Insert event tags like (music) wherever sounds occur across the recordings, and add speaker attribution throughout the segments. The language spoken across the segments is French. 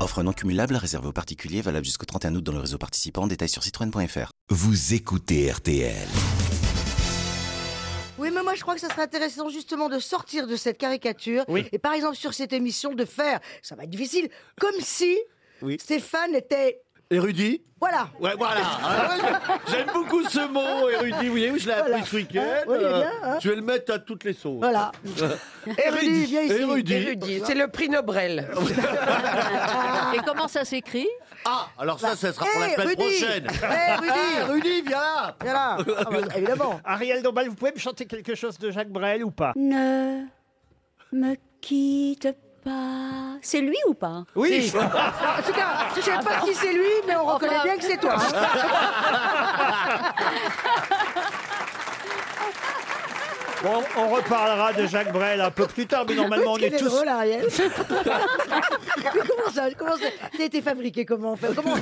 Speaker 1: Offre non cumulable réservée aux particuliers valable jusqu'au 31 août dans le réseau participant. Détail sur citroën.fr.
Speaker 2: Vous écoutez RTL.
Speaker 3: Oui, mais moi je crois que ça serait intéressant justement de sortir de cette caricature
Speaker 4: Oui.
Speaker 3: et par exemple sur cette émission de faire, ça va être difficile, comme si
Speaker 4: Oui.
Speaker 3: Stéphane était...
Speaker 4: Érudit
Speaker 3: Voilà
Speaker 4: Ouais, voilà. Hein, J'aime beaucoup ce mot, érudit. Vous voyez où je l'ai
Speaker 3: Voilà.
Speaker 4: appris ce week-end
Speaker 3: Ouais, ouais, il est bien, hein.
Speaker 4: Je vais le mettre à toutes les sauces. (laughs)
Speaker 3: Voilà. Érudit, viens ici.
Speaker 4: Érudit.
Speaker 5: Érudit, c'est le prix Nobel.
Speaker 6: Et comment ça s'écrit
Speaker 4: Ah, alors ça, ça sera pour la
Speaker 3: Eh,
Speaker 4: semaine
Speaker 3: Rudy
Speaker 4: prochaine.
Speaker 3: Eh,
Speaker 4: Ah,
Speaker 3: Rudy
Speaker 4: Rudy, viens là
Speaker 3: Viens là Ah,
Speaker 4: (laughs)
Speaker 3: bah, Évidemment
Speaker 7: Ariel Dombal, vous pouvez me chanter quelque chose de Jacques Brel ou pas
Speaker 8: Ne me quitte pas. C'est lui ou pas
Speaker 4: Oui
Speaker 3: En tout cas, je ne sais pas qui c'est lui, mais on reconnaît bien que c'est toi. hein.
Speaker 7: Bon, on reparlera de Jacques Brel un peu plus tard, mais normalement on
Speaker 3: Qu'est-ce
Speaker 7: est
Speaker 3: qu'elle est
Speaker 7: tous.
Speaker 3: drôle, (laughs) Ariel. Mais comment ça Comment ça Ça a été fabriqué comment on fait comment,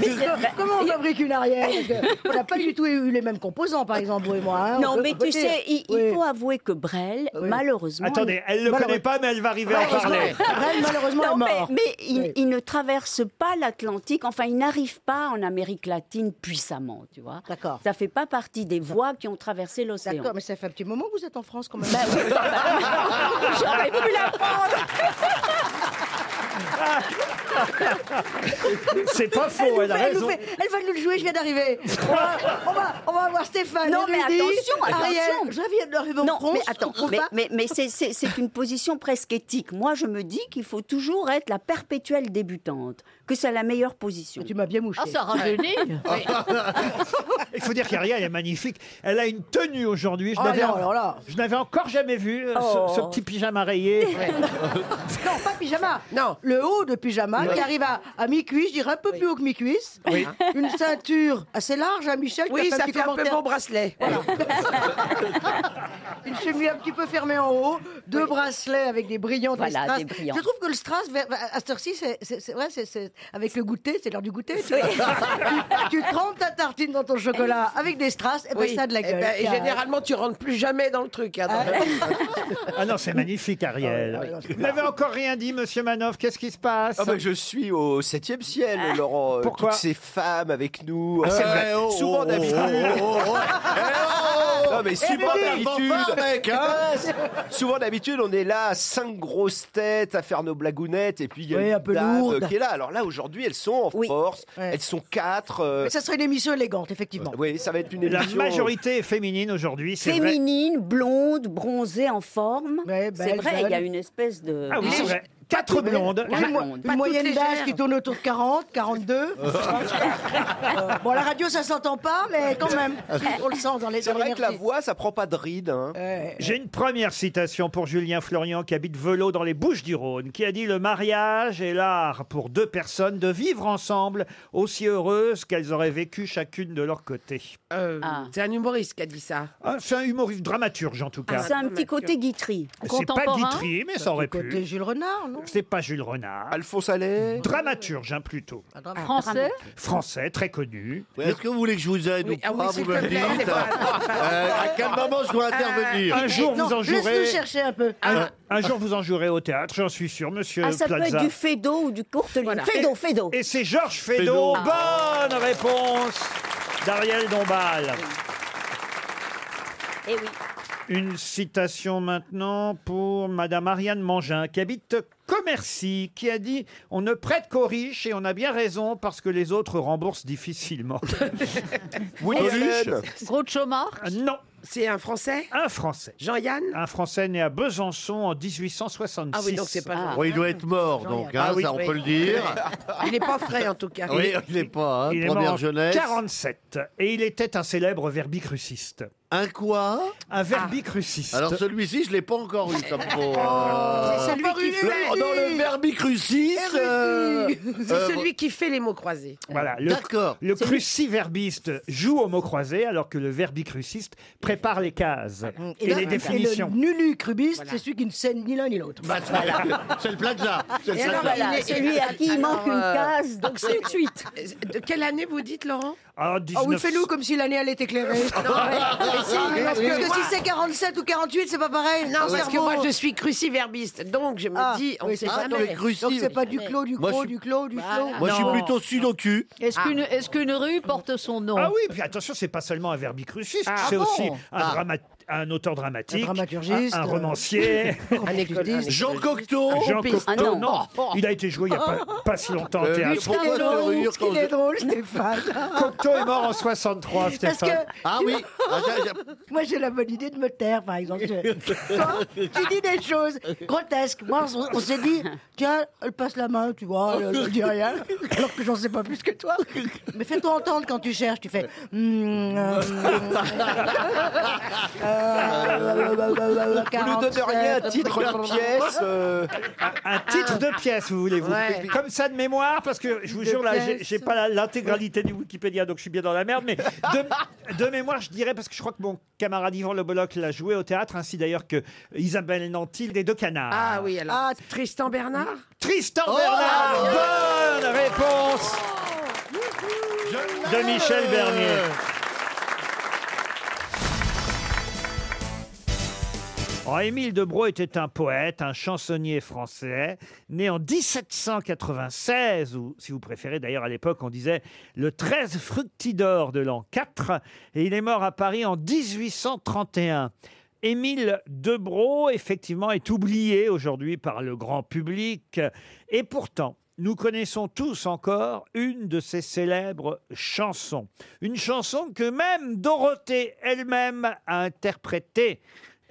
Speaker 3: comment on fabrique une Ariel Parce que On n'a pas du tout eu les mêmes composants, par exemple, vous et moi. hein. On
Speaker 8: Non,
Speaker 3: peut-
Speaker 8: mais
Speaker 3: on peut
Speaker 8: tu
Speaker 3: dire.
Speaker 8: sais, il, il
Speaker 3: Oui.
Speaker 8: faut avouer que Brel,
Speaker 3: Oui.
Speaker 8: malheureusement.
Speaker 7: Attendez, elle ne le
Speaker 3: Malheureusement.
Speaker 7: connaît pas, mais elle va arriver à en
Speaker 3: Malheureusement,
Speaker 7: parler.
Speaker 3: (laughs) Brel,
Speaker 8: il-
Speaker 3: malheureusement,
Speaker 8: non,
Speaker 3: est
Speaker 8: mais,
Speaker 3: mort.
Speaker 8: mais il,
Speaker 3: Oui.
Speaker 8: il ne traverse pas l'Atlantique, enfin, il n'arrive pas en Amérique latine puissamment, tu vois.
Speaker 3: D'accord.
Speaker 8: Ça fait pas partie des voies qui ont traversé l'océan.
Speaker 3: D'accord, mais ça fait un petit moment que vous êtes en France quand même.
Speaker 8: Bah
Speaker 3: (laughs)
Speaker 8: oui, bah, bah,
Speaker 9: (laughs)
Speaker 8: J'aurais pu l'apprendre.
Speaker 7: C'est pas
Speaker 3: elle,
Speaker 7: faux, elle
Speaker 3: nous
Speaker 7: a
Speaker 3: fait- elle nous
Speaker 7: raison.
Speaker 3: fait- elle va nous le jouer, je viens d'arriver. On va, on va, on va voir Stéphane.
Speaker 8: Non, mais
Speaker 3: Elodie,
Speaker 8: attention,
Speaker 3: Ariel,
Speaker 8: attention.
Speaker 3: Je viens d'arriver en
Speaker 8: Non,
Speaker 3: France.
Speaker 8: mais
Speaker 3: je
Speaker 8: attends,
Speaker 3: comprends
Speaker 8: mais,
Speaker 3: pas.
Speaker 8: mais, mais c'est- c'est c'est une position presque éthique. Moi, je me dis qu'il faut toujours être la perpétuelle débutante, que c'est la meilleure position.
Speaker 3: Tu m'as bien mouché.
Speaker 6: Ah, ça rajeunit
Speaker 3: (laughs)
Speaker 7: Il faut dire qu'Ariel est magnifique. Elle a une tenue aujourd'hui. Je
Speaker 3: Oh
Speaker 7: n'avais-
Speaker 3: non, alors là.
Speaker 7: je n'avais encore jamais vu euh,
Speaker 8: Oh.
Speaker 7: ce, ce petit pyjama
Speaker 3: (laughs)
Speaker 7: rayé.
Speaker 3: Non, pas pyjama.
Speaker 5: Non.
Speaker 3: Le haut de pyjama qui arrive à, à mi-cuisse, je dirais un peu plus haut que mi-cuisse. Une ceinture assez large à Michel. qui
Speaker 5: Oui,
Speaker 3: a
Speaker 5: ça
Speaker 3: un petit
Speaker 5: fait un peu
Speaker 3: commentaire.
Speaker 5: mon bracelet. (laughs)
Speaker 3: Une chemise un petit peu fermée en haut, deux bracelets avec des brillants,
Speaker 8: Voilà,
Speaker 3: des strass.
Speaker 8: des brillants.
Speaker 3: Je trouve que le strass, vers- à cette heure-ci, c'est- c'est c'est vrai, c'est- c'est- avec le goûter, c'est l'heure du goûter. Tu, tu, tu trempes ta tartine dans ton chocolat avec des strass, et ben ça a de la
Speaker 5: Eh
Speaker 3: gueule.
Speaker 5: ben, et
Speaker 3: Tiens,
Speaker 5: généralement, tu rentres plus jamais dans le truc. hein.
Speaker 7: Ah non, c'est magnifique,
Speaker 4: Ah
Speaker 7: Ariel.
Speaker 3: Ah
Speaker 7: Vous n'avez encore rien dit, monsieur Manoff. Qu'est-ce qui se passe
Speaker 10: Ah bah, je suis au septième ciel, Laurent. Euh,
Speaker 7: Pourquoi
Speaker 10: Toutes ces femmes avec nous.
Speaker 4: Ah. C'est
Speaker 10: Euh,
Speaker 4: vrai.
Speaker 10: Souvent on a vu- oh,
Speaker 4: (laughs)
Speaker 10: Eh, Non, mais souvent d'habitude. Eh,
Speaker 4: mec,
Speaker 10: (laughs)
Speaker 4: hein
Speaker 10: Souvent d'habitude, on est là, cinq grosses têtes à faire nos blagounettes, et puis il y a
Speaker 3: Oui,
Speaker 10: une
Speaker 3: un peu
Speaker 10: dame
Speaker 3: lourde.
Speaker 10: qui est là. Alors là, aujourd'hui, elles sont en
Speaker 8: Oui.
Speaker 10: force.
Speaker 3: Ouais.
Speaker 10: Elles sont quatre. euh,
Speaker 3: mais ça serait une émission élégante, effectivement.
Speaker 10: Oui, ça va être une
Speaker 7: La
Speaker 10: émission. euh,
Speaker 7: majorité est féminine aujourd'hui, c'est vrai.
Speaker 8: Féminine, blonde, bronzée, en forme.
Speaker 3: Ouais,
Speaker 8: c'est
Speaker 3: belle,
Speaker 8: vrai, il y a
Speaker 3: jeune.
Speaker 8: une espèce de.
Speaker 7: Ah oui, c'est vrai. Quatre blondes.
Speaker 3: Une, mo-
Speaker 8: blonde.
Speaker 3: une
Speaker 8: Pas toute
Speaker 3: moyenne d'âge
Speaker 5: légère.
Speaker 3: qui tourne autour de 40,
Speaker 5: (laughs)
Speaker 3: 42. Euh, bon, à la radio, ça s'entend pas, mais
Speaker 4: (laughs)
Speaker 3: quand même, on le sent dans les
Speaker 10: C'est
Speaker 3: dans
Speaker 10: vrai que la
Speaker 3: l'énergie.
Speaker 10: voix, ça prend pas de ride. hein.
Speaker 3: Ouais.
Speaker 7: J'ai une première citation pour Julien Florian qui habite Velo dans les Bouches-du-Rhône, qui a dit Le mariage est l'art pour deux personnes de vivre ensemble aussi heureuses qu'elles auraient vécu chacune de leur côté.
Speaker 5: Euh,
Speaker 8: Ah.
Speaker 5: C'est un humoriste qui a dit ça.
Speaker 7: Ah, c'est un humoriste dramaturge en tout
Speaker 8: Ah,
Speaker 7: cas.
Speaker 8: c'est un petit côté guitry.
Speaker 7: c'est pas
Speaker 6: contemporain
Speaker 7: Guitry, mais ça aurait
Speaker 3: Côté
Speaker 7: pu.
Speaker 3: Jules Renard, non
Speaker 7: C'est pas Jules Renard.
Speaker 10: Alphonse Allais.
Speaker 7: Dramaturge, hein, plutôt.
Speaker 3: Ah,
Speaker 6: français.
Speaker 7: Français, très connu.
Speaker 4: Est-ce que vous voulez que je vous aide
Speaker 5: Oui,
Speaker 4: ou
Speaker 5: ah oui,
Speaker 4: pas,
Speaker 5: s'il
Speaker 4: vous me
Speaker 5: te
Speaker 4: le
Speaker 5: plaît, c'est
Speaker 4: dites Euh, À quel moment je dois intervenir
Speaker 7: Un jour,
Speaker 3: Non,
Speaker 7: vous en jouerez.
Speaker 3: Laisse-nous chercher un peu.
Speaker 7: Un, Euh, un jour, vous en jouerez au théâtre, j'en suis sûr, monsieur
Speaker 8: Ah, ça peut
Speaker 7: Plaza.
Speaker 8: être du Fédo ou du Courteline.
Speaker 5: Voilà.
Speaker 8: Fédo, Fédo. Bah,
Speaker 7: Et c'est Georges Feydeau.
Speaker 4: Feydeau.
Speaker 8: Ah.
Speaker 7: Bonne réponse d'Ariel Dombal.
Speaker 8: Eh oui.
Speaker 7: Une citation maintenant pour Madame Ariane Mangin, qui habite Commercy, qui a dit « On ne prête qu'aux riches et on a bien raison parce que les autres remboursent difficilement. (laughs)
Speaker 10: Woody Allen.
Speaker 6: Gros Chomar. »
Speaker 7: Euh, Non,
Speaker 5: C'est un français
Speaker 7: un Français.
Speaker 5: Jean-Yann
Speaker 7: Un Français né à Besançon en 1866.
Speaker 5: Ah oui, donc c'est pas
Speaker 4: Bon, il doit être mort, donc, hein,
Speaker 7: Ah oui,
Speaker 4: ça on
Speaker 5: oui.
Speaker 4: peut le dire.
Speaker 5: Il n'est pas frais en tout cas.
Speaker 4: Oui, il n'est pas, hein,
Speaker 7: Il est mort
Speaker 4: première
Speaker 7: en
Speaker 4: jeunesse.
Speaker 7: 47 et il était un célèbre verbicruciste.
Speaker 4: Un quoi
Speaker 7: Un
Speaker 9: Ah.
Speaker 7: verbicruciste.
Speaker 4: Alors celui-ci, je l'ai pas encore eu
Speaker 9: (laughs)
Speaker 4: comme mot.
Speaker 9: Oh. C'est celui qui
Speaker 4: Le-
Speaker 9: fait- Eh
Speaker 4: Dans le verbicrucis. euh, euh,
Speaker 9: (laughs) C'est celui qui fait les mots croisés.
Speaker 7: Voilà, le, le cruciverbiste joue au mot croisé alors que le verbicruciste prépare les cases et, les définitions.
Speaker 3: Euh, Et le nulucrubiste, c'est celui qui ne sait ni l'un ni l'autre.
Speaker 4: Bah,
Speaker 3: (laughs)
Speaker 4: voilà. C'est le plaza. C'est le
Speaker 9: Et alors,
Speaker 4: plaza.
Speaker 9: il est-
Speaker 10: Celui à qui il
Speaker 9: alors,
Speaker 10: manque une
Speaker 9: euh,
Speaker 10: case, donc c'est une suite.
Speaker 9: De quelle année vous dites, Laurent
Speaker 7: Alors,
Speaker 3: Oh oui,
Speaker 7: 19
Speaker 3: fais-nous comme si l'année allait éclairer.
Speaker 9: mais si, mais
Speaker 3: parce
Speaker 9: Ah, oui, oui.
Speaker 3: que si c'est 47 ou 48, c'est pas pareil.
Speaker 9: Non, parce que
Speaker 3: cerveau.
Speaker 9: moi je suis cruciverbiste, donc je me
Speaker 3: Ah,
Speaker 9: dis, on
Speaker 3: oui,
Speaker 9: sait
Speaker 3: c'est pas
Speaker 9: jamais.
Speaker 3: vrai. Donc c'est pas du clos, du
Speaker 4: Moi,
Speaker 3: clos,
Speaker 4: je-
Speaker 3: du clos, du
Speaker 8: Voilà.
Speaker 3: clos.
Speaker 4: Moi, je suis
Speaker 8: Ah, Non.
Speaker 4: plutôt sudoku.
Speaker 8: Est-ce qu'une est-ce qu'une rue porte son nom
Speaker 7: Ah oui, puis attention, c'est pas seulement un verbicruciste,
Speaker 8: Ah
Speaker 7: c'est
Speaker 8: bon
Speaker 7: aussi un, drama- un auteur dramatique,
Speaker 3: Un dramaturgiste,
Speaker 7: un, un
Speaker 3: euh,
Speaker 7: romancier.
Speaker 9: Un école- un école-
Speaker 4: Jean Cocteau.
Speaker 7: Jean
Speaker 9: Pompé.
Speaker 7: Cocteau,
Speaker 10: Ah non.
Speaker 7: non. Il a été joué il n'y a pas, pas si longtemps au
Speaker 4: Euh,
Speaker 7: théâtre.
Speaker 4: pourquoi
Speaker 3: Il est
Speaker 4: te
Speaker 3: drôle,
Speaker 4: rire quand
Speaker 3: il est
Speaker 4: je-
Speaker 3: drôle, Stéphane.
Speaker 7: Cocteau est mort en 63,
Speaker 3: Parce
Speaker 7: Stéphane.
Speaker 3: que
Speaker 4: Ah oui. Ah, j'ai- j'ai-
Speaker 3: (laughs) moi, j'ai la bonne idée de me taire, par exemple. Je-
Speaker 4: (laughs)
Speaker 3: Toi,
Speaker 7: (laughs)
Speaker 3: tu dis des choses grotesques. Moi, on, on s'est dit, tiens, elle passe la main, tu vois, elle, elle dit rien, alors que j'en sais pas plus que toi. Mais fais-toi entendre quand tu cherches, tu fais... hmm, euh, euh,
Speaker 11: (laughs) Vous nous donnez rien,
Speaker 3: 47.
Speaker 11: titre de pièce. euh,
Speaker 7: Un titre de pièce, vous voulez, vous
Speaker 9: Ouais.
Speaker 7: Comme ça de mémoire, parce que je vous
Speaker 3: De
Speaker 7: jure, là, j'ai-
Speaker 3: pièce.
Speaker 7: j'ai pas la- l'intégralité du Wikipédia, donc je suis bien dans la merde, mais de, de mémoire, je dirais, parce que je crois que mon camarade Yvan Le Bolloc l'a joué au théâtre, ainsi d'ailleurs que Isabelle Nantil des Deux Canards.
Speaker 9: Ah oui, alors. Ah, Tristan Bernard
Speaker 7: Tristan
Speaker 11: Oh,
Speaker 7: Bernard,
Speaker 11: ah
Speaker 7: bonne réponse de Michel Bernier. Oh, Émile Debrau était un poète, un chansonnier français, né en 1796, ou si vous préférez d'ailleurs à l'époque on disait le 13 fructidor de l'an 4, et il est mort à Paris en 1831. Émile Debrau, effectivement, est oublié aujourd'hui par le grand public, et pourtant, nous connaissons tous encore une de ses célèbres chansons. Une chanson que même Dorothée elle-même a interprétée.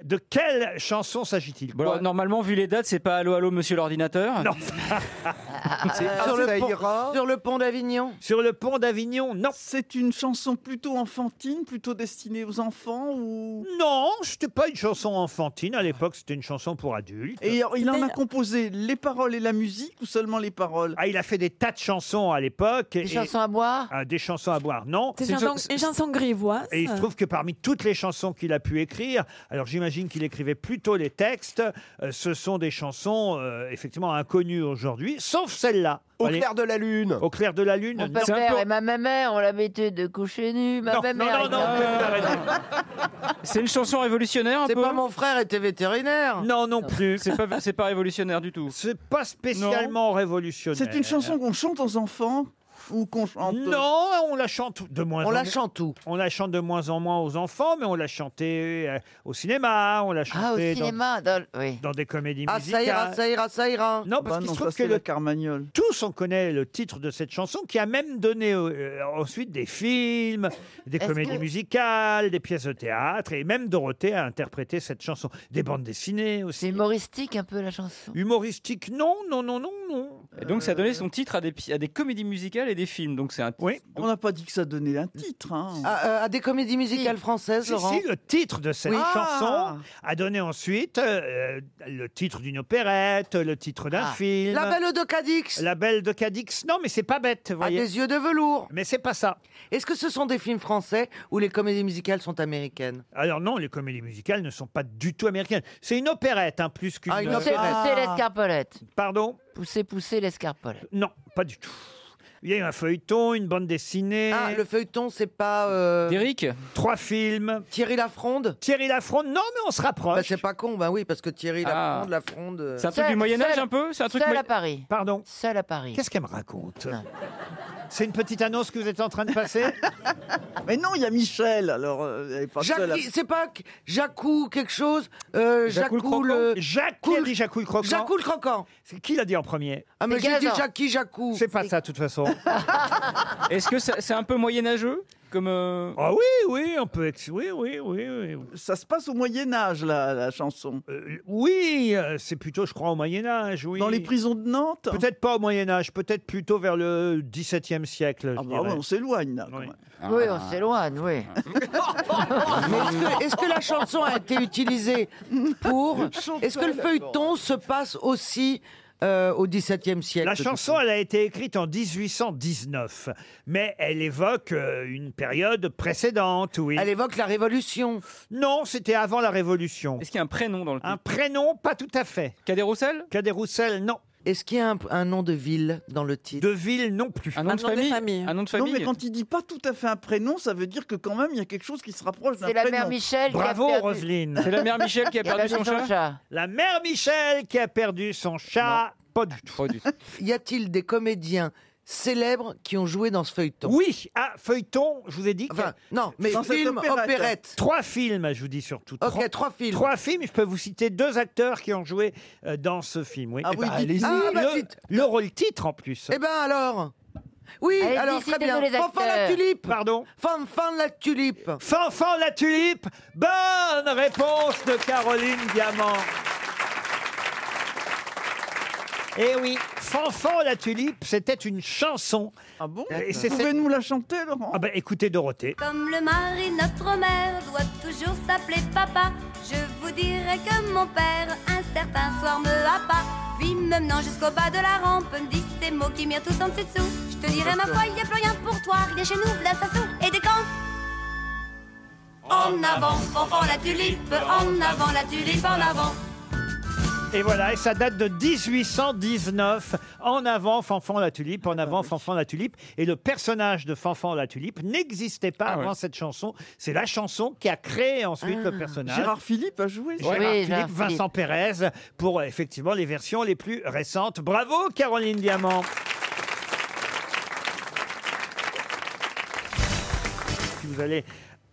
Speaker 7: De quelle chanson s'agit-il
Speaker 12: Bon, alors, normalement, vu les dates, c'est pas Allô, allô, monsieur l'ordinateur
Speaker 7: Non.
Speaker 13: Ah,
Speaker 11: sur, le pont, sur le pont d'Avignon.
Speaker 7: Sur le pont d'Avignon Non.
Speaker 13: C'est une chanson plutôt enfantine, plutôt destinée aux enfants ou
Speaker 7: Non, c'était pas une chanson enfantine. À l'époque, c'était une chanson pour adultes.
Speaker 13: et il en a composé les paroles et la musique ou seulement les paroles
Speaker 7: Ah, il a fait des tas de chansons à l'époque. Des chansons à boire Des chansons à boire, non.
Speaker 12: C'est une chanson-
Speaker 14: grivoise.
Speaker 7: Et il se trouve que parmi toutes les chansons qu'il a pu écrire, alors j'imagine qu'il écrivait plutôt les textes, euh, ce sont des chansons euh, effectivement inconnues aujourd'hui, sauf celle-là.
Speaker 11: Au
Speaker 7: Allez,
Speaker 11: clair de la lune.
Speaker 7: Au clair de la lune
Speaker 12: Mon père- C'est un peu-
Speaker 14: ma mère ont l'habitude de coucher nu.
Speaker 7: Non, non, non, non,
Speaker 12: C'est une chanson révolutionnaire un peu
Speaker 13: frère était vétérinaire.
Speaker 7: non, non plus.
Speaker 12: C'est pas, c'est pas révolutionnaire du tout.
Speaker 7: C'est pas spécialement révolutionnaire.
Speaker 13: C'est une chanson qu'on chante aux enfants ou qu'on chante
Speaker 7: Non, on la chante de moins en moins.
Speaker 13: chante où
Speaker 7: On la chante de moins en moins aux enfants, mais on l'a chantée euh, au cinéma, on l'a
Speaker 14: Ah, au
Speaker 7: chantée dans,
Speaker 14: cinéma, dans... oui.
Speaker 7: dans des comédies
Speaker 11: Ah,
Speaker 7: musicales.
Speaker 13: ira, ça ira.
Speaker 7: Non, parce qu'il se trouve que le-
Speaker 13: Carmagnol.
Speaker 7: Tous, on connaît le titre de cette chanson qui a même donné euh, ensuite des films, des
Speaker 14: Est-ce
Speaker 7: comédies
Speaker 14: que-
Speaker 7: musicales, des pièces de théâtre, et même Dorothée a interprété cette chanson. Des bandes dessinées
Speaker 14: C'est
Speaker 7: aussi.
Speaker 14: humoristique un peu la chanson.
Speaker 7: Humoristique, non, non, non, non, non. Euh,
Speaker 12: Et donc, ça a donné son titre à des, pi- à des comédies musicales et des films. Donc, c'est un.
Speaker 7: Oui.
Speaker 13: On n'a pas dit que ça donnait un titre. hein.
Speaker 9: euh, des comédies musicales françaises,
Speaker 7: Si, si, le titre de cette
Speaker 13: Oui.
Speaker 7: chanson
Speaker 13: Ah.
Speaker 7: a donné ensuite euh, le titre d'une opérette, le titre d'un
Speaker 14: Ah.
Speaker 7: film.
Speaker 9: de Cadix
Speaker 7: La Belle de Cadix. Non, mais c'est pas bête, vous voyez.
Speaker 9: yeux de velours.
Speaker 7: Mais c'est pas ça.
Speaker 9: Est-ce que ce sont des films français ou les comédies musicales sont américaines
Speaker 7: Alors non, les comédies musicales ne sont pas du tout américaines. C'est une opérette, hein, plus qu'une.
Speaker 9: Ah, une
Speaker 14: Poussez,
Speaker 9: opérette.
Speaker 14: poussez l'escarpolette.
Speaker 7: Pardon
Speaker 14: Poussez, poussez l'escarpolette.
Speaker 7: Non, pas du tout. Il y a eu un feuilleton, une bande dessinée,
Speaker 9: Ah, feuilleton, c'est pas euh,
Speaker 12: Derrick
Speaker 7: trois films.
Speaker 9: Thierry Lafronde
Speaker 7: Thierry Lafronde, non, mais on se
Speaker 9: Bah,
Speaker 7: rapproche.
Speaker 9: c'est pas con, bah oui, parce que Thierry
Speaker 12: Ah.
Speaker 9: Lafronde, Lafronde. euh,
Speaker 12: C'est un truc
Speaker 14: Seul-
Speaker 12: du Moyen-Âge
Speaker 14: seul-
Speaker 12: un peu C'est un truc.
Speaker 14: Seul
Speaker 12: mo-
Speaker 14: à Paris.
Speaker 7: Pardon.
Speaker 14: Seul à Paris.
Speaker 7: Qu'est-ce qu'elle me raconte
Speaker 14: Non.
Speaker 7: C'est une petite annonce que vous êtes en train de passer
Speaker 13: (laughs) Mais non, il y a Michel. Alors, euh, elle est pas
Speaker 9: Jacques-
Speaker 13: seule à-
Speaker 9: c'est pas que- Jacou quelque chose euh,
Speaker 12: Jacou le
Speaker 9: Jacou le.
Speaker 7: Jacques, qui
Speaker 9: Cool.
Speaker 7: a dit Jacques le Croquant
Speaker 9: Jacou le croquant.
Speaker 7: C'est Qui l'a dit en premier
Speaker 9: Ah, mais
Speaker 14: C'est
Speaker 9: j'ai dit
Speaker 14: Gazan.
Speaker 9: Jackie Jacou.
Speaker 7: C'est pas ça, de toute façon.
Speaker 12: Est-ce que ça- c'est un peu moyenâgeux
Speaker 15: comme. euh,
Speaker 7: Ah oui, oui, on peut. ex- Oui, oui, oui, oui.
Speaker 13: Ça se passe au Moyen-Âge, la, la chanson.
Speaker 7: oui, euh, c'est plutôt, je crois, au Moyen-Âge, oui.
Speaker 13: Dans les prisons de Nantes
Speaker 7: Peut-être pas au Moyen-Âge, peut-être plutôt vers le XVIIe siècle.
Speaker 13: bah ouais, on s'éloigne, là, quand même.
Speaker 14: Ah. Oui, on s'éloigne, oui.
Speaker 9: (laughs) Mais est-ce que, est-ce que la chanson a été utilisée pour. Est-ce que le feuilleton se passe aussi euh, au XVIIe siècle
Speaker 7: La chanson, elle a été écrite en 1819, mais elle évoque euh, une période précédente, oui. Elle évoque la Révolution. Non, c'était avant la Révolution.
Speaker 15: Est-ce qu'il y a un prénom dans le
Speaker 7: Un prénom, pas tout à fait. Cadet Roussel Cadet Roussel, non.
Speaker 9: Est-ce qu'il y a un, un nom de ville dans le titre
Speaker 7: De ville non plus.
Speaker 15: Un nom de
Speaker 13: des
Speaker 15: famille
Speaker 13: familles.
Speaker 15: Un nom
Speaker 13: Non,
Speaker 15: de famille
Speaker 13: mais quand il dit pas tout à fait un prénom, ça veut dire que quand même, il y a quelque chose qui se rapproche d'un
Speaker 14: C'est la
Speaker 13: prénom.
Speaker 14: mère Michel qui a
Speaker 7: Bravo,
Speaker 14: perdu-
Speaker 7: Roselyne.
Speaker 15: C'est la mère Michel
Speaker 14: (laughs)
Speaker 15: qui a
Speaker 14: Elle a
Speaker 15: perdu son
Speaker 14: perdu
Speaker 15: chat.
Speaker 14: son chat.
Speaker 7: La mère Michel qui a perdu son chat. Pas du tout.
Speaker 9: (laughs) Y a-t-il des comédiens célèbres qui ont joué dans ce feuilleton
Speaker 7: Oui, ah, feuilleton, je vous ai dit. que-
Speaker 9: Enfin, non, mais
Speaker 13: Dans cette
Speaker 9: film,
Speaker 13: opérette.
Speaker 9: opérette.
Speaker 7: Trois films, je vous dis surtout.
Speaker 9: Ok,
Speaker 7: Trois-
Speaker 9: trois films.
Speaker 7: Trois films, je peux vous citer deux acteurs qui ont joué euh, dans ce film. Oui.
Speaker 13: Ah
Speaker 7: Eh
Speaker 13: oui,
Speaker 7: ben,
Speaker 13: dites-
Speaker 7: allez-y.
Speaker 9: Ah, bah,
Speaker 7: le,
Speaker 9: dites.
Speaker 7: le rôle-titre en plus.
Speaker 9: Eh ben alors Oui,
Speaker 14: Allez-y,
Speaker 9: alors très
Speaker 14: citez-nous
Speaker 9: bien.
Speaker 14: les
Speaker 9: Fanfan la
Speaker 14: acteurs.
Speaker 9: tulipe
Speaker 7: Pardon
Speaker 9: Fanfan la tulipe
Speaker 7: Fanfan la tulipe Bonne réponse de Caroline Diamant Eh oui, Fanfan la tulipe, c'était une chanson.
Speaker 13: Ah bon
Speaker 7: Et
Speaker 13: Vous
Speaker 7: c'est-
Speaker 13: pouvez nous la chanter, Laurent
Speaker 7: Ah ben écoutez Dorothée.
Speaker 16: Comme le mari de notre mère doit toujours s'appeler papa, je vous dirai que mon père, un certain soir, me happa. Puis me menant jusqu'au bas de la rampe, me dit ces mots qui mirent tous en dessus dessous. Je te dirai ma foi, il n'y a plus rien pour toi, rien chez nous, v'là ça sous et des camps. En avant, fanfan la tulipe, en avant la tulipe, en avant.
Speaker 7: Et voilà, et ça date de 1819. En avant, Fanfan la tulipe, en avant, Fanfan la tulipe. Et le personnage de Fanfan la tulipe n'existait pas avant cette chanson. C'est la chanson qui a créé ensuite le personnage.
Speaker 13: Ah, Gérard Philippe a joué ça.
Speaker 7: Gérard
Speaker 14: Oui,
Speaker 7: Philippe,
Speaker 14: Gérard
Speaker 7: Vincent
Speaker 14: (laughs)
Speaker 7: Pérez, pour euh, effectivement les versions les plus récentes. Bravo Caroline Diamant Si vous allez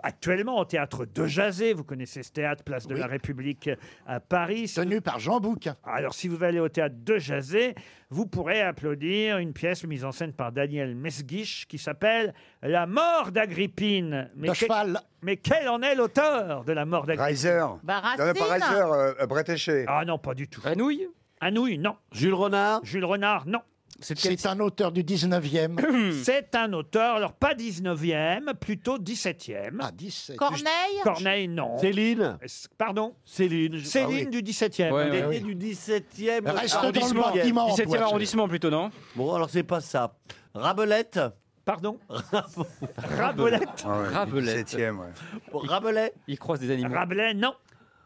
Speaker 7: actuellement au théâtre de Jazé, vous connaissez ce théâtre, place de la République euh, à Paris. Tenu par Jean Bouquin. Alors si vous allez au théâtre de Jazé, vous pourrez applaudir une pièce mise en scène par Daniel Mesguich qui s'appelle La mort d'Agrippine. Mais
Speaker 12: De
Speaker 7: quel-
Speaker 12: cheval.
Speaker 7: Mais quel en est l'auteur de La mort d'Agrippine
Speaker 17: Reiser.
Speaker 5: Bah,
Speaker 17: Non,
Speaker 5: Racine.
Speaker 17: pas Reiser, euh, euh, Bretéché.
Speaker 7: Ah non, pas du tout.
Speaker 15: Anouille
Speaker 7: Anouille, non.
Speaker 12: Jules Renard
Speaker 7: Jules Renard, non.
Speaker 12: C'est un auteur du
Speaker 15: (coughs)
Speaker 12: 19e.
Speaker 7: C'est un auteur, alors pas 19e, plutôt 17e.
Speaker 12: Ah, 17.
Speaker 5: Corneille
Speaker 7: Corneille, non.
Speaker 12: Céline Ah
Speaker 7: Est-ce- Pardon
Speaker 12: Céline.
Speaker 7: Céline du 17e. Il
Speaker 15: Ouais,
Speaker 7: est
Speaker 15: ouais,
Speaker 7: né
Speaker 15: ouais.
Speaker 7: du-
Speaker 4: Du 17e
Speaker 12: Reste dans le
Speaker 4: arrondissement.
Speaker 12: bâtiment, toi,
Speaker 15: 17e
Speaker 12: tu-
Speaker 15: arrondissement plutôt, non
Speaker 4: Bon, alors c'est pas ça. Rabelette
Speaker 7: Pardon
Speaker 15: Rabelette.
Speaker 17: Ah ouais, du
Speaker 15: Rabelais.
Speaker 17: 17e, ouais.
Speaker 4: Rabelais
Speaker 15: Il croise des animaux.
Speaker 7: Rabelais, non.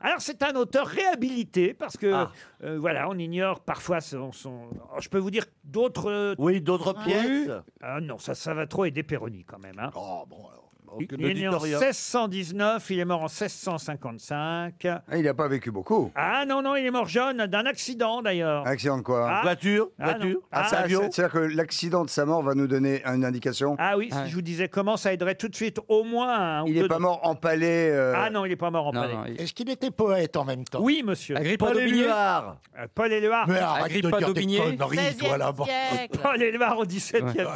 Speaker 7: Alors c'est un auteur réhabilité parce que
Speaker 15: Ah.
Speaker 7: euh, voilà on ignore parfois son, son- Alors, je peux vous dire d'autres euh,
Speaker 4: Oui, d'autres pièces
Speaker 7: ah non ça ça va trop aider Péroni quand même hein.
Speaker 12: Oh, bon, alors.
Speaker 7: il
Speaker 4: Aucune
Speaker 7: il est né en
Speaker 4: auditorium.
Speaker 7: 1619 il est mort en 1655
Speaker 17: Ah, il n'a pas vécu beaucoup.
Speaker 7: ah non non il est mort jeune d'un accident d'ailleurs
Speaker 17: Accident de quoi
Speaker 7: Ah.
Speaker 4: Voiture
Speaker 7: Ah,
Speaker 4: Voiture
Speaker 7: non. Ah,
Speaker 17: Ah,
Speaker 4: avion
Speaker 17: c'est- C'est-à-dire que l'accident de sa mort va nous donner une indication.
Speaker 7: Ah oui, si je vous disais comment, ça aiderait tout de suite au moins. un ou
Speaker 17: il
Speaker 7: deux
Speaker 17: n'est pas
Speaker 7: d'entre-
Speaker 17: mort empalé. euh,
Speaker 7: Ah non, il n'est pas mort en
Speaker 15: Non,
Speaker 7: palais.
Speaker 15: non, il-
Speaker 12: Est-ce qu'il était poète en même temps
Speaker 7: Oui, monsieur.
Speaker 15: Agrippa
Speaker 4: Paul
Speaker 15: Daubigné
Speaker 4: Éluard
Speaker 7: Euh, Paul Éluard.
Speaker 12: Mais arrête de
Speaker 15: Agrippa
Speaker 12: dire des
Speaker 15: Daubigné,
Speaker 12: conneries, toi,
Speaker 5: 16e
Speaker 12: là-bas.
Speaker 5: siècle.
Speaker 7: Paul Éluard au 17e siècle.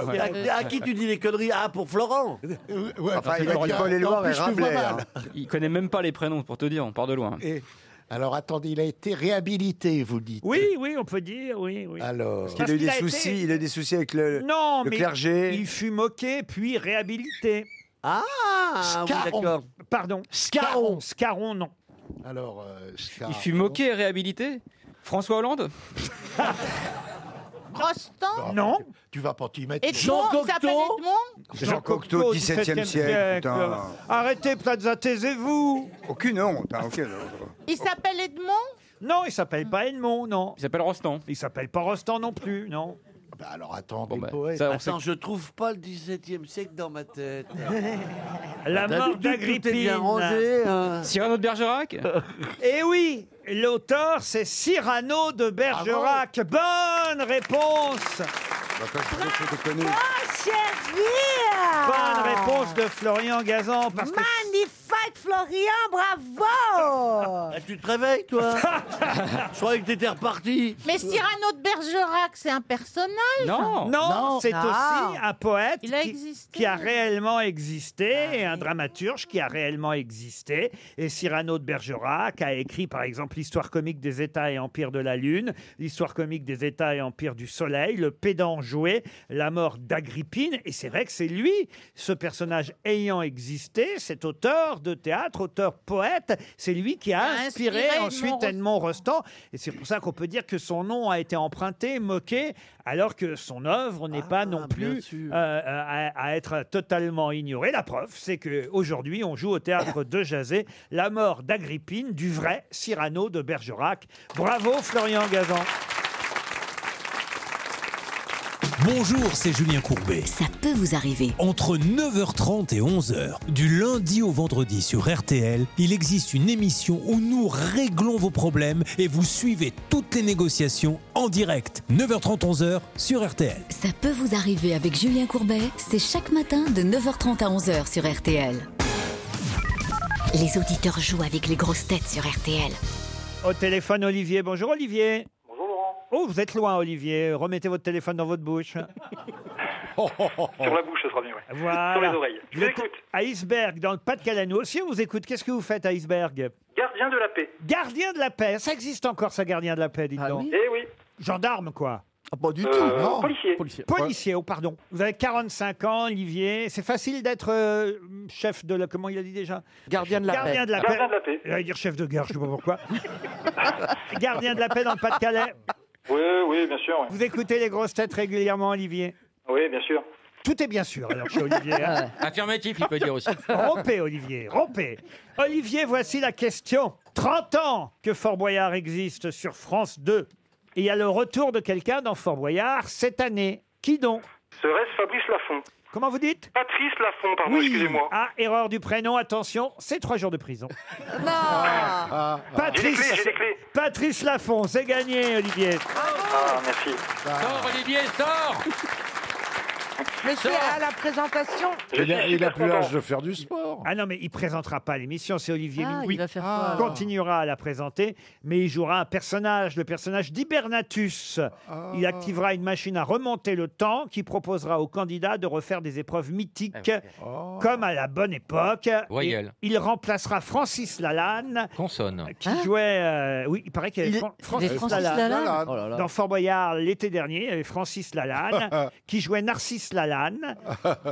Speaker 4: À, à qui tu dis les conneries Ah, pour Florent
Speaker 12: Euh, (laughs) ouais,
Speaker 17: Enfin,
Speaker 12: parce
Speaker 17: il a
Speaker 12: que-
Speaker 17: dit Paul
Speaker 12: en
Speaker 17: Éluard
Speaker 12: plus,
Speaker 17: et
Speaker 12: je te vois
Speaker 17: Rabelais.
Speaker 12: mal.
Speaker 17: hein.
Speaker 15: Il connaît même pas les prénoms pour te dire, on part de loin.
Speaker 12: Et- Alors, attendez, il a été réhabilité, vous dites. Ah,
Speaker 7: Oui, oui, on peut dire, oui, oui.
Speaker 12: Alors,
Speaker 17: Il
Speaker 7: Parce
Speaker 17: a eu
Speaker 7: qu'il
Speaker 17: des
Speaker 7: a été-
Speaker 17: soucis. Il a eu des soucis avec le,
Speaker 7: non,
Speaker 17: le
Speaker 7: mais
Speaker 17: clergé.
Speaker 7: il fut moqué puis réhabilité.
Speaker 4: Ah, oui,
Speaker 12: Scarron.
Speaker 4: d'accord.
Speaker 7: Pardon.
Speaker 12: Scarron.
Speaker 7: Scarron, non.
Speaker 12: alors euh,
Speaker 15: Il
Speaker 12: Scarron.
Speaker 15: fut moqué et réhabilité François Hollande
Speaker 5: Constant
Speaker 12: Ah,
Speaker 7: Non.
Speaker 12: Tu vas pas t'y mettre.
Speaker 5: Et
Speaker 12: Jean-
Speaker 5: Jean
Speaker 4: Cocteau
Speaker 5: Cocteau
Speaker 17: Jean Cocteau, 17e siècle, putain.
Speaker 7: Arrêtez, Plaza, taisez-vous.
Speaker 17: Aucune honte. hein, aucune-
Speaker 5: Il s'appelle Edmond
Speaker 7: Non, il s'appelle pas Edmond, non.
Speaker 15: Il s'appelle Rostand.
Speaker 7: Il s'appelle pas Rostand non plus, non.
Speaker 12: Bah, alors, attendez,
Speaker 15: Bon, bah,
Speaker 12: poète.
Speaker 15: ça, on sait-
Speaker 4: Attends, je trouve pas le 17e siècle dans ma tête.
Speaker 7: (laughs) La mort
Speaker 4: D'habitude, tout est bien
Speaker 7: d'Agrippine.
Speaker 4: rangé. hein.
Speaker 15: Cyrano de Bergerac
Speaker 7: (laughs) Eh oui, l'auteur c'est Cyrano de Bergerac. Bonne réponse.
Speaker 17: Bah, parce que je te connais.
Speaker 18: Oh,
Speaker 7: Bonne réponse de Florian Gazan parce que
Speaker 18: Magnifique,
Speaker 5: Florian, bravo
Speaker 15: Ah, tu te réveilles,
Speaker 7: (laughs)
Speaker 15: toi Je croyais que t'étais reparti.
Speaker 5: Mais Cyrano de Bergerac, c'est un personnage
Speaker 7: Non, c'est
Speaker 5: Non.
Speaker 7: aussi un poète
Speaker 5: Il a
Speaker 7: qui,
Speaker 5: existé.
Speaker 7: qui a réellement existé, et un dramaturge qui a réellement existé. Et Cyrano de Bergerac a écrit, par exemple, l'histoire comique des États et empires de la Lune, l'histoire comique des États et empires du Soleil, le pédant joué, la mort d'Agrippine. Et c'est vrai que c'est lui, ce personnage ayant existé, cet auteur de théâtre, auteur poète, c'est lui qui a
Speaker 5: a
Speaker 7: inspiré,
Speaker 5: inspiré
Speaker 7: ensuite
Speaker 5: Edmond
Speaker 7: Edmond Rostand. Et c'est pour ça qu'on peut dire que son nom a été emprunté, moqué, alors que son œuvre n'est pas non plus euh, euh, à, à être totalement ignorée. La preuve, c'est qu'aujourd'hui, on joue au théâtre de Jazé la mort d'Agrippine du vrai Cyrano de Bergerac. Bravo Florian Gazan.
Speaker 18: Bonjour, c'est Julien Courbet. Ça peut vous arriver. Entre 9h30 et 11h, du lundi au vendredi sur RTL, il existe une émission où nous réglons vos problèmes et vous suivez toutes les négociations en direct. 9h30, 11h sur RTL.
Speaker 19: Ça peut vous arriver avec Julien Courbet, c'est chaque matin de 9h30 à 11h sur RTL. Les auditeurs jouent avec les grosses têtes sur RTL.
Speaker 7: Au téléphone, Olivier. Bonjour Olivier. Bonjour Laurent. Oh, vous êtes loin Olivier. Remettez votre téléphone dans votre (laughs) bouche.
Speaker 20: Sur la bouche, ce sera mieux. ouais.
Speaker 7: Voilà.
Speaker 20: Sur les oreilles. Je
Speaker 7: Vous êtes
Speaker 20: l'écoute.
Speaker 7: À Iceberg, dans le Pas-de-Calais. Nous aussi, on vous écoute. Qu'est-ce que vous faites à Iceberg
Speaker 20: Gardien de la paix.
Speaker 7: Gardien de la paix. Ça existe encore, ça, gardien de la paix, dites donc.
Speaker 20: Eh oui.
Speaker 7: Gendarme, quoi. pas du
Speaker 20: Euh, tout, non. policier.
Speaker 7: Policier, oh, pardon. Vous avez 45 ans, Olivier. C'est facile d'être euh, chef de la. Comment il a dit déjà Gardien
Speaker 9: de la paix. Gardien de la paix.
Speaker 7: J'allais dire chef de gare, je sais
Speaker 20: (laughs)
Speaker 7: pas pourquoi. Gardien de la paix dans le Pas-de-Calais.
Speaker 20: Oui, oui, bien sûr.
Speaker 7: Vous écoutez les grosses têtes régulièrement, Olivier
Speaker 20: Oui, oui bien sûr.
Speaker 7: Tout est bien sûr, alors, chez Olivier. hein.
Speaker 15: (laughs) Affirmatif, il peut dire aussi.
Speaker 7: (laughs) Rompez, Olivier, rompez. Olivier, voici la question. 30 ans que Fort Boyard existe sur France 2. Et il y a le retour de quelqu'un dans Fort Boyard cette année. Qui donc
Speaker 20: Serait-ce Fabrice Laffont
Speaker 7: Comment vous dites
Speaker 20: Patrice Laffont, pardon, excusez-moi.
Speaker 7: Ah, erreur du prénom, attention, c'est trois jours de prison. Patrice,
Speaker 20: J'ai les clés, j'ai les clés.
Speaker 7: Patrice Laffont, c'est gagné, Olivier.
Speaker 20: Ah, merci.
Speaker 15: Sors, Olivier, sors
Speaker 9: Mais c'est à la présentation.
Speaker 7: Il a- il a plus l'âge de
Speaker 21: faire du sport.
Speaker 7: Ah non, mais il présentera pas l'émission, c'est Olivier
Speaker 9: Ah,
Speaker 7: Minoui
Speaker 9: il va faire quoi,
Speaker 7: qui
Speaker 9: alors
Speaker 7: continuera à la présenter, mais il jouera un personnage, le personnage d'Hibernatus. Il activera une machine à remonter le temps qui proposera aux candidats de refaire des épreuves mythiques comme à la bonne époque.
Speaker 15: Voyelle.
Speaker 7: Et Il remplacera Francis Lalanne
Speaker 15: Consonne.
Speaker 7: Ah, qui jouait. euh, oui, il paraît qu'il y avait
Speaker 15: Ah. Il-
Speaker 7: Fran-
Speaker 15: il y
Speaker 7: Francis,
Speaker 15: avait Francis
Speaker 7: Lalanne.
Speaker 15: Lalanne. Oh là là.
Speaker 7: Dans Fort Boyard l'été dernier, il y avait Francis Lalanne qui jouait Narcisse Lalanne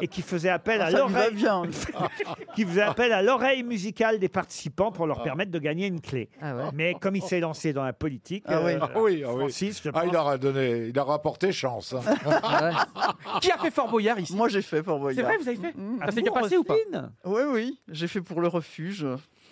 Speaker 7: et qui faisait appel à
Speaker 13: Ça lui va
Speaker 7: l'oreille. (laughs) qui faisait appel à l'oreille musicale des participants pour leur permettre de gagner une clé. Mais comme il s'est lancé dans la politique,
Speaker 21: Ah oui,
Speaker 7: euh,
Speaker 21: ah oui, ah oui.
Speaker 7: Francis, je
Speaker 21: Ah,
Speaker 7: pense-
Speaker 21: il aura donné, il aura porté chance.
Speaker 7: (laughs)
Speaker 21: hein.
Speaker 14: Ah
Speaker 13: Qui a fait Fort Boyard ici Moi j'ai fait Fort Boyard.
Speaker 21: vrai,
Speaker 13: vous avez fait
Speaker 22: Mm.
Speaker 7: Ah, vous, Roselyne
Speaker 13: Oui, oui, j'ai fait pour le refuge.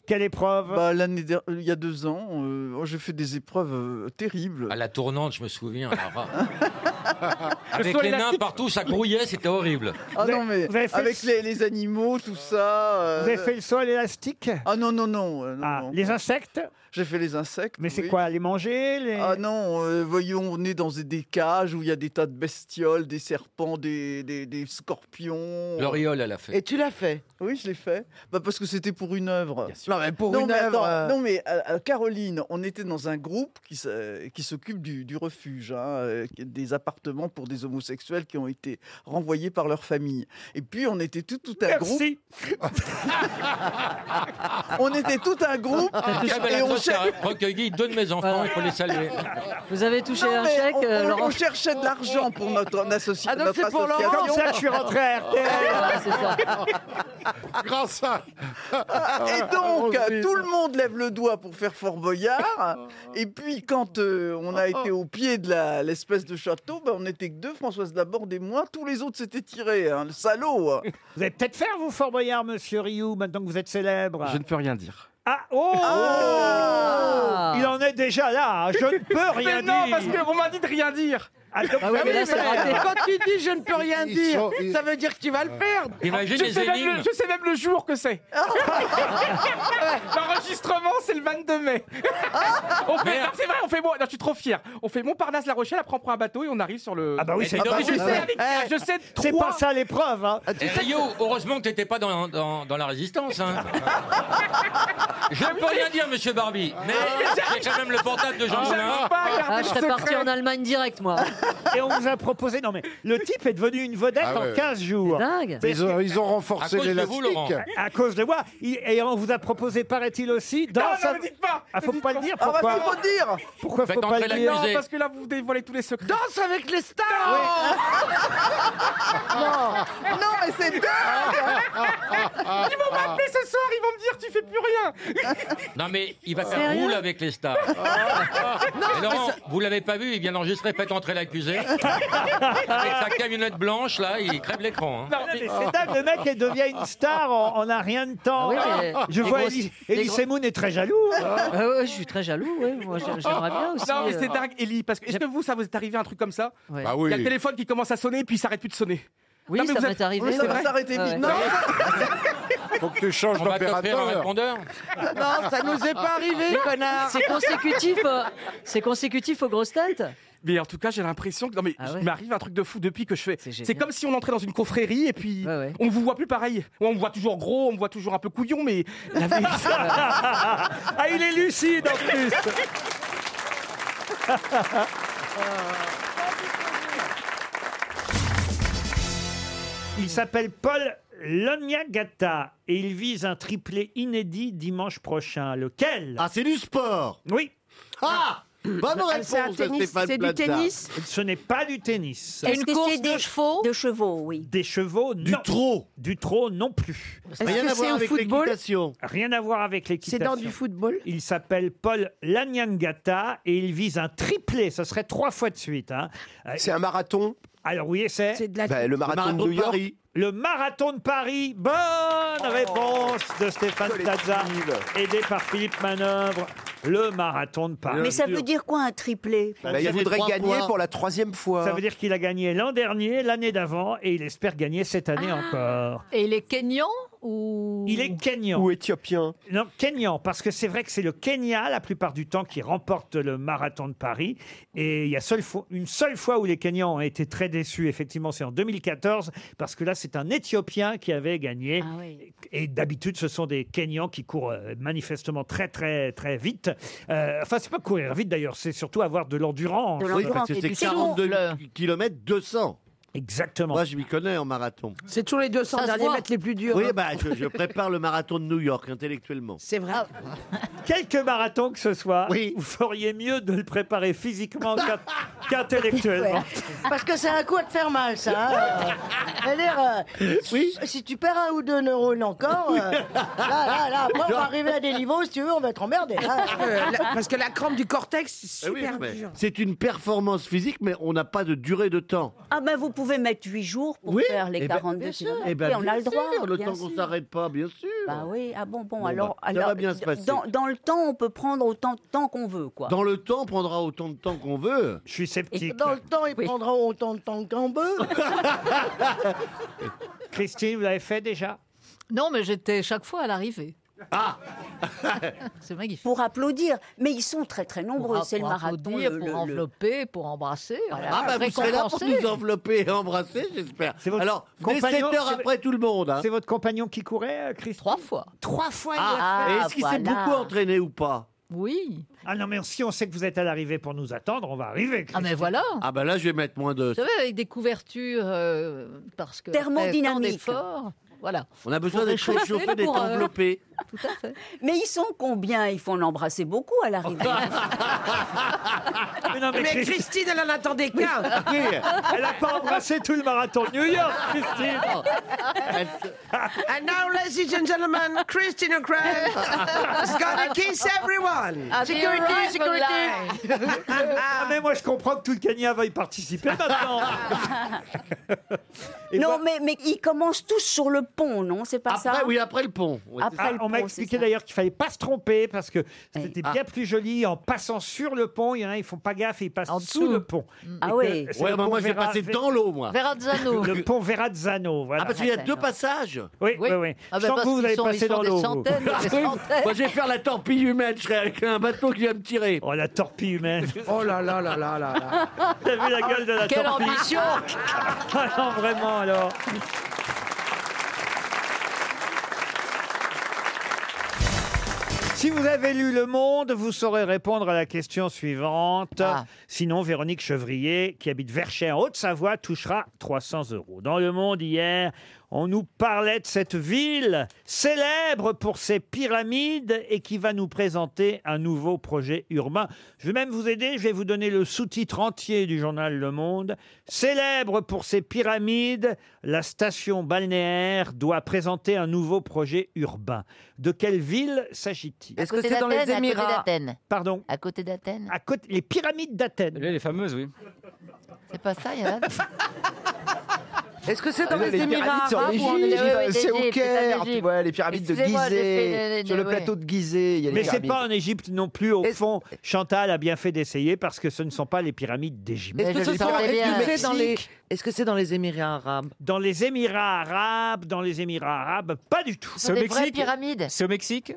Speaker 7: Quelle épreuve
Speaker 13: bah, l'année der- Il y a deux ans, euh, oh, j'ai fait des épreuves euh, terribles.
Speaker 15: À Ah, la tournante, je me souviens. alors.
Speaker 13: Le
Speaker 15: Avec
Speaker 13: sol
Speaker 15: les nains
Speaker 13: élastique.
Speaker 15: partout, ça grouillait, c'était horrible.
Speaker 13: Ah non, mais
Speaker 7: vous avez fait
Speaker 13: avec
Speaker 7: le-
Speaker 13: les, les animaux, tout ça. euh,
Speaker 7: Vous avez fait le saut à l'élastique
Speaker 13: Ah non, non, non. euh, non, non.
Speaker 7: Les insectes
Speaker 13: J'ai fait les insectes.
Speaker 7: Mais c'est quoi, les manger les...
Speaker 13: Ah non, euh, voyons, on est dans des cages où il y a des tas de bestioles, des serpents, des, des, des scorpions.
Speaker 15: L'Oriole, elle a fait.
Speaker 13: tu l'as fait Oui, je l'ai fait. Bah, parce que c'était pour une œuvre.
Speaker 1: Non, mais pour une
Speaker 13: mais
Speaker 1: œuvre,
Speaker 13: attends,
Speaker 1: euh,
Speaker 13: Non, mais euh, euh, Caroline, on était dans un groupe qui, s- qui s'occupe du, du refuge, hein, euh, des appartements pour des homosexuels qui ont été renvoyés par leur famille. Et puis, on était tout, tout un
Speaker 7: groupe.
Speaker 13: (laughs) on était tout un groupe. Ah, et on cher-
Speaker 15: Recueilli deux de mes enfants, il faut les saluer.
Speaker 13: Vous avez touché un chèque, on, on- on cherchait de l'argent pour notre association.
Speaker 1: euh, Ah, donc c'est pour Laurent. Comme ça, je suis
Speaker 13: (laughs)
Speaker 1: rentré à RTL. Voilà, c'est ça.
Speaker 11: (laughs)
Speaker 13: Grâce à...
Speaker 12: Ah,
Speaker 13: Et donc, tout le monde lève le doigt pour faire Fort
Speaker 12: Ah,
Speaker 13: Boyard. Et puis, quand euh, on a été au pied de la- l'espèce de château, ben, on n'était que deux, Françoise Laborde et moi. Tous les autres s'étaient tirés, hein, le salaud.
Speaker 9: (laughs)
Speaker 7: Vous allez peut-être faire, vous, Fort Boyard, monsieur Rioux, maintenant que vous êtes célèbre.
Speaker 22: Je ne peux rien dire.
Speaker 7: Ah, oh,
Speaker 11: Ah.
Speaker 7: Il en est déjà là, hein. je ne peux rien
Speaker 1: mais non,
Speaker 7: dire.
Speaker 1: parce qu'on m'a dit de rien dire.
Speaker 7: Ah, donc-
Speaker 1: Ah ouais, mais là, ça va rater.
Speaker 9: Quand tu dis je ne peux rien
Speaker 1: Ils
Speaker 9: dire,
Speaker 1: sont- ils-
Speaker 9: ça veut dire que tu vas le faire.
Speaker 1: je, Ah, sais même le, je sais même le jour que c'est.
Speaker 7: Oh.
Speaker 1: (laughs) L'enregistrement, c'est le 22 mai.
Speaker 7: Oh.
Speaker 1: on fait, non, c'est vrai, on fait moi. Non, je suis trop fier. On fait Montparnasse-La Rochelle, après on prend un bateau et on arrive sur le.
Speaker 7: Ah bah oui, c'est-
Speaker 1: Ah bah, je sais, avec- je sais.
Speaker 7: C'est
Speaker 1: trois-
Speaker 7: pas ça l'épreuve. Hein.
Speaker 15: Eh, Rio, heureusement que t'étais pas dans, dans, dans la résistance. Hein. Je ne peux rien dire, monsieur Barbie, mais j'ai quand même le portable de Jean Moulin.
Speaker 19: Ah, je serais parti en Allemagne direct, moi.
Speaker 7: (laughs) Et on vous a proposé. Non, mais le type est devenu une vedette
Speaker 19: Ah ouais.
Speaker 7: en 15 jours.
Speaker 19: C'est dingue.
Speaker 23: Ils ont- ils ont renforcé À cause de vous, l'élastique. Laurent.
Speaker 7: À cause de moi. Il- Et on vous a proposé, paraît-il aussi. Dans
Speaker 1: Ah Non, non,
Speaker 7: sa-
Speaker 1: ne dites pas.
Speaker 7: Ah, faut
Speaker 1: ne
Speaker 7: pas
Speaker 1: dites
Speaker 7: le dire.
Speaker 1: Ah, bah,
Speaker 7: Pourquoi
Speaker 1: si, faut le dire.
Speaker 7: Pourquoi faut pas le dire
Speaker 1: Non, parce que là, vous dévoilez tous les secrets.
Speaker 9: Danse avec les stars
Speaker 1: Non, non, mais c'est dingue Ils vont m'appeler ce soir, ils vont me dire tu fais plus rien
Speaker 15: Non, mais il va faire
Speaker 1: Sérieux
Speaker 15: roule avec les stars. Et Laurent, vous l'avez pas vu, il vient d'enregistrer Pète entrer l'accusé. Avec sa camionnette blanche, là, il crève l'écran. hein.
Speaker 7: Non, mais c'est dingue, le mec il devient une star en, en un rien de temps.
Speaker 15: Ah oui, mais-
Speaker 7: Je
Speaker 19: les
Speaker 7: vois
Speaker 19: grosses-
Speaker 7: Elie,
Speaker 19: les
Speaker 7: Elie
Speaker 19: gros-
Speaker 7: Semoun est très jaloux. hein.
Speaker 19: Ah ouais, je suis très jaloux, ouais. Moi, j'ai- j'aimerais bien aussi.
Speaker 1: Non, mais
Speaker 19: euh,
Speaker 1: c'est dingue, Ellie, parce que est-ce que vous, ça vous est arrivé un truc comme ça
Speaker 19: Ouais.
Speaker 1: Il
Speaker 19: Bah oui.
Speaker 1: y a le téléphone qui commence à sonner puis il s'arrête plus de sonner.
Speaker 19: Oui,
Speaker 1: mais
Speaker 19: ça
Speaker 1: vous
Speaker 19: m'est arrivé,
Speaker 1: Oui,
Speaker 19: ça
Speaker 1: c'est
Speaker 19: va
Speaker 1: vrai.
Speaker 19: s'arrêter vite. Ouais. Non,
Speaker 24: Faut que tu changes
Speaker 15: On va te faire un
Speaker 24: d'opérateur.
Speaker 15: répondeur.
Speaker 9: Non, ça nous est pas arrivé,
Speaker 19: Non,
Speaker 9: connard.
Speaker 19: C'est consécutif, euh, c'est consécutif aux grosses têtes
Speaker 1: Mais en tout cas, j'ai l'impression que. Non,
Speaker 7: Ah
Speaker 1: mais il m'arrive un truc de fou depuis que je fais. C'est
Speaker 19: génial.
Speaker 1: comme si on entrait dans une confrérie et puis on vous voit plus pareil. Ouais, On me voit toujours gros, on me voit toujours un peu couillon, mais.
Speaker 7: (laughs)
Speaker 1: la vérité-
Speaker 7: ah, il est lucide en
Speaker 1: (laughs)
Speaker 7: plus
Speaker 1: Oh
Speaker 7: (laughs) Il s'appelle Paul Lonyagata et il vise un triplé inédit dimanche prochain. Lequel Ah, c'est du sport Oui.
Speaker 4: Ah Bonne
Speaker 7: Ah,
Speaker 4: réponse, Stéphane Plaza.
Speaker 7: Ce n'est pas du tennis.
Speaker 4: Est-ce Une que course c'est
Speaker 7: de chevaux De chevaux, oui. Des chevaux, non. Du trot Du trot, non plus.
Speaker 4: Est-ce Rien que à c'est voir au avec football l'équitation
Speaker 7: Rien à voir avec l'équitation.
Speaker 4: C'est dans du
Speaker 7: football Il s'appelle Paul Lanyangata et il vise un triplé. Ce serait trois fois de suite. C'est un marathon Alors oui, et c'est
Speaker 10: C'est de la- Bah, le marathon de New York. Oh.
Speaker 7: Paris. Le marathon de Paris. Bonne réponse de Stéphane Plaza, aidé par Philippe Manœuvre. Le marathon de Paris.
Speaker 8: Ah, Mais ça veut dire quoi un triplé
Speaker 10: Bah, il voudrait gagner pour la troisième fois.
Speaker 7: Ça veut dire qu'il a gagné l'an dernier, l'année d'avant, et il espère gagner cette année
Speaker 8: Ah.
Speaker 7: encore.
Speaker 19: Et les Kenyans ou...
Speaker 7: Il est kenyan. Ou éthiopien. Non, kenyan, parce que c'est vrai que c'est le Kenya, la plupart du temps, qui remporte le marathon de Paris. Et il y a seule fois- une seule fois où les Kenyans ont été très déçus, effectivement, c'est en 2014, parce que là, c'est un Éthiopien qui avait gagné. Et d'habitude, ce sont des Kenyans qui courent euh, manifestement très, très, très vite. Euh, enfin, c'est pas courir vite, d'ailleurs, c'est surtout avoir de l'endurance.
Speaker 4: Oui, parce que c'est 42 km 200.
Speaker 7: Exactement.
Speaker 4: Moi, je m'y connais en marathon.
Speaker 11: C'est toujours les 200
Speaker 4: Ça se
Speaker 11: derniers
Speaker 4: voit.
Speaker 11: mètres les plus durs. hein.
Speaker 4: Oui, bah, je, je prépare le marathon de New York intellectuellement. Ah.
Speaker 11: C'est vrai.
Speaker 7: (laughs) Quelque marathon que ce soit, vous feriez mieux de le préparer physiquement (laughs) qu'in- qu'intellectuellement.
Speaker 3: Parce que c'est un coup à te faire mal, ça. hein. C'est-à-dire, euh, si tu perds un ou deux neurones encore, euh, là, là, là, après, on va arriver à des niveaux, si tu veux, on va être emmerdé. hein.
Speaker 11: Parce que la crampe du cortex, c'est
Speaker 4: Eh oui,
Speaker 11: super
Speaker 4: mais
Speaker 11: dur.
Speaker 4: C'est une performance physique, mais on n'a pas de durée de temps.
Speaker 8: Ah ben vous pouvez mettre 8 jours pour faire les
Speaker 4: Eh ben,
Speaker 8: 42
Speaker 4: bien sûr.
Speaker 8: kilomètres.
Speaker 4: Eh ben,
Speaker 8: Oui, on
Speaker 4: bien
Speaker 8: a le droit.
Speaker 4: sûr, le
Speaker 8: bien
Speaker 4: temps
Speaker 8: sûr.
Speaker 4: qu'on s'arrête pas, bien sûr.
Speaker 8: Bah oui, ah bon, bon,
Speaker 4: Bon,
Speaker 8: alors,
Speaker 4: bah, ça
Speaker 8: alors
Speaker 4: va bien se
Speaker 8: d-
Speaker 4: passer.
Speaker 8: Dans, dans le temps, on peut prendre autant de temps qu'on veut, quoi.
Speaker 4: Dans le temps, on prendra autant de temps qu'on veut.
Speaker 7: Je suis sceptique.
Speaker 3: Dans le temps, ils prendront autant de temps qu'en bœuf.
Speaker 7: Christine, vous l'avez fait déjà
Speaker 19: Non, mais j'étais chaque fois à l'arrivée.
Speaker 4: Ah.
Speaker 19: (laughs) C'est magnifique.
Speaker 8: Pour applaudir. Mais ils sont très très nombreux,
Speaker 19: Pour-
Speaker 8: c'est le
Speaker 19: pour
Speaker 8: marathon.
Speaker 19: applaudir,
Speaker 8: le-
Speaker 19: pour
Speaker 8: le- le-
Speaker 19: envelopper, pour embrasser.
Speaker 4: Ah bah vous serez là pour
Speaker 19: récompenser.
Speaker 4: nous envelopper et embrasser, j'espère.
Speaker 7: votre
Speaker 4: Alors, venez
Speaker 7: compagnon-
Speaker 4: 7 heures
Speaker 7: c'est-
Speaker 4: après tout le monde. hein.
Speaker 7: C'est votre compagnon qui courait, euh, Christine Trois fois. Trois fois,
Speaker 4: Ah, et est-ce qu'il s'est beaucoup entraîné ou pas
Speaker 19: Oui.
Speaker 7: Ah non, mais si on sait que vous êtes à l'arrivée pour nous attendre, on va arriver.
Speaker 19: Ah,
Speaker 4: (laughs)
Speaker 19: mais voilà.
Speaker 4: Ah bah là, je vais mettre moins de...
Speaker 19: Vous savez, avec des couvertures, euh, parce que...
Speaker 8: Thermodynamique.
Speaker 19: après tant d'efforts,
Speaker 8: (laughs)
Speaker 19: Voilà.
Speaker 4: On a besoin
Speaker 19: Pour
Speaker 4: d'être
Speaker 19: réchauffer,
Speaker 4: réchauffé, d'être
Speaker 19: pour, euh,
Speaker 4: enveloppé.
Speaker 8: Mais ils sont combien Il faut en embrasser beaucoup à
Speaker 4: (laughs)
Speaker 8: l'arrivée.
Speaker 7: Mais, non, mais Christine-
Speaker 11: elle en attendait qu'un.
Speaker 7: Elle n'a pas embrassé tout le marathon de New York, Christine
Speaker 11: And now, ladies and gentlemen, Christine O'Crane is gonna kiss everyone.
Speaker 19: Ah,
Speaker 11: Sécurité,
Speaker 19: sécurité.
Speaker 7: Ah, mais moi, je comprends que tout le Kenya veuille participer maintenant
Speaker 8: non, mais, mais ils commencent tous sur le pont, non C'est pas ça
Speaker 4: Après, oui, après le pont. Oui, c'est
Speaker 8: Après
Speaker 4: ça. Ah.
Speaker 8: le
Speaker 7: Ah, on m'a expliqué d'ailleurs qu'il fallait pas se tromper parce que c'était bien plus joli en passant sur le pont. Il y en a, ils font pas gaffe et ils passent sous
Speaker 4: dessous.
Speaker 7: le pont.
Speaker 4: Ah
Speaker 7: Et que
Speaker 4: oui.
Speaker 7: c'est
Speaker 4: Ouais,
Speaker 7: le
Speaker 4: bah,
Speaker 7: pont
Speaker 4: moi, je vais
Speaker 7: Vera-
Speaker 4: passer dans l'eau, moi. Verrazzano. (laughs)
Speaker 7: Le pont Verrazzano, voilà.
Speaker 4: Ah, parce qu'il y a deux passages.
Speaker 7: Oui, oui, oui.
Speaker 4: Ah, bah,
Speaker 7: Je sens que
Speaker 4: parce
Speaker 7: vous,
Speaker 4: qu'ils
Speaker 7: vous allez
Speaker 4: sont-
Speaker 7: passer
Speaker 4: ils sont
Speaker 7: dans
Speaker 4: des
Speaker 7: l'eau.
Speaker 4: centaines
Speaker 7: (laughs)
Speaker 4: et des
Speaker 7: vous.
Speaker 4: centaines. Moi, je vais faire la torpille humaine. Je serai avec un bateau qui va me tirer.
Speaker 7: Oh, la torpille
Speaker 4: (laughs)
Speaker 7: humaine.
Speaker 4: oh là là là là là
Speaker 7: T'as vu la gueule de la
Speaker 4: Quelle
Speaker 7: torpille
Speaker 4: ambition
Speaker 7: (laughs) Ah non, vraiment, alors. Si vous avez lu Le Monde, vous saurez répondre à la question suivante.
Speaker 4: Ah.
Speaker 7: Sinon, Véronique Chevrier, qui habite Verchay en Haute-Savoie, touchera 300 euros. Dans Le Monde, hier, on nous parlait de cette ville célèbre pour ses pyramides et qui va nous présenter un nouveau projet urbain. Je vais même vous aider, je vais vous donner le sous-titre entier du journal Le Monde. Célèbre pour ses pyramides, la station balnéaire doit présenter un nouveau projet urbain. De quelle ville s'agit-il
Speaker 25: Est-ce que côté c'est dans les d'Athènes, à côté Émirats d'Athènes.
Speaker 7: Pardon
Speaker 25: À côté d'Athènes
Speaker 7: à côté, les pyramides d'Athènes. Les fameuses, oui.
Speaker 25: C'est pas ça, il y en a.
Speaker 9: (laughs) Est-ce que c'est dans
Speaker 10: Ah,
Speaker 7: Ah,
Speaker 11: Là,
Speaker 9: les Émirats
Speaker 11: pyramides sont en
Speaker 9: arabes ou en
Speaker 11: Égypte,
Speaker 9: Égypte
Speaker 11: c'est au Caire, tu vois, les pyramides de
Speaker 9: Excusez-moi, j'ai
Speaker 11: Gizeh,
Speaker 9: fait des-
Speaker 11: sur le
Speaker 9: des-
Speaker 11: plateau
Speaker 9: ouais.
Speaker 11: de Gizeh, il y a les
Speaker 7: Mais c'est
Speaker 11: pyramides.
Speaker 7: pas en Égypte non plus, au fond. Chantal a bien fait d'essayer parce que ce ne sont pas les pyramides d'Égypte.
Speaker 9: Est-ce que ce sont- est-ce que c'est dans les
Speaker 7: Est-ce que c'est dans les Émirats arabes Dans les Émirats arabes, dans les Émirats arabes, pas du tout.
Speaker 25: Ce sont des vraies pyramides.
Speaker 7: C'est au Mexique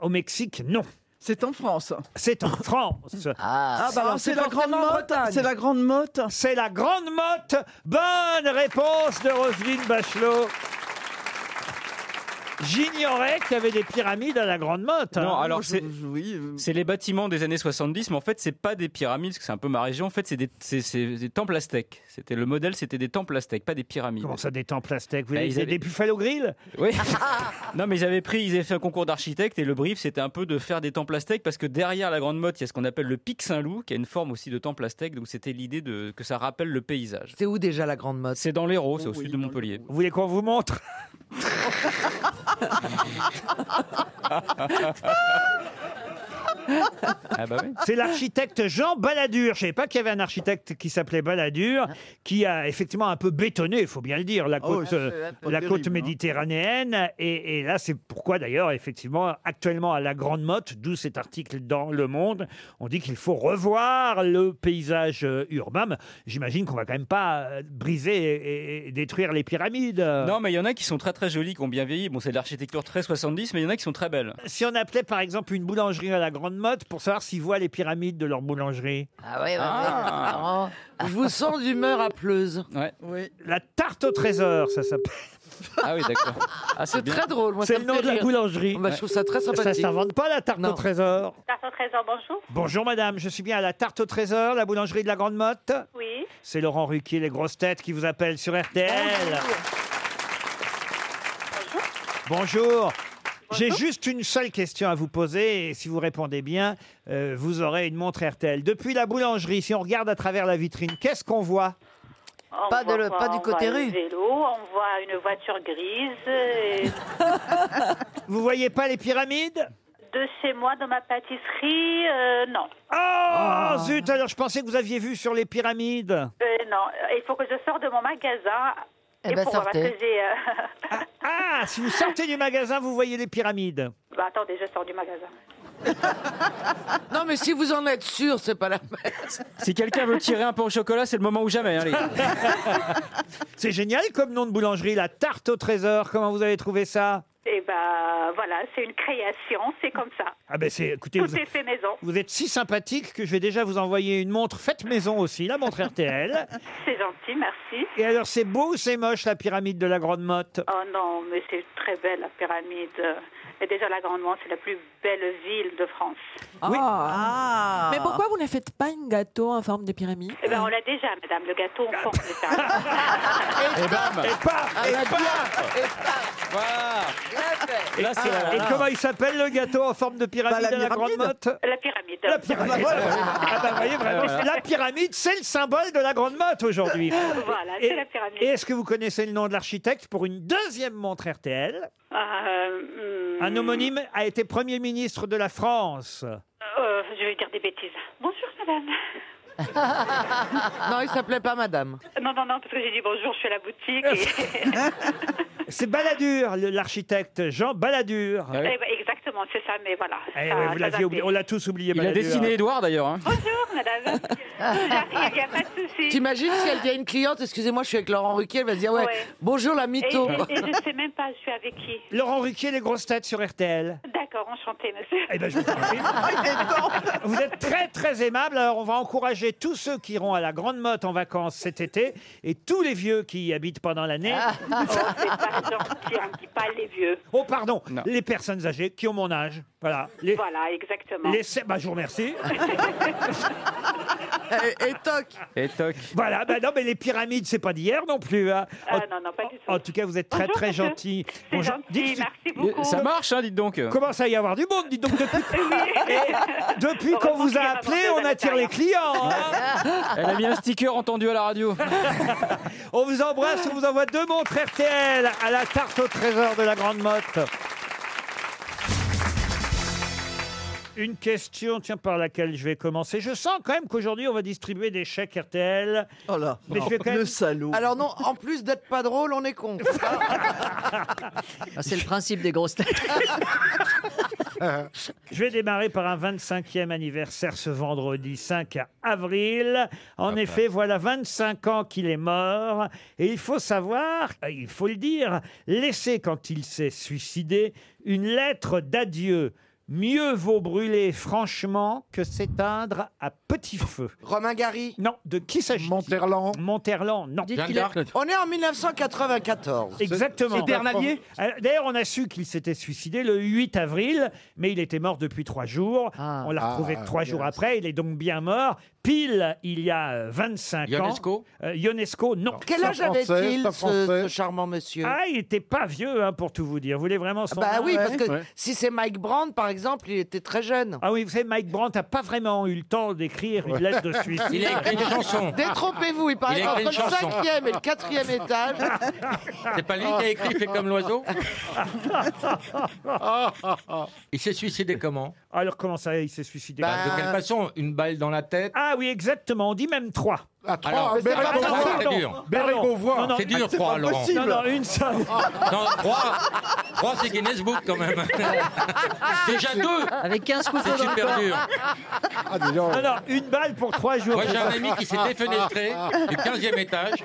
Speaker 7: Au Mexique, non. C'est en France. C'est
Speaker 25: (laughs)
Speaker 7: en France.
Speaker 13: Ah, bah alors, c'est la grande motte. C'est la grande motte.
Speaker 7: C'est la grande motte. Bonne réponse de Roselyne Bachelot. J'ignorais qu'il y avait des pyramides à la Grande Motte. hein.
Speaker 12: Non, alors c'est c'est les bâtiments des années 70, mais en fait, c'est pas des pyramides, parce que c'est un peu ma région. En fait, c'est des, c'est- c'est des temples aztèques. C'était le modèle, c'était des temples aztèques, pas des pyramides. Comment
Speaker 7: ça, des temples aztèques Vous
Speaker 12: Bah,
Speaker 7: avez
Speaker 12: ils avaient-
Speaker 7: des buffalo grill
Speaker 12: (laughs) Oui. non, mais ils avaient pris, ils avaient fait un concours d'architectes et le brief, c'était un peu de faire des temples aztèques parce que derrière la Grande Motte, il y a ce qu'on appelle le pic Saint-Loup, qui a une forme aussi de temple aztèque. Donc c'était l'idée de que ça rappelle le paysage.
Speaker 9: C'est où déjà la Grande Motte
Speaker 12: C'est dans l'Hérault,
Speaker 7: Oh
Speaker 12: c'est au sud de Montpellier.
Speaker 7: Vous voulez qu'on vous montre C'est l'architecte Jean Balladur. Je ne savais pas qu'il y avait un architecte qui s'appelait Balladur, qui a effectivement un peu bétonné, il faut bien le dire, la
Speaker 26: Ah oui,
Speaker 7: côte,
Speaker 26: c'est
Speaker 7: euh,
Speaker 26: pas
Speaker 7: la
Speaker 26: terrible,
Speaker 7: côte
Speaker 26: hein.
Speaker 7: méditerranéenne. Et, et là, c'est pourquoi d'ailleurs, effectivement, actuellement à la Grande Motte, d'où cet article dans Le Monde, on dit qu'il faut revoir le paysage euh, urbain. Mais J'imagine qu'on va quand même pas euh, briser et- et- et détruire les pyramides.
Speaker 12: Non, mais il y en a qui sont très très jolies, qui ont bien vieilli. Bon, c'est de l'architecture très 70, mais il y en a qui sont très belles.
Speaker 7: Si on appelait par exemple une boulangerie à la Grande Motte pour savoir s'ils voient les pyramides de leur boulangerie.
Speaker 25: Ah ouais, ouais, ouais,
Speaker 7: Ah.
Speaker 25: c'est marrant.
Speaker 7: Je vous sens d'humeur à Pleuse.
Speaker 12: Oui.
Speaker 7: La tarte au trésor, ça s'appelle.
Speaker 12: Ah oui, d'accord. Ah,
Speaker 7: c'est
Speaker 12: bien.
Speaker 7: très drôle. C'est le nom de la boulangerie.
Speaker 9: Bah, je trouve ça très
Speaker 7: Ça
Speaker 9: sympathique.
Speaker 7: s'invente pas la tarte au trésor.
Speaker 27: Carte au trésor, bonjour.
Speaker 7: Bonjour madame, je suis bien à la tarte au trésor, la boulangerie de la Grande Motte.
Speaker 27: Oui.
Speaker 7: C'est Laurent Ruquier, les grosses têtes, qui vous appellent sur RTL. Bonjour. J'ai juste une seule question à vous poser et si vous répondez bien, euh, vous aurez une montre RTL. Depuis la boulangerie, si on regarde à travers la vitrine, qu'est-ce qu'on voit
Speaker 27: On
Speaker 7: Pas de
Speaker 27: voit
Speaker 7: le-
Speaker 27: quoi
Speaker 7: pas du
Speaker 27: On
Speaker 7: côté
Speaker 27: voit
Speaker 7: rue.
Speaker 27: un vélo, on voit une voiture grise. et
Speaker 7: (laughs) Vous voyez pas les pyramides
Speaker 27: de chez moi, dans ma pâtisserie, euh, non.
Speaker 7: Oh zut, alors je pensais que vous aviez vu sur les pyramides.
Speaker 27: Euh, non, euh, il faut que je sorte de mon magasin.
Speaker 7: Eh ben,
Speaker 27: pour voir,
Speaker 7: sortez.
Speaker 27: parce que j'ai, euh, (laughs)
Speaker 7: Ah, si vous sortez du magasin, vous voyez les pyramides.
Speaker 27: bah, attendez, je sors du magasin.
Speaker 9: (laughs) Non, mais si vous en êtes sûr, c'est pas la peine.
Speaker 12: Si quelqu'un veut tirer un peu au chocolat, c'est le moment ou jamais. hein, les gars.
Speaker 7: (laughs) C'est génial comme nom de boulangerie, la tarte au trésor. Comment vous avez trouvé ça
Speaker 27: Et ben voilà, c'est une création, c'est comme ça.
Speaker 7: Ah ben c'est, écoutez, vous,
Speaker 27: Tout est fait maison.
Speaker 7: vous êtes si sympathique que je vais déjà vous envoyer une montre faite maison aussi, la montre RTL.
Speaker 27: C'est gentil, merci.
Speaker 7: Et alors c'est beau ou c'est moche la pyramide de la Grande Motte
Speaker 27: Oh non, mais c'est très belle la pyramide. Et déjà, la Grande Motte, c'est la plus belle ville de France.
Speaker 22: Ah. Mais pourquoi vous ne faites pas un gâteau en forme de pyramide
Speaker 27: Eh ben, on l'a déjà, madame, le gâteau en forme
Speaker 7: (laughs)
Speaker 27: de pyramide. Ah,
Speaker 7: Et bam Et paf Et paf Et,
Speaker 27: Là, c'est la-
Speaker 7: et comment il s'appelle le gâteau en forme de pyramide
Speaker 27: Bah, la
Speaker 7: de la Grande
Speaker 27: pyramide.
Speaker 7: Motte
Speaker 27: La pyramide.
Speaker 7: La pyramide. Ah bah, voyez, vraiment,
Speaker 27: Voilà.
Speaker 7: La pyramide, c'est le symbole de la Grande Motte aujourd'hui.
Speaker 27: (laughs) Voilà, c'est
Speaker 7: Et-
Speaker 27: la pyramide.
Speaker 7: Et est-ce que vous connaissez le nom de l'architecte pour une deuxième montre RTL
Speaker 27: Euh, hmm,
Speaker 7: Un homonyme a été Premier ministre de la France.
Speaker 27: euh, je vais dire des bêtises. Bonjour, madame.
Speaker 9: (laughs) Ah. non, il s'appelait pas Madame.
Speaker 7: (laughs)
Speaker 27: Non, non, non, parce que j'ai dit bonjour, je suis à la boutique. et-
Speaker 7: C'est Balladur, le- l'architecte Jean Balladur.
Speaker 27: Eh ben, exactement, c'est ça, mais voilà.
Speaker 7: Eh
Speaker 27: ça-
Speaker 7: ouais, vous
Speaker 27: ça
Speaker 7: l'aviez
Speaker 27: date
Speaker 7: oublié, on l'a tous oublié.
Speaker 12: Il a
Speaker 7: Balladur.
Speaker 12: dessiné Édouard d'ailleurs. hein.
Speaker 27: Bonjour,
Speaker 9: (laughs)
Speaker 27: madame. J'arrive, y a pas de souci.
Speaker 9: T'imagines si elle vient une cliente, excusez-moi, je suis avec Laurent Ruquier, elle va se dire ouais,
Speaker 27: Ouais.
Speaker 9: bonjour la
Speaker 27: Et,
Speaker 9: mytho.
Speaker 27: et-
Speaker 9: (laughs)
Speaker 27: et je ne sais même pas, je suis avec qui.
Speaker 7: Laurent Ruquier, les grosses têtes sur RTL.
Speaker 27: D'accord, enchanté, monsieur.
Speaker 7: Eh ben, je vous en prie. Vous êtes très très aimable. Alors on va encourager tous ceux qui iront à la Grande Motte en vacances cet été et tous les vieux qui y habitent pendant l'année. (laughs)
Speaker 27: Oh, c'est pas gentil, on ne dit pas les vieux.
Speaker 7: Oh pardon, les personnes âgées qui ont mon âge. Voilà. Les,
Speaker 27: Voilà, exactement.
Speaker 7: les sé- bah, je vous remercie.
Speaker 13: (laughs) Et, toc.
Speaker 12: Et toc.
Speaker 7: Voilà. Bah non mais les pyramides c'est pas d'hier non plus. hein.
Speaker 27: (laughs) Ah, non, non, pas du tout.
Speaker 7: En tout cas vous êtes très
Speaker 27: Bonjour,
Speaker 7: très
Speaker 27: monsieur.
Speaker 7: gentil.
Speaker 27: C'est gentil, merci beaucoup.
Speaker 12: Ça marche, hein, dites donc.
Speaker 7: Commence à y avoir du monde, dites donc depuis. Et depuis qu'on
Speaker 12: Heureusement
Speaker 7: vous
Speaker 12: qu'il y
Speaker 7: a
Speaker 12: a
Speaker 7: appelé,
Speaker 12: Vincent
Speaker 7: on attire les clients.
Speaker 27: (laughs)
Speaker 7: hein.
Speaker 12: Elle a mis un sticker entendu à la radio.
Speaker 7: (laughs) On vous embrasse, on vous envoie deux montres RTL à la tarte au trésor de la Grande Motte. Une question, tiens, par laquelle je vais commencer. Je sens quand même qu'aujourd'hui, on va distribuer des chèques RTL.
Speaker 13: Oh là,
Speaker 7: Mais je vais quand même-
Speaker 13: le salaud.
Speaker 9: Alors non, en plus d'être pas drôle, on est con.
Speaker 28: Ah, c'est le principe des grosses têtes.
Speaker 7: (laughs) Je vais démarrer par un 25e anniversaire ce vendredi 5 avril. En effet, voilà 25 ans qu'il est mort. Et il faut savoir, euh, il faut le dire, laisser quand il s'est suicidé une lettre d'adieu. Mieux vaut brûler franchement que s'éteindre à petit feu.
Speaker 9: Romain Gary.
Speaker 7: Non, de qui s'agit-il Monterland. Monterland, non.
Speaker 9: Dites qu'il est- On est en 1994.
Speaker 7: Exactement.
Speaker 9: C'est Bernalier
Speaker 7: Euh, D'ailleurs, on a su qu'il s'était suicidé le 8 avril, mais il était mort depuis trois jours. on l'a retrouvé
Speaker 15: Ah,
Speaker 7: trois
Speaker 15: bien
Speaker 7: jours après. Il est donc bien mort. Pile, il y a euh, 25 ans.
Speaker 12: Ionesco
Speaker 7: Euh, Ionesco, non.
Speaker 9: Quel âge avait-il, ce, ce charmant monsieur
Speaker 7: Ah, il n'était pas vieux, hein, pour tout vous dire. Vous voulez vraiment son
Speaker 9: Bah
Speaker 7: nom
Speaker 9: oui, parce que si c'est Mike Brand, par exemple, il était très jeune.
Speaker 7: Ah oui, vous savez, Mike Brandt n'a pas vraiment eu le temps d'écrire une
Speaker 9: (laughs)
Speaker 7: lettre de suicide.
Speaker 9: Il a écrit une
Speaker 10: chanson.
Speaker 9: Détrompez-vous, il
Speaker 7: Il
Speaker 9: paraît
Speaker 7: a
Speaker 9: qu'entre
Speaker 7: écrit
Speaker 9: le
Speaker 7: une chanson.
Speaker 9: cinquième et le quatrième étage,
Speaker 10: C'est pas lui qui a écrit Fait comme l'oiseau Il s'est suicidé comment
Speaker 7: Alors comment ça, il s'est suicidé
Speaker 10: Bah, De quelle façon Une balle dans la tête
Speaker 7: Ah oui, exactement, on dit même trois.
Speaker 10: trois, Alors, ah, Béret- pardon, Beauvoir, pardon, c'est dur. Béret-
Speaker 7: Pardon.
Speaker 10: Beauvoir.
Speaker 7: Non, non,
Speaker 10: C'est dur,
Speaker 7: ah,
Speaker 10: trois,
Speaker 7: pas
Speaker 10: Laurent.
Speaker 7: possible. Non, non, une seule.
Speaker 10: Non, trois, trois c'est Guinness Book quand même. Déjà deux
Speaker 28: Avec 15 coups
Speaker 10: C'est super dur.
Speaker 11: Ah,
Speaker 27: Ah,
Speaker 7: Non, non, une balle pour trois jours.
Speaker 10: Moi, j'ai un ami qui s'est défenestré du 15e étage.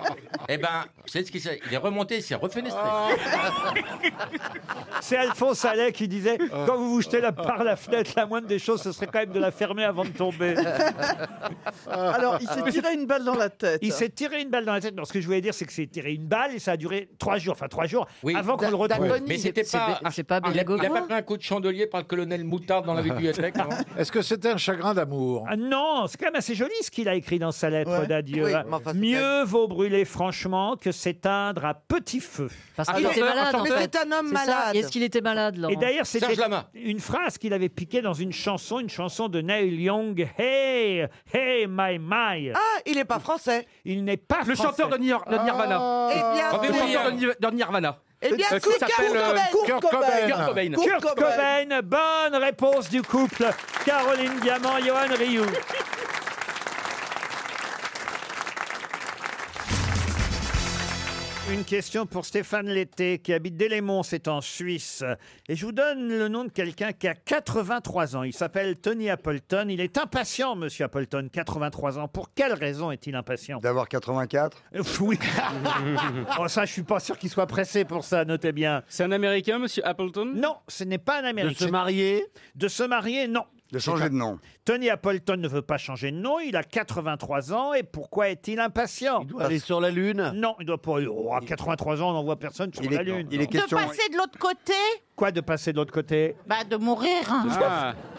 Speaker 10: Eh ben, c'est ce qui s'est. Il est remonté, il s'est refenestré.
Speaker 7: C'est Alphonse Allais qui disait
Speaker 10: Euh.
Speaker 7: quand vous vous jetez la- par la fenêtre, la moindre des choses, ce serait quand même de la fermer avant de tomber.
Speaker 13: (laughs) Alors, il s'est tiré une balle dans la tête.
Speaker 7: Il s'est tiré une balle dans la tête. Non, ce que je voulais dire, c'est que c'est tiré une balle et ça a duré trois jours, enfin trois jours, avant qu'on le retrouve.
Speaker 10: Mais c'était pas. Ah, il a- Il a pas pris un coup de chandelier par le colonel Moutard dans la bibliothèque,
Speaker 9: (laughs)
Speaker 10: non
Speaker 21: (laughs) Est-ce que c'était un chagrin d'amour
Speaker 7: Ah non, c'est quand même assez joli ce qu'il a écrit dans sa lettre
Speaker 21: Ouais.
Speaker 7: d'adieu.
Speaker 21: Oui,
Speaker 7: hein.
Speaker 21: mais enfin, c'est
Speaker 7: Mieux vaut brûler franchement que s'éteindre à petit feu.
Speaker 28: Parce
Speaker 21: Ah,
Speaker 28: qu'il était malade. en fait. C'est ça. Et Est-ce qu'il était malade, Laurent
Speaker 7: Et d'ailleurs, c'était une phrase qu'il avait piquée dans une chanson, une chanson de Neil Young. Hey, hey, my, my.
Speaker 9: ah, il n'est pas français.
Speaker 7: Il n'est pas
Speaker 1: Le
Speaker 7: français.
Speaker 1: chanteur de, Nir- de Nirvana.
Speaker 9: Eh bien,
Speaker 1: le
Speaker 9: c'est-
Speaker 1: chanteur de, Nir- de Nirvana.
Speaker 9: Eh bien,
Speaker 1: Euh, qui
Speaker 9: c'est
Speaker 1: s'appelle,
Speaker 9: Kurt
Speaker 1: euh,
Speaker 9: Cobain. Kurt Cobain.
Speaker 1: Kurt Cobain.
Speaker 7: Kurt Cobain. Bonne réponse du couple. Caroline Diamant, Johan Rioux. Une question pour Stéphane Lété, qui habite Délémont, c'est en Suisse. Et je vous donne le nom de quelqu'un qui a 83 ans. Il s'appelle Tony Appleton. Il est impatient, monsieur Appleton, 83 ans. Pour quelle raison est-il impatient (laughs)
Speaker 17: D'avoir 84
Speaker 12: (laughs)
Speaker 7: Oui. oh, ça, je suis pas sûr qu'il soit pressé pour ça, notez bien.
Speaker 12: C'est un Américain, monsieur Appleton
Speaker 7: Non, ce n'est pas un Américain.
Speaker 12: se
Speaker 7: marier De se marier, non.
Speaker 17: De changer de nom.
Speaker 7: Tony Appleton ne veut pas changer de nom, il a 83 ans, et pourquoi est-il impatient Il doit
Speaker 4: aller sur
Speaker 7: la Lune Non, il doit pas. Oh, à 83 ans, on n'en voit personne sur la Lune.
Speaker 17: il est
Speaker 5: De passer de l'autre côté,
Speaker 7: Quoi de passer de l'autre côté
Speaker 5: bah de mourir. hein.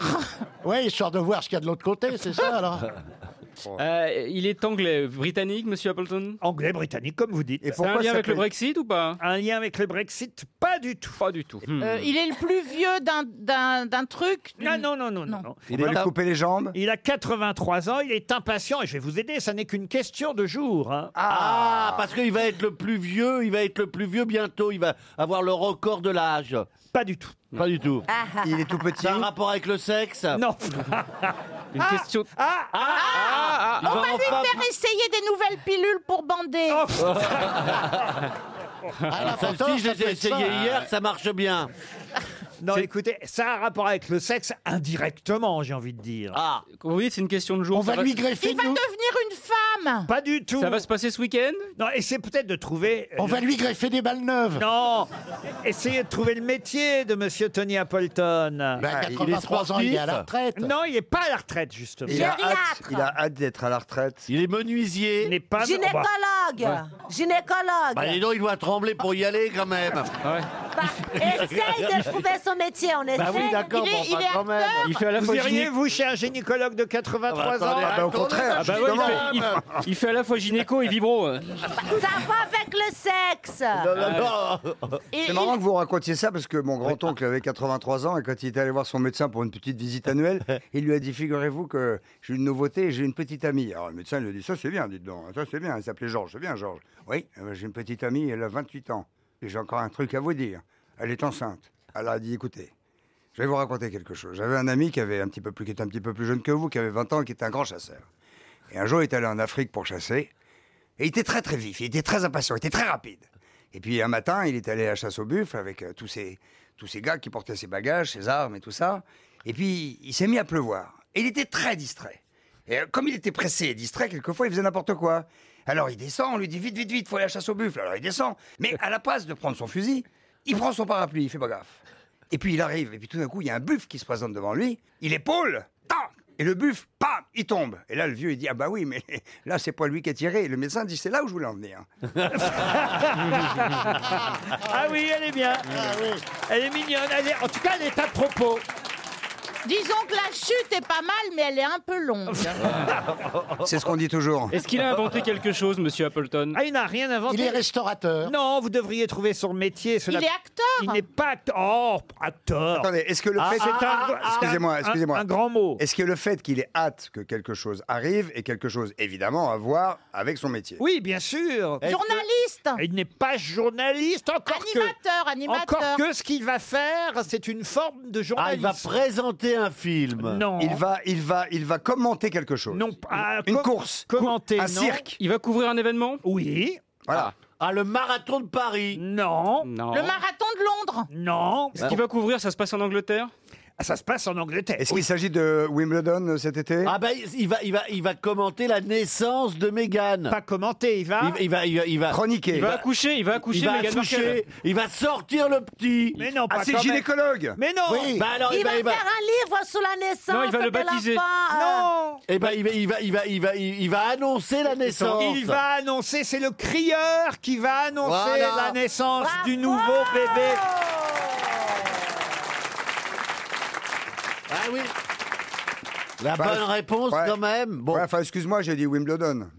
Speaker 4: Ah.
Speaker 21: Oui, histoire de voir ce qu'il y a de l'autre côté, c'est ça alors
Speaker 12: Euh, il est anglais, britannique, monsieur Appleton
Speaker 7: Anglais, britannique, comme vous dites.
Speaker 12: Et un lien avec le Brexit ou pas
Speaker 7: Un lien avec le Brexit Pas du tout.
Speaker 12: Pas du tout.
Speaker 17: Hmm.
Speaker 5: Euh, il est le plus vieux d'un- d'un d'un truc.
Speaker 7: Ah non, non, non, non.
Speaker 17: Il est coupé les jambes
Speaker 7: Il a 83 ans, il est impatient, et je vais vous aider, ça n'est qu'une question de jour. hein.
Speaker 4: Ah, parce qu'il va être le plus vieux, il va être le plus vieux bientôt, il va avoir le record de l'âge.
Speaker 7: Pas du tout.
Speaker 4: Pas du tout.
Speaker 17: (laughs) Il est tout petit.
Speaker 4: Ça a un rapport avec le sexe
Speaker 7: Non.
Speaker 4: Une
Speaker 7: question. Ah,
Speaker 4: ah, ah,
Speaker 7: Oh.
Speaker 5: On va lui faire essayer des nouvelles pilules pour bander.
Speaker 12: Ah,
Speaker 7: Ah,
Speaker 11: Ah,
Speaker 4: Celle-ci, je les ai essayées
Speaker 12: hein.
Speaker 4: hier, ça marche bien.
Speaker 7: Non, écoutez, ça a un rapport avec le sexe indirectement, j'ai envie de dire. Ah,
Speaker 12: Vous dites, c'est une question de jour.
Speaker 7: On va lui greffer
Speaker 5: Il va devenir une femme
Speaker 7: Pas du tout.
Speaker 12: Ça va se passer ce week-end
Speaker 7: Non, essayez peut-être de trouver. euh,
Speaker 21: On va lui greffer des balles neuves.
Speaker 7: Non Essayez de trouver le métier de monsieur Tony Appleton.
Speaker 21: il est 83 sportif. ans, il est à la retraite.
Speaker 7: Non, il n'est pas à la retraite, justement.
Speaker 17: Il a hâte, il a hâte d'être à la retraite.
Speaker 4: Il est menuisier.
Speaker 7: Il n'est pas.
Speaker 18: Gynécologue Gynécologue
Speaker 4: Bah dis donc, il doit trembler pour y aller quand même.
Speaker 18: Essaye (laughs) de trouver son métier, on essaye.
Speaker 7: Il est- il est acteur. vous iriez, vous, chez un gynécologue de 83
Speaker 12: Ah bah,
Speaker 7: ans
Speaker 12: attendez, Ah bah, au attendez, contraire,
Speaker 7: Ah bah oui, il
Speaker 12: justement.
Speaker 7: fait- il fait-
Speaker 12: Il fait à la fois gynéco et
Speaker 7: (laughs)
Speaker 12: vibro. euh.
Speaker 18: Ça va avec le sexe Et
Speaker 17: C'est
Speaker 18: il-
Speaker 17: marrant que vous racontiez ça parce que mon grand-oncle avait 83 ans et quand il est allé voir son médecin pour une petite visite annuelle, il lui a dit Figurez-vous que j'ai une nouveauté, j'ai une petite amie. Alors le médecin lui a dit Ça c'est bien, dites donc, ça c'est bien. Il s'appelait Georges, c'est bien Georges. Oui, euh, j'ai une petite amie, elle a 28 ans et j'ai encore un truc à vous dire. Elle est enceinte. Elle a dit Écoutez, je vais vous raconter quelque chose. J'avais un ami qui, avait un petit peu plus, qui était un petit peu plus jeune que vous, qui avait 20 ans, qui était un grand chasseur. Et un jour, il est allé en Afrique pour chasser. Et il était très très vif, il était très impatient, il était très rapide. Et puis un matin, il est allé à la chasse au buffle avec euh, tous ces, tous ces gars qui portaient ses bagages, ses armes et tout ça. Et puis il s'est mis à pleuvoir. Et il était très distrait. Et euh, comme il était pressé et distrait, quelquefois il faisait n'importe quoi. Alors il descend, on lui dit vite, vite, vite, faut aller à la chasse au buffle. Alors il descend. Mais à la place de prendre son fusil, il prend son parapluie, il fait pas gaffe. Et puis il arrive, et puis tout d'un coup, il y a un buffle qui se présente devant lui. Il épaule, tac, et le buffle, pam, il tombe. Et là, le vieux, il dit Ah bah oui, mais (laughs) là, c'est pas lui qui a tiré. Et le médecin dit C'est là où je voulais en venir.
Speaker 7: Ah oui, elle est bien. Elle est mignonne. elle est- En tout cas, elle est à propos.
Speaker 5: Disons que la chute est pas mal, mais elle est un peu
Speaker 12: (laughs)
Speaker 5: longue.
Speaker 17: C'est ce qu'on dit toujours.
Speaker 12: Est-ce qu'il a inventé quelque chose, monsieur Appleton
Speaker 7: (laughs) Ah, il n'a rien inventé.
Speaker 12: Il est
Speaker 7: restaurateur. Non, vous devriez trouver son métier. cela-
Speaker 5: Il est acteur.
Speaker 7: Il n'est pas acteur. Oh, acteur.
Speaker 17: Attendez, est-ce que le
Speaker 7: Ah,
Speaker 17: fait.
Speaker 7: c'est un-
Speaker 17: excusez-moi,
Speaker 7: un-
Speaker 17: excusez-moi.
Speaker 7: un grand mot.
Speaker 17: Est-ce que le fait qu'il ait hâte que quelque chose arrive est quelque chose, évidemment, à voir avec son métier
Speaker 7: Oui, bien sûr.
Speaker 5: Journaliste.
Speaker 7: Il n'est pas journaliste, encore
Speaker 5: Animateur,
Speaker 7: que.
Speaker 5: animateur.
Speaker 7: Encore que ce qu'il va faire, c'est une forme de
Speaker 4: Ah, il
Speaker 7: journalisme.
Speaker 4: va présenter un film.
Speaker 7: Non.
Speaker 17: Il va, il va, il va commenter quelque chose.
Speaker 7: Non, ah,
Speaker 17: Une
Speaker 7: com-
Speaker 17: course.
Speaker 7: Commenter.
Speaker 17: Un
Speaker 7: non.
Speaker 17: cirque.
Speaker 12: Il va couvrir un événement
Speaker 7: Oui.
Speaker 17: Voilà.
Speaker 4: Ah, le marathon de Paris.
Speaker 7: Non.
Speaker 12: Non.
Speaker 5: Le marathon de Londres.
Speaker 7: Non.
Speaker 12: Ce qu'il va couvrir, ça se passe en Angleterre
Speaker 7: Ah, Ça se passe en Angleterre.
Speaker 17: Est-ce qu'il s'agit de Wimbledon euh, cet été
Speaker 4: Ah bah, il va, il va, il va commenter la naissance de Meghan.
Speaker 7: Pas commenter, il va.
Speaker 4: Il, il va, il va, il va
Speaker 17: Chroniquer.
Speaker 12: Il va accoucher, il va accoucher
Speaker 4: Il va
Speaker 12: Meghan
Speaker 4: accoucher,
Speaker 12: Markle.
Speaker 4: il va sortir le petit.
Speaker 7: Mais non,
Speaker 17: Ah,
Speaker 7: pas
Speaker 17: c'est
Speaker 7: quand même.
Speaker 17: gynécologue
Speaker 7: Mais non.
Speaker 4: Oui. Bah alors,
Speaker 18: Il
Speaker 4: bah,
Speaker 1: va
Speaker 4: il va,
Speaker 18: faire un livre sur la naissance
Speaker 12: Non, il va le
Speaker 18: de l'enfant,
Speaker 12: baptiser.
Speaker 18: euh,
Speaker 7: Non.
Speaker 4: eh ben, il va, il va, il va, il va, il va annoncer la naissance.
Speaker 7: Il va annoncer, c'est le crieur qui va annoncer
Speaker 4: Voilà.
Speaker 7: la naissance du nouveau bébé.
Speaker 4: Ah oui. La
Speaker 17: Bah,
Speaker 4: bonne réponse
Speaker 17: ouais.
Speaker 4: quand même. Bon.
Speaker 17: Ouais, enfin, excuse-moi, j'ai
Speaker 7: (laughs)
Speaker 17: dit Wimbledon.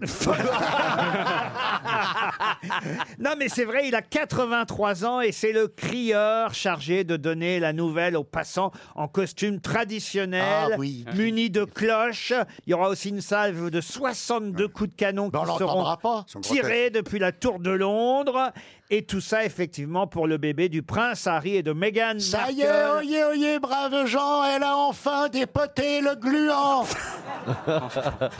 Speaker 7: Non, mais c'est vrai, il a 83 ans et c'est le crieur chargé de donner la nouvelle aux passants en costume traditionnel,
Speaker 21: Ah oui.
Speaker 7: muni de cloches. Il y aura aussi une salve de 62 coups de canon
Speaker 21: Ben, on
Speaker 7: qui seront
Speaker 21: l'entendra pas.
Speaker 17: Son
Speaker 7: tirés depuis la tour de Londres. Et tout ça, effectivement, pour le bébé du prince Harry et de Meghan
Speaker 21: Ça y est,
Speaker 7: Markle.
Speaker 21: oyez, oyez, braves gens, elle a enfin dépoté le
Speaker 4: (laughs)
Speaker 21: gluant.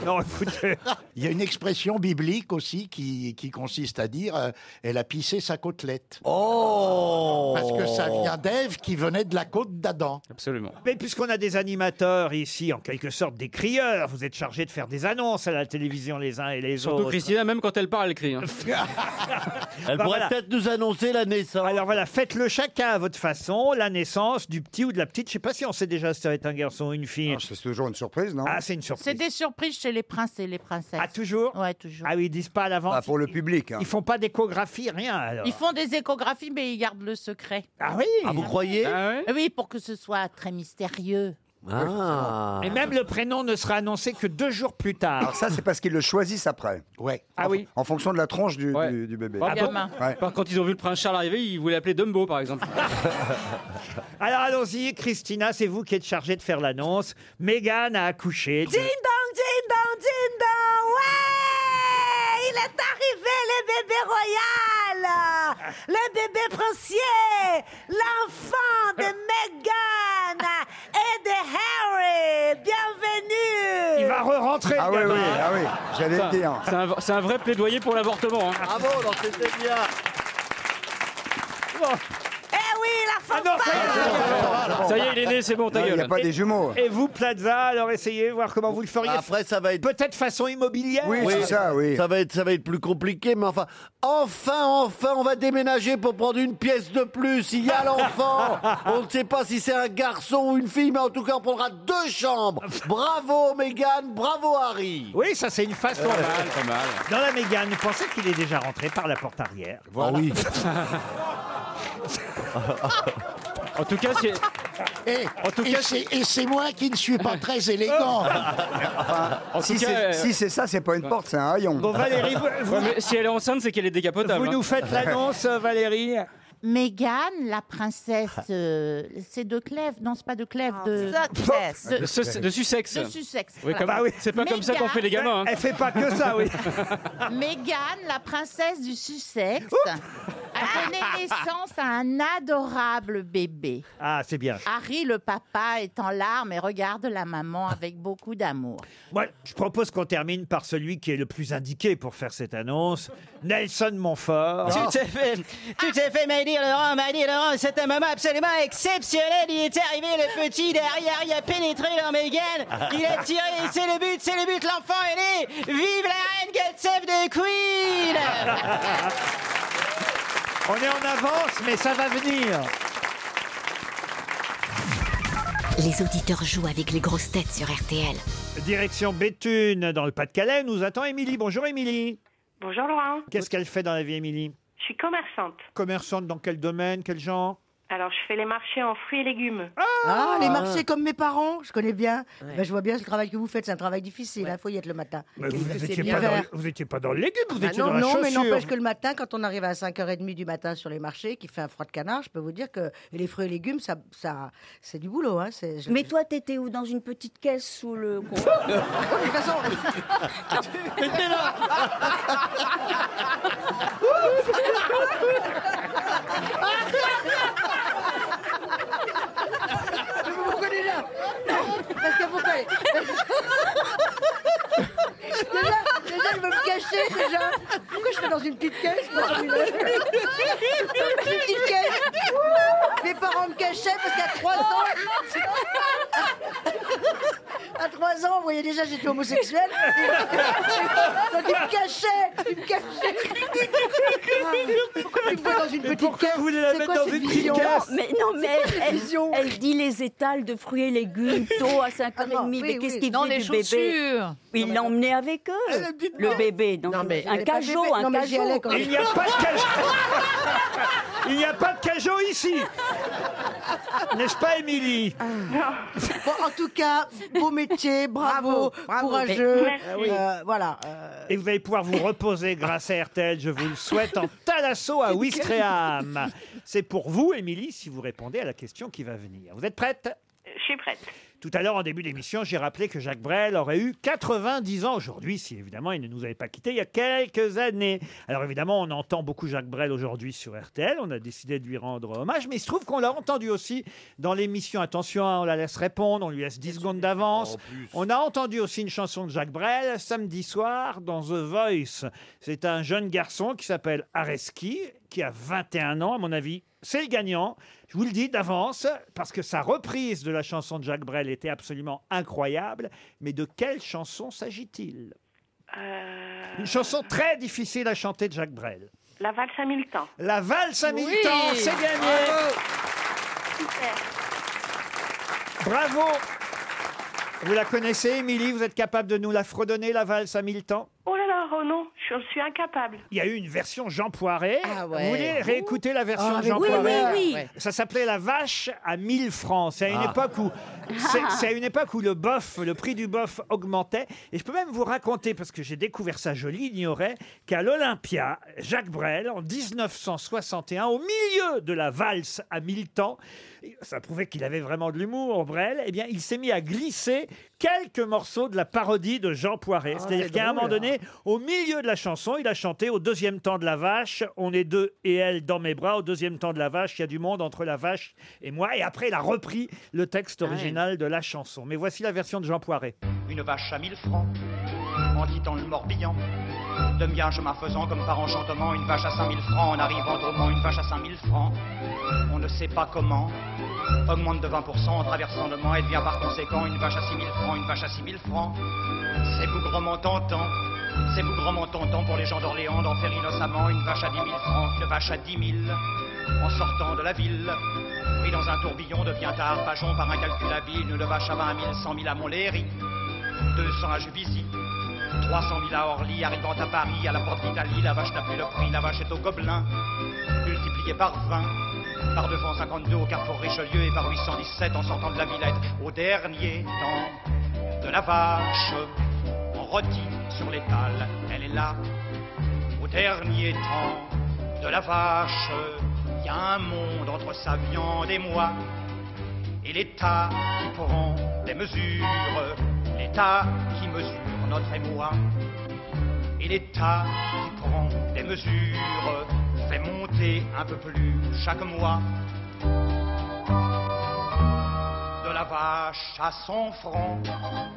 Speaker 7: Non, écoutez,
Speaker 21: Il y a une expression biblique aussi qui, qui consiste à dire euh, elle a pissé sa côtelette.
Speaker 4: Oh.
Speaker 21: Parce que ça vient d'Ève qui venait de la côte d'Adam.
Speaker 17: (laughs)
Speaker 12: Absolument.
Speaker 7: Mais puisqu'on a des animateurs ici, en quelque sorte des crieurs, vous êtes chargés de faire des annonces à la télévision les uns et les
Speaker 12: Surtout
Speaker 7: autres.
Speaker 12: Christina, même quand elle parle, elle crie. hein.
Speaker 4: Elle
Speaker 7: Bah,
Speaker 4: pourrait
Speaker 7: voilà.
Speaker 4: peut-être nous annoncer la naissance.
Speaker 7: Alors voilà, faites-le chacun à votre façon, la naissance du petit ou de la petite. Je sais pas si on sait déjà si ça va être un garçon ou une fille.
Speaker 17: Ah, C'est toujours une surprise, non
Speaker 7: Ah, c'est une
Speaker 5: C'est
Speaker 7: surprise.
Speaker 5: des surprises chez les princes et les princesses.
Speaker 7: Ah, toujours
Speaker 5: Ouais, toujours.
Speaker 7: Ah oui, ils disent pas à l'avance.
Speaker 17: Ah, Pour le public. hein.
Speaker 7: Ils font pas d'échographie, rien alors.
Speaker 12: Ah.
Speaker 5: Ils font des échographies, mais ils gardent le secret.
Speaker 7: Ah oui
Speaker 4: Ah, vous croyez
Speaker 12: Ah ouais
Speaker 5: Oui, pour que ce soit très mystérieux.
Speaker 4: Ah.
Speaker 7: Et même le prénom ne sera annoncé que deux jours plus tard.
Speaker 17: Alors ça, c'est parce qu'ils le choisissent après.
Speaker 21: Ouais.
Speaker 7: Ah oui
Speaker 17: En fonction de la tronche du,
Speaker 12: Ouais.
Speaker 17: du- du bébé.
Speaker 12: Par
Speaker 5: Ah
Speaker 12: contre-
Speaker 5: gamin.
Speaker 17: Ouais.
Speaker 12: par- Quand ils ont vu le prince Charles arriver, ils voulaient l'appeler Dumbo, par exemple.
Speaker 7: (laughs) Alors allons-y, Christina, c'est vous qui êtes chargée de faire l'annonce. Mégane a accouché.
Speaker 18: Ding dong, ding dong, ding dong, ouais Il est arrivé le bébé royal, le bébé princier, l'enfant
Speaker 7: Euh.
Speaker 18: de Meghan et de Harry. Bienvenue
Speaker 7: Il va re-rentrer.
Speaker 17: Ah
Speaker 7: le
Speaker 17: oui,
Speaker 7: gamin.
Speaker 17: oui, ah oui, j'allais le dire.
Speaker 12: C'est un, c'est un vrai plaidoyer pour l'avortement. hein.
Speaker 4: Bravo, non, c'était bien.
Speaker 18: Eh oui, la
Speaker 7: Ah
Speaker 18: fanfare
Speaker 7: Ça y est, il est né, c'est bon, ta
Speaker 17: Non, il
Speaker 7: gueule.
Speaker 17: y a pas des
Speaker 7: Et-
Speaker 17: jumeaux.
Speaker 7: Et vous, Plaza, alors essayez, voir comment vous le feriez. Après,
Speaker 4: ça va être.
Speaker 7: Peut-être façon immobilière.
Speaker 4: Ça va être, ça va être plus compliqué, mais enfin, enfin, enfin, on va déménager pour prendre une pièce de plus. Il y a
Speaker 7: (laughs)
Speaker 4: l'enfant. on ne sait pas si c'est un garçon ou une fille, mais en tout cas, on prendra deux chambres. Bravo, Mégane. Bravo, Harry. Euh.
Speaker 7: Oui, ça, c'est une façon.
Speaker 4: Ouais.
Speaker 7: Dans la Mégane, vous pensez qu'il est déjà rentré par la porte arrière Ah
Speaker 4: Voilà. oui.
Speaker 7: (laughs) en tout cas, c'est.
Speaker 21: Et,
Speaker 7: En tout
Speaker 21: et
Speaker 7: cas, Oh.
Speaker 21: c'est- et c'est moi qui ne suis pas très élégant.
Speaker 17: Enfin,
Speaker 21: En
Speaker 17: si
Speaker 21: tout
Speaker 17: c'est
Speaker 21: cas, euh,
Speaker 17: si c'est ça, c'est pas une porte, c'est un haillon.
Speaker 21: Bon,
Speaker 7: Valérie, vous- vous-
Speaker 12: Ouais, mais si elle est enceinte, c'est qu'elle est décapotable.
Speaker 7: Vous
Speaker 12: hein.
Speaker 7: nous faites l'annonce, euh, Valérie
Speaker 5: Mégane, la princesse,
Speaker 12: Ah.
Speaker 5: euh, c'est de Clèves, non, c'est pas de Clèves, de... (laughs)
Speaker 12: Success. De Sus- de Sussex.
Speaker 5: De Sussex.
Speaker 12: Oui, comme- Ah oui. c'est pas comme ça qu'on fait les gamins, hein. Elle fait pas que
Speaker 5: (laughs)
Speaker 12: ça, oui.
Speaker 5: Mégane, la princesse du Sussex, a donné naissance à un adorable bébé.
Speaker 7: Ah, c'est bien.
Speaker 5: Harry, le papa, est en larmes et regarde la maman avec beaucoup d'amour.
Speaker 7: Moi, je propose qu'on termine par celui qui est le plus indiqué pour faire cette
Speaker 3: (laughs)
Speaker 7: annonce, Nelson Montfort.
Speaker 29: Tout
Speaker 7: (laughs)
Speaker 29: à fait, tout à fait, ma dear Laurent, ma dear Laurent, c'est un moment absolument exceptionnel. Il est arrivé le petit derrière, il a pénétré dans Mégane, il a tiré, et c'est le but, c'est le but, l'enfant est né. Vive la reine, God save the Queen!
Speaker 7: On est en avance, mais ça va venir.
Speaker 19: Les auditeurs jouent avec les grosses têtes sur RTL.
Speaker 7: Direction Béthune, dans le Pas-de-Calais, nous attend Émilie. Bonjour Émilie.
Speaker 20: Bonjour Laurent.
Speaker 7: Qu'est-ce qu'elle fait dans la vie, Émilie
Speaker 20: Je suis commerçante.
Speaker 7: Commerçante dans quel domaine, quel genre
Speaker 20: Alors, je fais les marchés en fruits et légumes.
Speaker 3: Ah, les marchés comme mes parents, je connais bien. Ben, je vois bien ce travail que vous faites, c'est un travail difficile, il faut y être le matin.
Speaker 7: Mais
Speaker 3: Et
Speaker 7: vous
Speaker 3: puis, c'est
Speaker 7: n'étiez pas,
Speaker 3: l'hiver.
Speaker 7: dans- vous étiez pas dans le légume, vous
Speaker 3: Ah
Speaker 7: étiez
Speaker 3: non,
Speaker 7: dans la
Speaker 3: non, mais
Speaker 7: chaussure.
Speaker 3: n'empêche que le matin, quand on arrive à 5h30 du matin sur les marchés, qui fait un froid de canard, je peux vous dire que les fruits et légumes, ça, ça, c'est du boulot. Hein, c'est- je-
Speaker 8: Mais toi, t'étais où Dans une petite caisse
Speaker 4: (laughs)
Speaker 8: sous le.
Speaker 3: De toute façon,
Speaker 8: T'étais là
Speaker 3: Je vous reconnais là Parce que pourquoi déjà, déjà, il veut me cacher, déjà Pourquoi je suis dans une petite caisse moi, celui-là Une petite caisse Mes parents me cachaient parce qu'à 3 ans... À 3 ans, vous voyez déjà, j'étais homosexuelle. Donc ils me cachaient Ils me cachaient Pourquoi tu me mets dans une petite caisse
Speaker 7: vous voulez la
Speaker 3: C'est quoi cette vision
Speaker 8: Non, mais, non, mais elle, elle- elle dit les étals de fruits et légumes tôt à 5h30. mais
Speaker 3: oui,
Speaker 8: qu'est-ce
Speaker 3: oui.
Speaker 8: qu'il
Speaker 3: Ah Non,
Speaker 8: faisait
Speaker 3: les
Speaker 8: du bébé
Speaker 3: chaussures.
Speaker 8: Il l'a emmené avec eux, le bébé. Donc, un
Speaker 3: elle est pas
Speaker 8: cajot,
Speaker 3: bébé.
Speaker 8: un
Speaker 3: Non, mais j'y
Speaker 8: cajot.
Speaker 3: allais quand
Speaker 7: Il n'y a pas
Speaker 3: (laughs)
Speaker 7: de cajot. Il n'y a pas de cajot
Speaker 3: (laughs)
Speaker 7: ici. N'est-ce pas, Émilie
Speaker 3: Ah. Bon, en tout cas, beau métier, bravo, courageux. Euh, voilà.
Speaker 7: Et vous allez pouvoir vous reposer grâce à RTL, je vous le souhaite, en Talasso à Ouistreham. C'est pour vous, Émilie, si vous répondez à la question qui va venir. Vous êtes prête
Speaker 20: Je suis prête.
Speaker 7: Tout à l'heure, en début d'émission, j'ai rappelé que Jacques Brel aurait eu 90 ans aujourd'hui, si évidemment il ne nous avait pas quittés il y a quelques années. Alors évidemment, on entend beaucoup Jacques Brel aujourd'hui sur RTL, on a décidé de lui rendre hommage, mais il se trouve qu'on l'a entendu aussi dans l'émission. Attention, hein, on la laisse répondre, on lui laisse 10 secondes d'avance. On a entendu aussi une chanson de Jacques Brel samedi soir dans The Voice. C'est un jeune garçon qui s'appelle Areski, qui a 21 ans, à mon avis. C'est le gagnant. Je vous le dis d'avance, parce que sa reprise de la chanson de Jacques Brel était absolument incroyable. Mais de quelle chanson s'agit-il Une chanson très difficile à chanter de Jacques Brel.
Speaker 20: La valse à mille temps.
Speaker 7: La valse à mille
Speaker 20: Oui.
Speaker 7: temps, c'est gagné Bravo Vous la connaissez, Émilie Vous êtes capable de nous la fredonner, la valse à mille temps
Speaker 20: Oh là là, oh non, je suis incapable.
Speaker 7: Il y a eu une version Jean Poiret.
Speaker 20: Ah ouais.
Speaker 7: Vous voulez réécouter la version
Speaker 20: Ah, mais
Speaker 7: Jean
Speaker 20: oui,
Speaker 7: Poiret
Speaker 20: oui, oui.
Speaker 7: Ça s'appelait La vache à 1000 francs. C'est à une
Speaker 20: Ah. (laughs)
Speaker 7: époque où c'est c'est à une époque où le boeuf, le prix du boeuf augmentait. Et je peux même vous raconter parce que j'ai découvert ça, je l'ignorais, qu'à l'Olympia, Jacques Brel en 1961, au milieu de la valse à 1000 temps, ça prouvait qu'il avait vraiment de l'humour, Brel. Eh bien, il s'est mis à glisser quelques morceaux de la parodie de Jean Poiret.
Speaker 20: Ah,
Speaker 7: C'est-à-dire
Speaker 20: c'est
Speaker 7: qu'à un moment
Speaker 20: drôle.
Speaker 7: donné, donné, au milieu de la chanson, il a chanté au deuxième temps de la vache, on est deux et elle dans mes bras. Au deuxième temps de la vache, il y a du monde entre la vache et moi. Et après, il a repris le texte original de la chanson. Mais voici la version de Jean Poiret.
Speaker 30: Une vache à mille francs, en dit dans le Morbihan.
Speaker 25: De mien chemin faisant comme par enchantement Une vache à 5000 francs en arrivant au Mans Une vache à 5000 francs, on ne sait pas comment Augmente de 20% en traversant le Mans Et devient par conséquent une vache à 6000 francs Une vache à 6000 francs, c'est bougrement tentant c'est bougrement tentant pour les gens d'Orléans d'en faire innocemment une vache à 10 000 francs, une vache à 10 000 en sortant de la ville. Pris dans un tourbillon, devient à Arpajon par un calcul habile, une vache à 20 000, 100 000 à Montlhéry, 200 à Juvisy, 300 000 à Orly, arrivant à Paris, à la porte d'Italie, la vache n'a plus le prix, la vache est au gobelin, multiplié par 20, par 252 au carrefour Richelieu et par 817 en sortant de la Villette, au dernier temps de la vache, en rôti sur l'étal, elle est là, au dernier temps de la vache, il y a un monde entre sa viande et moi. Et l'État qui prend des mesures, l'État qui mesure notre émoi. Et l'État qui prend des mesures, fait monter un peu plus chaque mois. De la vache à 100 francs,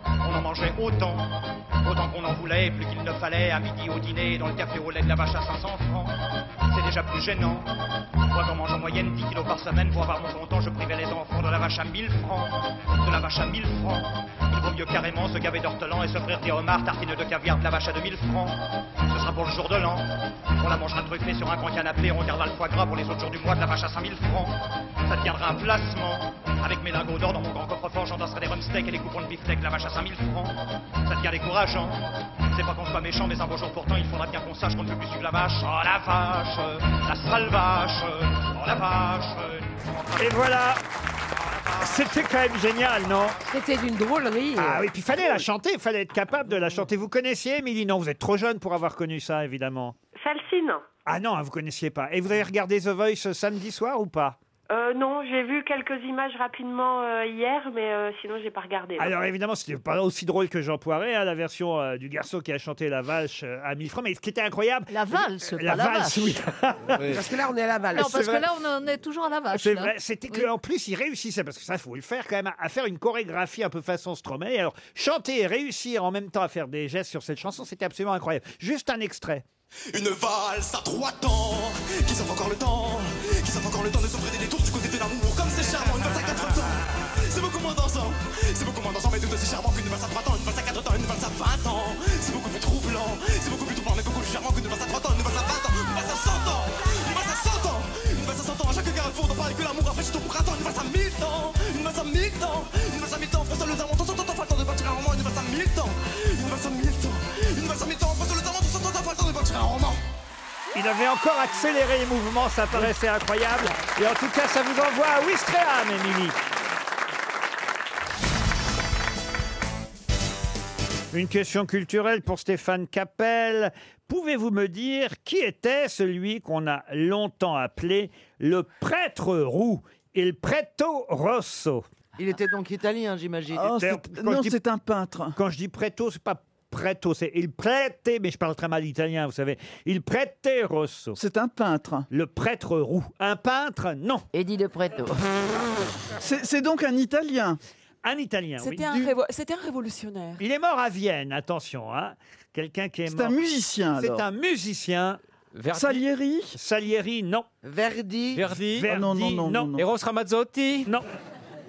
Speaker 25: on en mangeait autant, autant qu'on en voulait, plus qu'il ne fallait, à midi au dîner, dans le café au lait de la vache à 500 francs. C'est déjà plus gênant. Moi, j'en mange en moyenne 10 kilos par semaine pour avoir mon content. Je privais les enfants de la vache à 1000 francs, de la vache à 1000 francs. Il vaut mieux carrément se gaver d'ortelan et s'offrir des homards, tartines de caviar de la vache à 2000 francs. Ce sera pour le jour de l'an. On la mangera truffée sur un grand canapé, on gardera le foie gras pour les autres jours du mois de la vache à 5000 francs. Ça deviendra un placement. Avec mes lingots d'or dans mon grand coffre-fort, j'endosserai des rumsteaks et des coupons de beefsteak de la vache à 5000 francs. Ça devient décourageant. C'est pas qu'on soit méchant, mais un beau jour pourtant, il faudra bien qu'on sache qu'on ne peut plus suivre la vache. Oh la vache, la sale vache, oh la vache.
Speaker 7: Et voilà C'était quand même génial, non
Speaker 28: C'était d'une drôlerie.
Speaker 7: Ah oui, puis fallait la chanter, fallait être capable de la chanter. Vous connaissiez, Émilie Non, vous êtes trop jeune pour avoir connu ça, évidemment.
Speaker 20: Celle-ci, non.
Speaker 7: Ah non, hein, vous connaissiez pas. Et vous avez regardé The Voice ce samedi soir ou pas
Speaker 20: Euh, non, j'ai vu quelques images rapidement euh, hier, mais euh, sinon, j'ai pas regardé. non.
Speaker 7: Alors évidemment, c'était pas aussi drôle que Jean Poiret, hein, la version euh, du garçon qui a chanté la vache euh, à 1000 francs. Mais ce qui était incroyable, la valse, la
Speaker 28: pas la
Speaker 7: valse,
Speaker 28: vache. (laughs)
Speaker 7: oui.
Speaker 28: Parce que là, on est à la valse. Non, parce que là, on en est toujours à la vache.
Speaker 7: C'est
Speaker 28: là.
Speaker 7: vrai, c'était
Speaker 28: Oui.
Speaker 7: qu'en plus, il réussissait, parce que ça, faut le faire quand même, à- à faire une chorégraphie un peu façon Stromae. Alors, chanter et réussir en même temps à faire des gestes sur cette chanson, c'était absolument incroyable. Juste un extrait.
Speaker 26: Une valse à trois temps, qui savent encore le temps, qui savent encore le temps de s'offrir des détours du côté de l'amour, comme c'est charmant, une valse à quatre temps. C'est beaucoup moins dansant, c'est beaucoup moins dansant, mais tout aussi charmant qu'une valse à trois temps, une valse à quatre temps, une valse à vingt ans. C'est beaucoup plus troublant, c'est beaucoup plus troublant, mais beaucoup plus charmant qu'une valse à trois temps, une valse à vingt ans, une valse à cent ans, une valse à cent ans, une valse à cent ans, à chaque carrefour, on parle que l'amour, après je tombe printemps, une valse à mille temps, une valse à mille temps, une valse à mille temps, François le Zamon, ton temps, pas le temps de partir un roman, une valse à mille temps, une valse à mille temps, une valse à mille temps, François le Zamon, ton temps, pas le temps de partir un roman.
Speaker 7: Il avait encore accéléré les mouvements, ça paraissait incroyable. Et en tout cas, ça vous envoie à Wistreham, Émilie. Une question culturelle pour Stéphane Capel. Pouvez-vous me dire qui était celui qu'on a longtemps appelé le prêtre roux, il preto rosso Il était donc italien, j'imagine.
Speaker 13: Oh, c'est- non, c'est
Speaker 7: un peintre. Quand je dis preto, c'est pas preto, c'est il prete, mais je parle très mal italien, vous savez. Il prete rosso. C'est un peintre. Le prêtre roux. Un peintre, non. Et dit le preto. C'est donc un italien. Un italien, oui.
Speaker 22: C'était un,
Speaker 7: Du-
Speaker 22: révo- c'était un révolutionnaire.
Speaker 7: il est mort à Vienne, attention. Hein. Quelqu'un qui est,
Speaker 13: C'est
Speaker 7: mort.
Speaker 13: un musicien, alors.
Speaker 7: C'est un musicien. Salieri Salieri, non. Verdi Verdi,
Speaker 13: Oh, non, non, non, non, non.
Speaker 7: Eros Ramazzotti Non.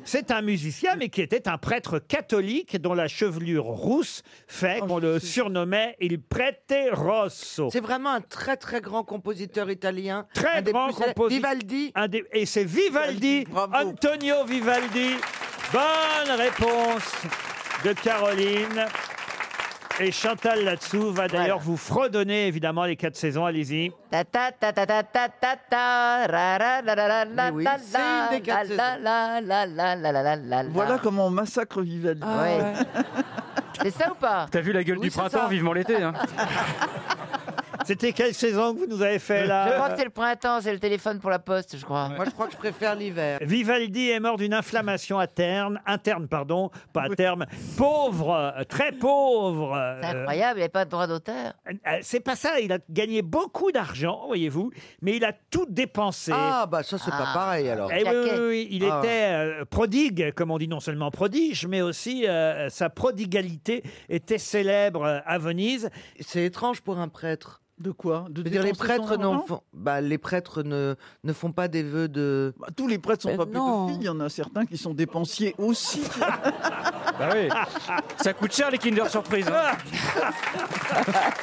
Speaker 7: C'est un musicien, mais qui était un prêtre catholique dont la chevelure rousse fait qu'on le surnommait il prete rosso.
Speaker 9: Oh, C'est vraiment un très très grand compositeur italien.
Speaker 7: Très
Speaker 9: un des
Speaker 7: grand
Speaker 9: plus célèbres.
Speaker 7: compositeur.
Speaker 9: Vivaldi.
Speaker 7: Un des- Et c'est Vivaldi, Antonio Vivaldi. Bonne réponse de Caroline. Et Chantal là-dessous va d'ailleurs vous fredonner évidemment les quatre saisons. Allez-y.
Speaker 14: Ta ta ta ta ta ta ta ta ra ra la la la
Speaker 13: Mais
Speaker 14: la
Speaker 13: oui,
Speaker 14: la
Speaker 13: c'est une des quatre
Speaker 14: la la la la la la la la la la.
Speaker 13: Voilà comment on massacre Vivaldi.
Speaker 9: Ah,
Speaker 14: Ouais. C'est ça ou pas
Speaker 12: T'as vu la gueule
Speaker 14: Oui,
Speaker 12: du
Speaker 14: c'est
Speaker 12: printemps,
Speaker 14: ça.
Speaker 12: vivement l'été. hein.
Speaker 7: C'était quelle saison que vous nous avez fait
Speaker 14: Je crois
Speaker 7: là
Speaker 14: que c'est le printemps, c'est le téléphone pour la poste, je crois.
Speaker 7: Moi, je crois que je préfère l'hiver. Vivaldi est mort d'une inflammation interne, interne, pardon, pas interne, pauvre, euh, très pauvre. euh,
Speaker 14: C'est incroyable, il n'y a pas de droit d'auteur.
Speaker 7: C'est pas ça, il a gagné beaucoup d'argent, voyez-vous, mais il a tout dépensé.
Speaker 14: Ah, bah, ça, c'est pas Ah. pareil, alors.
Speaker 7: Eh oui, oui, oui, il
Speaker 14: Ah.
Speaker 7: était euh, prodigue, comme on dit non seulement prodige, mais aussi euh, sa prodigalité était célèbre euh, à Venise.
Speaker 9: C'est étrange pour un prêtre.
Speaker 13: De quoi De
Speaker 9: Je veux dire, les
Speaker 13: dépenser son
Speaker 9: prêtres, n'en
Speaker 13: argent
Speaker 9: font, bah, les prêtres ne, ne font pas des vœux de.
Speaker 13: Bah,
Speaker 9: Euh,
Speaker 13: tous les prêtres
Speaker 9: sont
Speaker 13: pas pédophiles, il y en a certains qui sont dépensiers aussi.
Speaker 12: (laughs) Bah oui. Ça coûte cher les Kinder Surprise.
Speaker 7: (laughs)
Speaker 12: hein.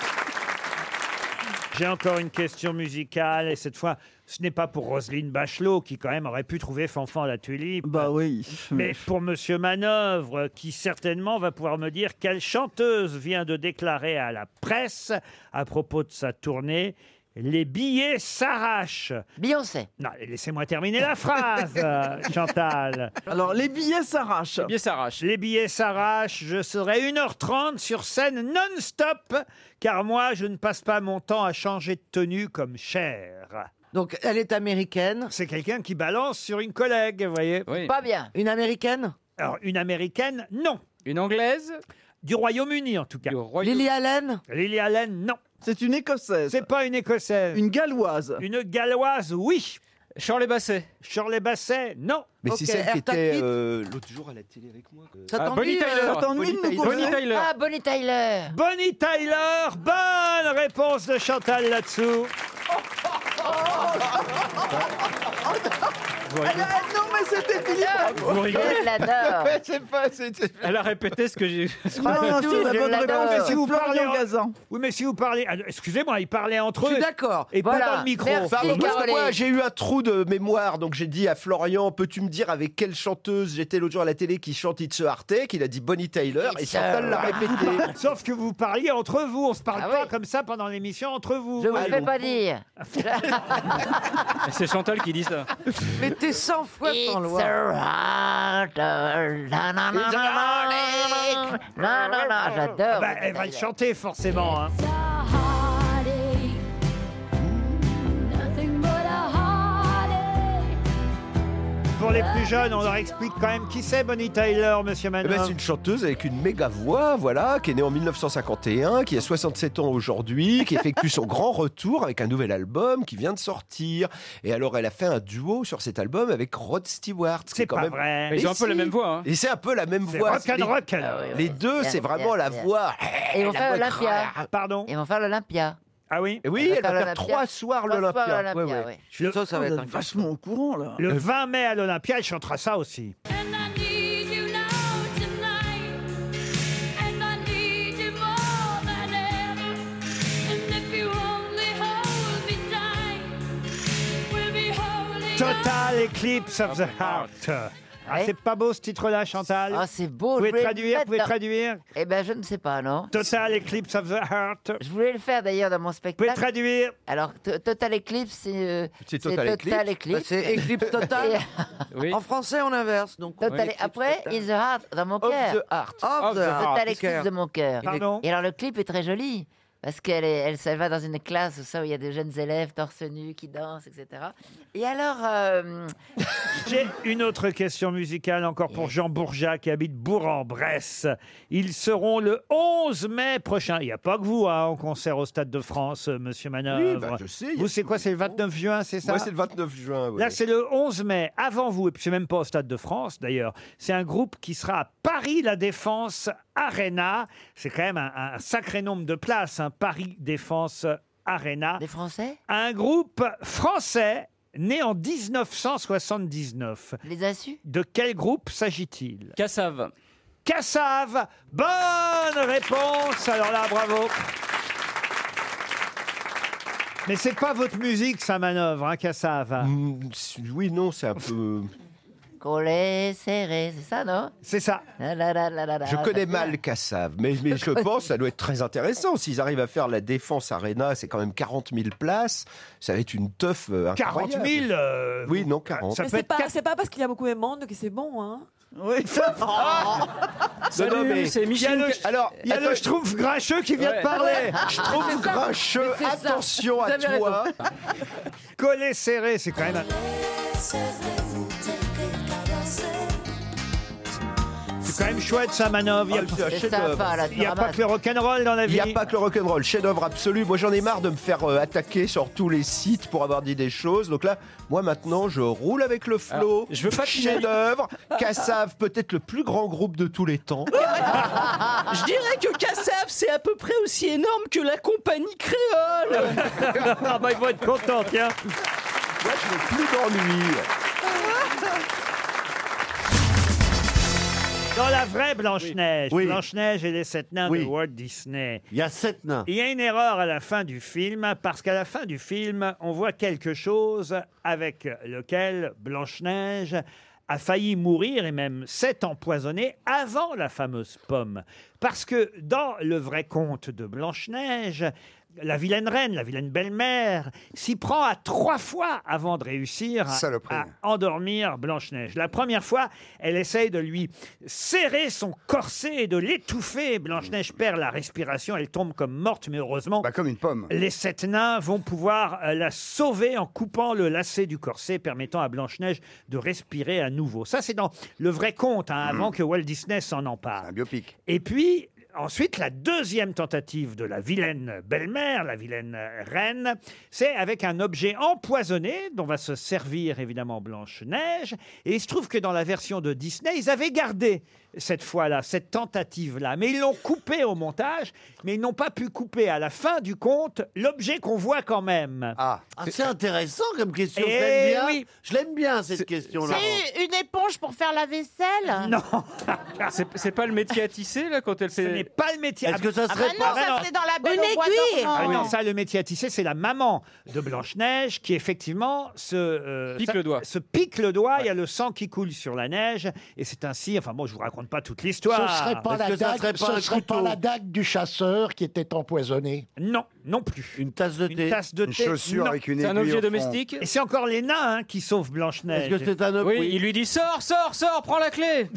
Speaker 7: (laughs) J'ai encore une question musicale, et cette fois, ce n'est pas pour Roselyne Bachelot, qui quand même aurait pu trouver Fanfan la tulipe. Bah
Speaker 13: oui.
Speaker 7: Mais pour Monsieur Manœuvre, qui certainement va pouvoir me dire quelle chanteuse vient de déclarer à la presse, à propos de sa tournée, les billets s'arrachent.
Speaker 14: Beyoncé.
Speaker 7: Non, laissez-moi terminer la phrase, euh, Chantal.
Speaker 13: Alors, les billets s'arrachent. Les
Speaker 12: billets s'arrachent.
Speaker 7: Les billets s'arrachent. Je serai 1h30 sur scène non-stop, car moi, je ne passe pas mon temps à changer de tenue comme Cher.
Speaker 9: Donc, elle est américaine.
Speaker 7: C'est quelqu'un qui balance sur une collègue, vous voyez.
Speaker 14: Pas bien.
Speaker 9: Une américaine
Speaker 7: Alors, une américaine, non.
Speaker 12: Une anglaise
Speaker 7: Du Royaume-Uni, en tout cas.
Speaker 9: Lily Allen
Speaker 7: Lily Allen, non.
Speaker 13: C'est une écossaise.
Speaker 7: C'est pas une écossaise.
Speaker 13: Une galloise.
Speaker 7: Une galloise, oui.
Speaker 12: Shirley Basset.
Speaker 7: Shirley Basset, non.
Speaker 10: Mais c'est celle qui était euh, l'autre jour à la télé avec moi. quoi.
Speaker 7: Ça Ah, t'ennuie, Bonnie euh, Tyler. ça t'ennuie de nous causer
Speaker 14: Ah, Bonnie Tyler.
Speaker 7: Bonnie Tyler, bonne réponse de Chantal là-dessous.
Speaker 13: Elle a- non, mais c'était Philippe. Bravo.
Speaker 12: Vous rigolez
Speaker 13: Je l'adore.
Speaker 12: Ouais, c'est pas- c'est- c'est- Elle a répété ce que j'ai. (laughs) ce qu'on
Speaker 13: Ah
Speaker 12: a
Speaker 13: non,
Speaker 12: dit.
Speaker 13: c'est la
Speaker 12: Je
Speaker 13: bonne
Speaker 12: l'adore.
Speaker 13: réponse.
Speaker 7: Mais si vous
Speaker 13: Florian
Speaker 7: parlez, en-
Speaker 13: Gazan.
Speaker 7: oui, mais si vous parlez, Ah, excusez-moi, ils parlaient entre eux.
Speaker 10: Je suis d'accord.
Speaker 7: Et pas
Speaker 10: Voilà.
Speaker 7: dans le micro.
Speaker 10: Pardon, parce que moi, j'ai eu un trou de mémoire, donc j'ai dit à Florian, peux-tu me dire avec quelle chanteuse j'étais l'autre jour à la télé qui chante It's a Heartache Il a dit Bonnie Tyler, et Chantal l'a répété.
Speaker 7: Sauf que vous parliez entre vous, on se parle pas comme ça pendant l'émission entre vous.
Speaker 14: Je vous le fais pas dire.
Speaker 12: C'est Chantal qui dit ça.
Speaker 9: Mais t'es 100 fois
Speaker 14: It's
Speaker 9: sans loi.
Speaker 14: a rocker, na, na, na, na, na, na, na, na, j'adore.
Speaker 7: Bah, elle va le chanter forcément. hein. Pour les plus jeunes, on leur explique quand même qui c'est Bonnie Tyler, monsieur
Speaker 10: Eh ben,
Speaker 7: Manon.
Speaker 10: c'est une chanteuse avec une méga voix, voilà, qui est née en 1951, qui a 67 ans aujourd'hui, qui effectue son grand retour avec un nouvel album qui vient de sortir. Et alors, elle a fait un duo sur cet album avec Rod Stewart. C'est
Speaker 12: pas vrai. Mais ils ont un peu la même voix, hein.
Speaker 10: Et c'est un peu la même
Speaker 12: C'est
Speaker 10: voix.
Speaker 12: rock and
Speaker 10: Les-
Speaker 12: rock. Ah ouais,
Speaker 10: Les deux,
Speaker 14: Bien,
Speaker 10: c'est vraiment
Speaker 14: bien,
Speaker 10: la
Speaker 14: bien.
Speaker 10: voix. Eh,
Speaker 14: Et ils vont
Speaker 10: La
Speaker 14: faire
Speaker 10: voix
Speaker 14: l'Olympia.
Speaker 7: Pardon
Speaker 14: Ils vont faire l'Olympia.
Speaker 7: Ah oui
Speaker 10: Et oui,
Speaker 14: On va
Speaker 10: elle
Speaker 14: faire
Speaker 10: va faire
Speaker 14: l'Olympia.
Speaker 10: trois soirs
Speaker 14: Trois soirs
Speaker 10: l'Olympia.
Speaker 14: l'Olympia,
Speaker 10: Ouais,
Speaker 14: oui.
Speaker 10: ouais.
Speaker 7: Le-
Speaker 13: ça va être oh, vachement au courant, là.
Speaker 7: Le 20 mai à l'Olympia, elle chantera ça aussi. Total Eclipse of the Heart. Ah, c'est pas beau ce titre-là, Chantal
Speaker 14: Ah, c'est beau.
Speaker 7: Vous pouvez
Speaker 14: je voulais le
Speaker 7: traduire, vous
Speaker 14: mettre
Speaker 7: pouvez
Speaker 14: dans-
Speaker 7: traduire.
Speaker 14: Eh ben, je ne sais pas, non.
Speaker 7: Total Eclipse of the Heart.
Speaker 14: Je voulais le faire d'ailleurs dans mon spectacle.
Speaker 7: pouvez traduire.
Speaker 14: Alors, to- Total Eclipse, c'est. euh,
Speaker 10: C'est Total Eclipse.
Speaker 14: Eclipse.
Speaker 9: Bah, C'est éclipse totale. (laughs)
Speaker 12: Oui.
Speaker 9: En français, on inverse. Donc
Speaker 14: Total- Après, In the Heart, dans mon
Speaker 9: Of
Speaker 14: cœur.
Speaker 9: the heart. Of the heart.
Speaker 14: Total
Speaker 9: Du
Speaker 14: Eclipse
Speaker 9: cœur.
Speaker 14: de mon cœur.
Speaker 9: Pardon
Speaker 14: Et alors, le clip est très joli. Parce qu'elle est- elle, ça va dans une classe où, ça, où il y a des jeunes élèves torse nu qui dansent, etc. Et alors, euh,
Speaker 7: (laughs) J'ai une autre question musicale encore pour Jean Bourgeat qui habite Bourg-en-Bresse. Ils seront le 11 mai prochain. Il n'y a pas que vous hein, en concert au Stade de France, euh, monsieur Manœuvre.
Speaker 10: Oui, bah, je sais, il y a
Speaker 7: Vous, c'est quoi C'est le 29 juin, c'est ça
Speaker 10: Moi, c'est le 29 juin. ouais.
Speaker 7: Là, c'est le 11 mai, avant vous, et puis c'est même pas au Stade de France d'ailleurs. C'est un groupe qui sera à Paris La Défense Arena. C'est quand même un, un sacré nombre de places, hein, Paris Défense Arena.
Speaker 14: Des Français
Speaker 7: Un groupe français né en 1979.
Speaker 14: les insus
Speaker 7: De quel groupe s'agit-il
Speaker 12: Cassave.
Speaker 7: Cassave Bonne réponse Alors là, bravo mais c'est pas votre musique, ça manœuvre, hein, Cassave.
Speaker 10: Mm, Oui, non, c'est un peu.
Speaker 14: qu'on les serrait, c'est ça, non
Speaker 7: C'est ça.
Speaker 10: Je connais mal Cassav, mais, mais je pense que ça doit être très intéressant. S'ils arrivent à faire la défense Arena, c'est quand même 40 000 places. Ça va être une teuf euh,
Speaker 7: 40
Speaker 10: incroyable.
Speaker 7: 000 euh,
Speaker 10: Oui, non, 40.
Speaker 7: Ça
Speaker 22: (laughs)
Speaker 13: Oh.
Speaker 22: Mais c'est pas, c'est pas parce qu'il y a beaucoup de monde que c'est bon, hein.
Speaker 13: Oui.
Speaker 10: Non, non, mais
Speaker 12: c'est
Speaker 10: il y a
Speaker 12: Michel.
Speaker 10: le- alors,
Speaker 12: il y a
Speaker 10: attends- Ah
Speaker 12: le Schtroumpf Grincheux qui vient de parler.
Speaker 10: Schtroumpf grincheux, attention à toi.
Speaker 7: Coller serré, c'est quand même. C'est quand même chouette ça, manœuvre. Il y a-
Speaker 10: Ah, c'est un
Speaker 7: il y a,
Speaker 10: chef-d'œuvre.
Speaker 7: pas que le rock'n'roll dans la
Speaker 10: Il
Speaker 7: vie.
Speaker 10: n'y a pas que le rock'n'roll, chef-d'œuvre absolu. Moi, j'en ai marre de me faire euh, attaquer sur tous les sites pour avoir dit des choses. Donc là, moi, maintenant, je roule avec le flot.
Speaker 12: Je veux pas que tu m'aies-
Speaker 10: chef-d'œuvre. Cassave, peut-être le plus grand groupe de tous
Speaker 7: (laughs)
Speaker 10: les temps.
Speaker 27: Je dirais que Cassav, c'est à peu près aussi énorme que la compagnie
Speaker 12: (laughs)
Speaker 27: créole.
Speaker 7: ah bah ils vont être contents, tiens.
Speaker 10: Moi, je veux plus d'ennui.
Speaker 7: Dans la vraie Blanche-Neige,
Speaker 4: Oui.
Speaker 7: Blanche-Neige et les sept nains
Speaker 4: Oui.
Speaker 7: de Walt Disney.
Speaker 4: Il y a sept nains.
Speaker 7: Il y a une erreur à la fin du film, parce qu'à la fin du film, on voit quelque chose avec lequel Blanche-Neige a failli mourir et même s'est empoisonnée avant la fameuse pomme. Parce que dans le vrai conte de Blanche-Neige, la vilaine reine, la vilaine belle-mère, s'y prend à trois fois avant de réussir à, à endormir Blanche-Neige. La première fois, elle essaye de lui serrer son corset et de l'étouffer. Blanche-Neige perd la respiration, elle tombe comme morte, mais heureusement.
Speaker 17: Bah, comme une pomme.
Speaker 7: Les sept nains vont pouvoir euh, la sauver en coupant le lacet du corset, permettant à Blanche-Neige de respirer à nouveau. Ça, c'est dans le vrai conte, hein, avant que Walt Disney s'en empare. Un
Speaker 17: Hmm. biopic.
Speaker 7: Et puis, ensuite, la deuxième tentative de la vilaine belle-mère, la vilaine euh, reine, c'est avec un objet empoisonné dont va se servir évidemment Blanche-Neige. Et il se trouve que dans la version de Disney, ils avaient gardé cette fois-là, cette tentative-là. Mais ils l'ont coupé au montage, mais ils n'ont pas pu couper à la fin du conte l'objet qu'on voit quand même. Ah,
Speaker 4: c'est intéressant comme question. Je
Speaker 7: Eh
Speaker 4: l'aime bien.
Speaker 7: oui.
Speaker 4: Je l'aime bien cette question-là.
Speaker 5: C'est une éponge pour faire la vaisselle
Speaker 7: Non
Speaker 12: C'est c'est pas le métier à tisser, là, quand elle s'est. Ce n'est
Speaker 7: pas le métier.
Speaker 4: Est-ce que ça
Speaker 12: Ah serait bah non, pas- ça,
Speaker 5: c'est dans la Belle
Speaker 12: Une
Speaker 5: au Bois
Speaker 12: aiguille.
Speaker 5: dormant.
Speaker 7: Ah oui, non, ça, le métier à tisser, c'est la maman de Blanche-Neige qui, effectivement, se, euh,
Speaker 12: Pique
Speaker 7: ça-
Speaker 12: le doigt.
Speaker 7: se pique le doigt. Il y a le sang qui coule sur la neige. Et c'est ainsi. Enfin, bon, je vous raconte pas toute l'histoire.
Speaker 21: Ce serait pas, la dague, ce serait pas la dague du chasseur qui était empoisonnée.
Speaker 7: Non, non plus.
Speaker 4: Une tasse de thé.
Speaker 7: Une tasse de
Speaker 21: Une
Speaker 7: thé.
Speaker 21: chaussure
Speaker 7: non.
Speaker 21: avec une C'est un aiguille objet au fond. domestique
Speaker 7: Et c'est encore les nains hein, qui sauvent Blanche-Neige.
Speaker 4: Est-ce que c'est un ob-
Speaker 12: Oui,
Speaker 4: oui.
Speaker 12: il lui dit sors, sors, sors, prends la clé.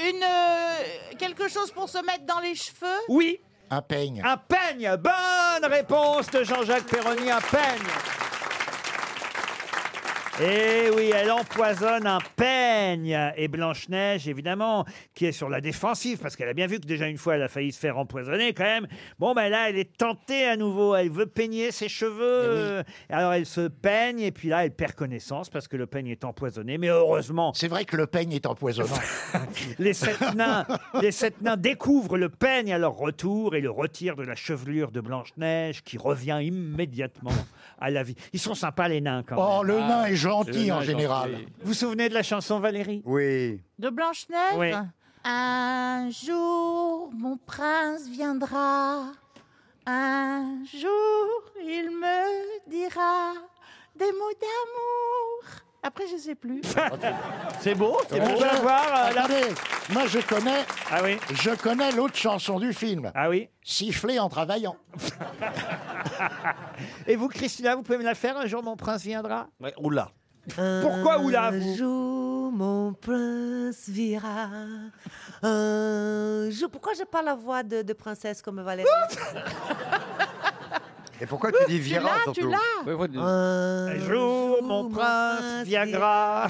Speaker 5: Une, euh, quelque chose pour se mettre dans les cheveux
Speaker 7: Oui.
Speaker 21: Un peigne.
Speaker 7: Un peigne. Bonne réponse de Jean-Jacques Perroni. Un peigne. Eh oui, elle empoisonne un peigne. Et Blanche-Neige, évidemment, qui est sur la défensive, parce qu'elle a bien vu que déjà une fois, elle a failli se faire empoisonner quand même. Bon, ben là, elle est tentée à nouveau. Elle veut peigner ses
Speaker 21: Eh
Speaker 7: cheveux. Alors, elle se peigne, et puis là, elle perd connaissance, parce que le peigne est empoisonné. Mais heureusement.
Speaker 21: C'est vrai que le peigne est empoisonnant.
Speaker 7: (laughs) les sept nains, les sept nains découvrent le peigne à leur retour et le retirent de la chevelure de Blanche-Neige qui revient immédiatement à la vie. Ils sont sympas les nains quand même.
Speaker 21: Oh,
Speaker 12: Ah,
Speaker 21: le nain est gentil en général.
Speaker 7: Vous vous souvenez de la chanson Valérie
Speaker 17: Oui.
Speaker 5: De Blanche-Neige
Speaker 7: Oui.
Speaker 5: Un jour, mon prince viendra. Un jour, il me dira des mots d'amour. Après, je
Speaker 7: (laughs)
Speaker 5: sais plus.
Speaker 7: C'est beau,
Speaker 5: c'est beau. On va voir, euh, là.
Speaker 21: Attendez, moi je connais. Je connais l'autre chanson du film.
Speaker 7: Ah oui.
Speaker 21: Siffler en
Speaker 7: (laughs)
Speaker 21: travaillant.
Speaker 7: Et vous, Christina, vous pouvez me la faire un jour, mon prince viendra
Speaker 4: Ouais, oula.
Speaker 7: Pourquoi oula
Speaker 11: Un jour, mon prince vira. Un jour. Pourquoi j'ai pas la voix de, de princesse comme Valérie
Speaker 17: Et pourquoi tu dis
Speaker 11: Tu
Speaker 17: viral
Speaker 11: l'as,
Speaker 17: surtout
Speaker 11: tu l'as. Un
Speaker 7: jour, mon prince viendra.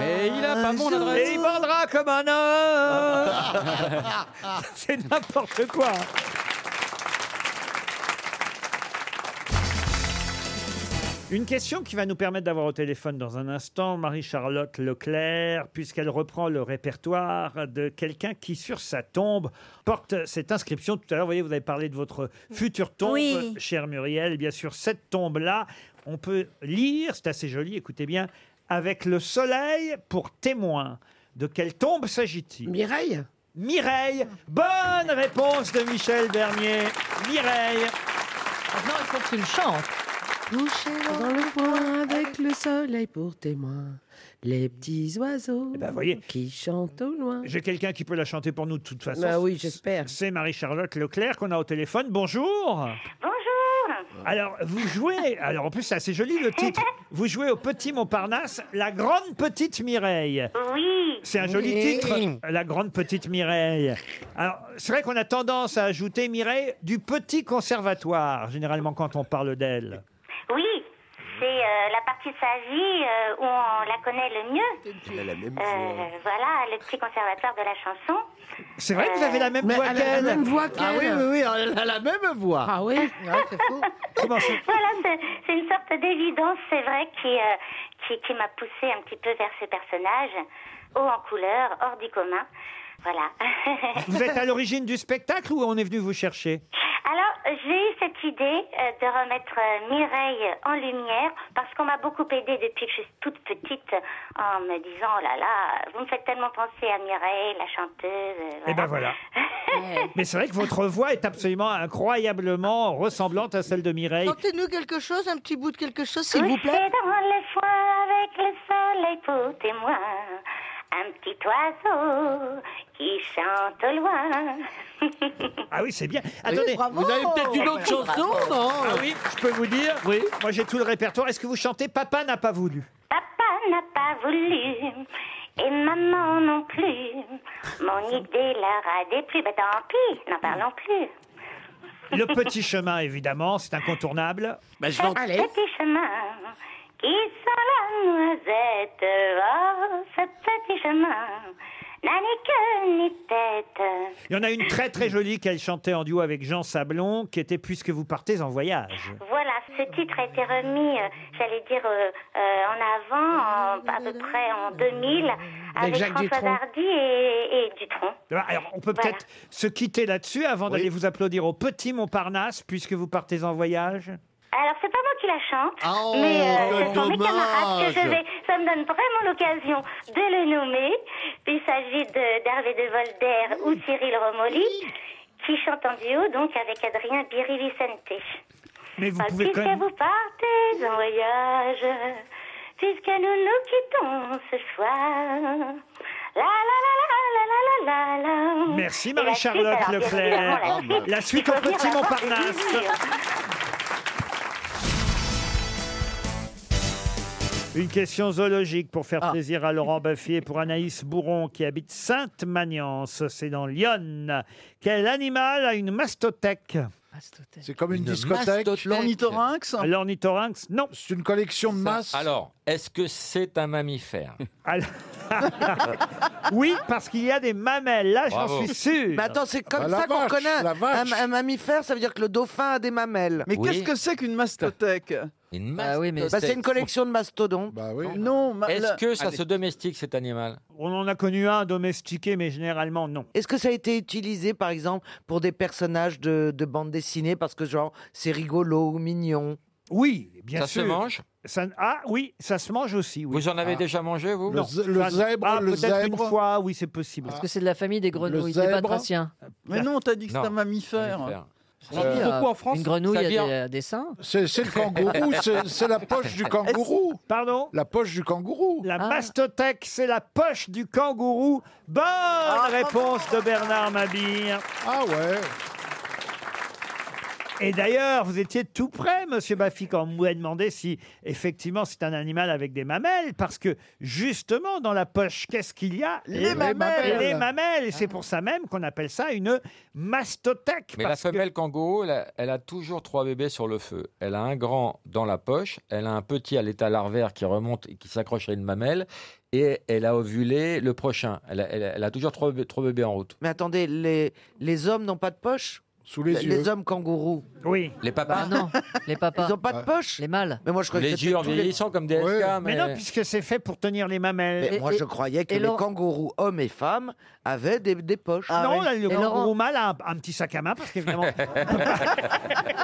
Speaker 12: Mais il a pas mon adresse.
Speaker 7: Ah, Et il vendra comme un homme. C'est n'importe quoi. Une question qui va nous permettre d'avoir au téléphone dans un instant Marie-Charlotte Leclerc, puisqu'elle reprend le répertoire de quelqu'un qui, sur sa tombe, porte cette inscription. Tout à l'heure, vous voyez, vous avez parlé de votre future tombe,
Speaker 1: Oui.
Speaker 7: cher Muriel. Eh Bien sûr, cette tombe-là, on peut lire, c'est assez joli, écoutez bien, avec le soleil pour témoin. De quelle tombe s'agit-il Mireille Mireille Bonne réponse de Michel Bernier. Mireille
Speaker 11: Maintenant, il faut que tu le chantes. dans le coin avec le soleil pour témoin. Les petits oiseaux
Speaker 7: Eh ben, voyez.
Speaker 11: qui chantent au loin.
Speaker 7: J'ai quelqu'un qui peut la chanter pour nous de toute façon.
Speaker 11: Bah oui,
Speaker 7: j'espère. C'est Marie-Charlotte Leclerc qu'on a au téléphone. Bonjour. Bonjour. Alors, vous jouez, alors en plus c'est assez joli le titre, vous jouez au Petit Montparnasse, la grande petite Mireille.
Speaker 20: Oui.
Speaker 7: C'est un joli titre, La Grande Petite Mireille. Alors, c'est vrai qu'on a tendance à ajouter Mireille du Petit Conservatoire, généralement quand on parle d'elle.
Speaker 29: Oui, c'est euh, la partie de sa vie euh, où on la connaît le mieux.
Speaker 31: Elle a la même
Speaker 29: Euh, voilà, le petit conservatoire de la chanson. Euh,
Speaker 7: C'est vrai que vous avez la même voix qu'elle.
Speaker 29: Ah oui, oui,
Speaker 7: oui, oh
Speaker 29: (laughs)
Speaker 7: elle a la même voix.
Speaker 11: (laughs)
Speaker 7: Ah oui
Speaker 29: c'est voilà, c'est c'est une sorte d'évidence, c'est vrai, qui, euh, qui, qui m'a poussée un petit peu vers ce personnage, haut en couleur, hors du commun. Voilà.
Speaker 7: Vous êtes à
Speaker 29: (laughs)
Speaker 7: l'origine du spectacle ou on est venu vous chercher
Speaker 29: Alors, j'ai eu cette idée euh, de remettre euh, Mireille en lumière parce qu'on m'a beaucoup aidée depuis que je suis toute petite en me disant Oh là là, vous me faites tellement penser à Mireille, la chanteuse. euh,
Speaker 7: Eh ben voilà.
Speaker 29: (laughs)
Speaker 7: Mais c'est vrai que votre voix est absolument incroyablement ressemblante à celle de Mireille.
Speaker 3: Chantez-nous quelque chose, un petit bout de quelque chose, s'il vous plaît.
Speaker 29: dans le foin avec le soleil pour témoin. Un petit oiseau qui chante au loin.
Speaker 7: Ah oui, c'est bien. Attendez,
Speaker 29: bravo. Vous avez peut-être une autre chanson, non
Speaker 7: Ah oui, je peux vous dire. Oui. Moi, j'ai tout le répertoire. Est-ce que vous chantez Papa n'a pas voulu
Speaker 29: Papa n'a pas voulu. Et maman non plus. Mon idée leur a déplu. Bah tant pis, n'en parlons plus.
Speaker 7: Le petit chemin, évidemment, c'est incontournable.
Speaker 29: Bah, petit chemin qui sent la noisette. Oh, ce petit chemin n'a ni queue ni tête.
Speaker 7: Il y en a une très très jolie qu'elle chantait en duo avec Jean Sablon, qui était Puisque vous partez en voyage.
Speaker 29: Voilà, ce titre a été remis, euh, j'allais dire, euh, euh, en avant, en- à peu près en 2000, avec,
Speaker 7: Jacques
Speaker 29: François
Speaker 7: Dutronc.
Speaker 29: Hardy et, et Dutronc.
Speaker 7: Ah, Alors, on peut peut-être se quitter là-dessus avant d'aller vous applaudir au petit Montparnasse, puisque vous partez en voyage.
Speaker 29: Alors, c'est pas moi qui la chante,
Speaker 7: Oh,
Speaker 29: mais euh,
Speaker 7: quel
Speaker 29: ce sont mes
Speaker 7: dommage.
Speaker 29: camarades que je vais. Ça me donne vraiment l'occasion de le nommer. Il s'agit de- d'Hervé de Volder ou Cyril Romoli, qui chante en duo donc avec Adrien Biri-Vicente.
Speaker 7: Mais vous
Speaker 29: Ah,
Speaker 7: pouvez
Speaker 29: puisque
Speaker 7: quand même-
Speaker 29: vous partez en voyage, puisque nous nous quittons ce soir. La la la la la la la la
Speaker 7: Merci
Speaker 29: la. Et la suite,
Speaker 7: Marie-Charlotte
Speaker 29: alors, bien
Speaker 7: Leclerc.
Speaker 29: évidemment,
Speaker 7: Ah, bah. La suite au
Speaker 29: Il faut dire euh,
Speaker 7: Petit
Speaker 29: la part des
Speaker 7: Montparnasse.
Speaker 29: désirs.
Speaker 7: Une question zoologique pour faire
Speaker 15: Ah.
Speaker 7: plaisir à Laurent Baffy et pour Anaïs Bourron qui habite Sainte-Magnance, c'est dans l'Yonne. Quel animal a une mastothèque C'est comme
Speaker 22: une Une discothèque. mastothèque.
Speaker 7: L'ornithorynx L'ornithorynx, non.
Speaker 22: C'est une collection de masses.
Speaker 15: Alors, est-ce que c'est
Speaker 9: (laughs)
Speaker 15: un mammifère
Speaker 7: Alors- (laughs) oui, parce qu'il y a des mamelles, là j'en
Speaker 15: Bravo.
Speaker 7: suis sûr.
Speaker 15: Mais attends,
Speaker 9: C'est comme ça qu'on connaît un, un mammifère, ça veut dire que le dauphin a des mamelles.
Speaker 4: Mais qu'est-ce que c'est qu'une mastothèque
Speaker 15: Une
Speaker 9: Bah oui, mais
Speaker 15: mastothèque.
Speaker 9: Bah, c'est une collection de mastodontes.
Speaker 4: Non, ma-
Speaker 15: Est-ce
Speaker 4: la-
Speaker 15: que ça
Speaker 4: Allez.
Speaker 15: se domestique cet animal
Speaker 7: On en a connu un domestiqué, mais généralement non.
Speaker 9: Est-ce que ça a été utilisé, par exemple, pour des personnages de, de bande dessinée parce que genre c'est rigolo ou mignon
Speaker 7: Oui, bien
Speaker 15: Ça se
Speaker 7: sûr.
Speaker 15: mange
Speaker 7: Ça- Ah oui, ça se mange aussi. oui. Ah.
Speaker 15: Vous en avez déjà mangé, vous
Speaker 7: Non. Enfin, ah, peut-être une fois, oui, c'est possible.
Speaker 15: Parce
Speaker 9: que c'est de la famille des
Speaker 15: grenouilles,
Speaker 9: des batraciens.
Speaker 4: Mais non, t'as dit que
Speaker 15: Non.
Speaker 4: c'est un mammifère.
Speaker 15: Ça vit, euh,
Speaker 4: Beaucoup en France.
Speaker 15: une grenouille
Speaker 9: Ça
Speaker 15: a
Speaker 9: vit en-
Speaker 15: des-
Speaker 9: des seins
Speaker 22: C'est c'est le
Speaker 15: (laughs)
Speaker 22: kangourou, c'est- c'est la poche du kangourou.
Speaker 7: Pardon
Speaker 22: La poche du kangourou.
Speaker 15: Ah.
Speaker 7: La mastothèque, c'est la poche du kangourou. Bonne
Speaker 15: Ah.
Speaker 7: réponse de Bernard Mabir.
Speaker 22: Ah ouais.
Speaker 7: Et d'ailleurs, vous étiez tout près, Monsieur Baffy, quand vous m'avez demandé si effectivement c'est un animal avec des mamelles, parce que justement dans la poche, qu'est-ce qu'il y a
Speaker 4: Les mamelles.
Speaker 7: Les mamelles. Et C'est pour ça même qu'on appelle ça une mastothèque.
Speaker 15: Mais la
Speaker 7: parce que-
Speaker 15: femelle kangourou, elle a, elle a toujours trois bébés sur le feu. Elle a un grand dans la poche, elle a un petit à l'état larvaire qui remonte et qui s'accroche à une mamelle, et elle a ovulé le prochain. Elle a, elle a- elle a toujours trois, bébés- trois bébés en route.
Speaker 9: Mais attendez, les, les hommes n'ont pas de poche
Speaker 15: Sous les yeux.
Speaker 9: Les hommes kangourous.
Speaker 7: Oui.
Speaker 15: Les papas
Speaker 9: Bah non, les papas. Ils n'ont pas de poche Les mâles. Mais moi je croyais que
Speaker 15: Les
Speaker 9: c'était
Speaker 15: yeux en
Speaker 9: tous les-
Speaker 15: vieillissant comme des SK, mais...
Speaker 9: Mais non, puisque-
Speaker 7: Puisque c'est fait pour tenir les mamelles.
Speaker 9: Mais moi je croyais que
Speaker 7: et
Speaker 9: les
Speaker 7: Laurent-
Speaker 9: kangourous, hommes et femmes, avaient des, des poches.
Speaker 7: non, là, le kangourou mâle a un, un petit sac à main parce qu'évidemment.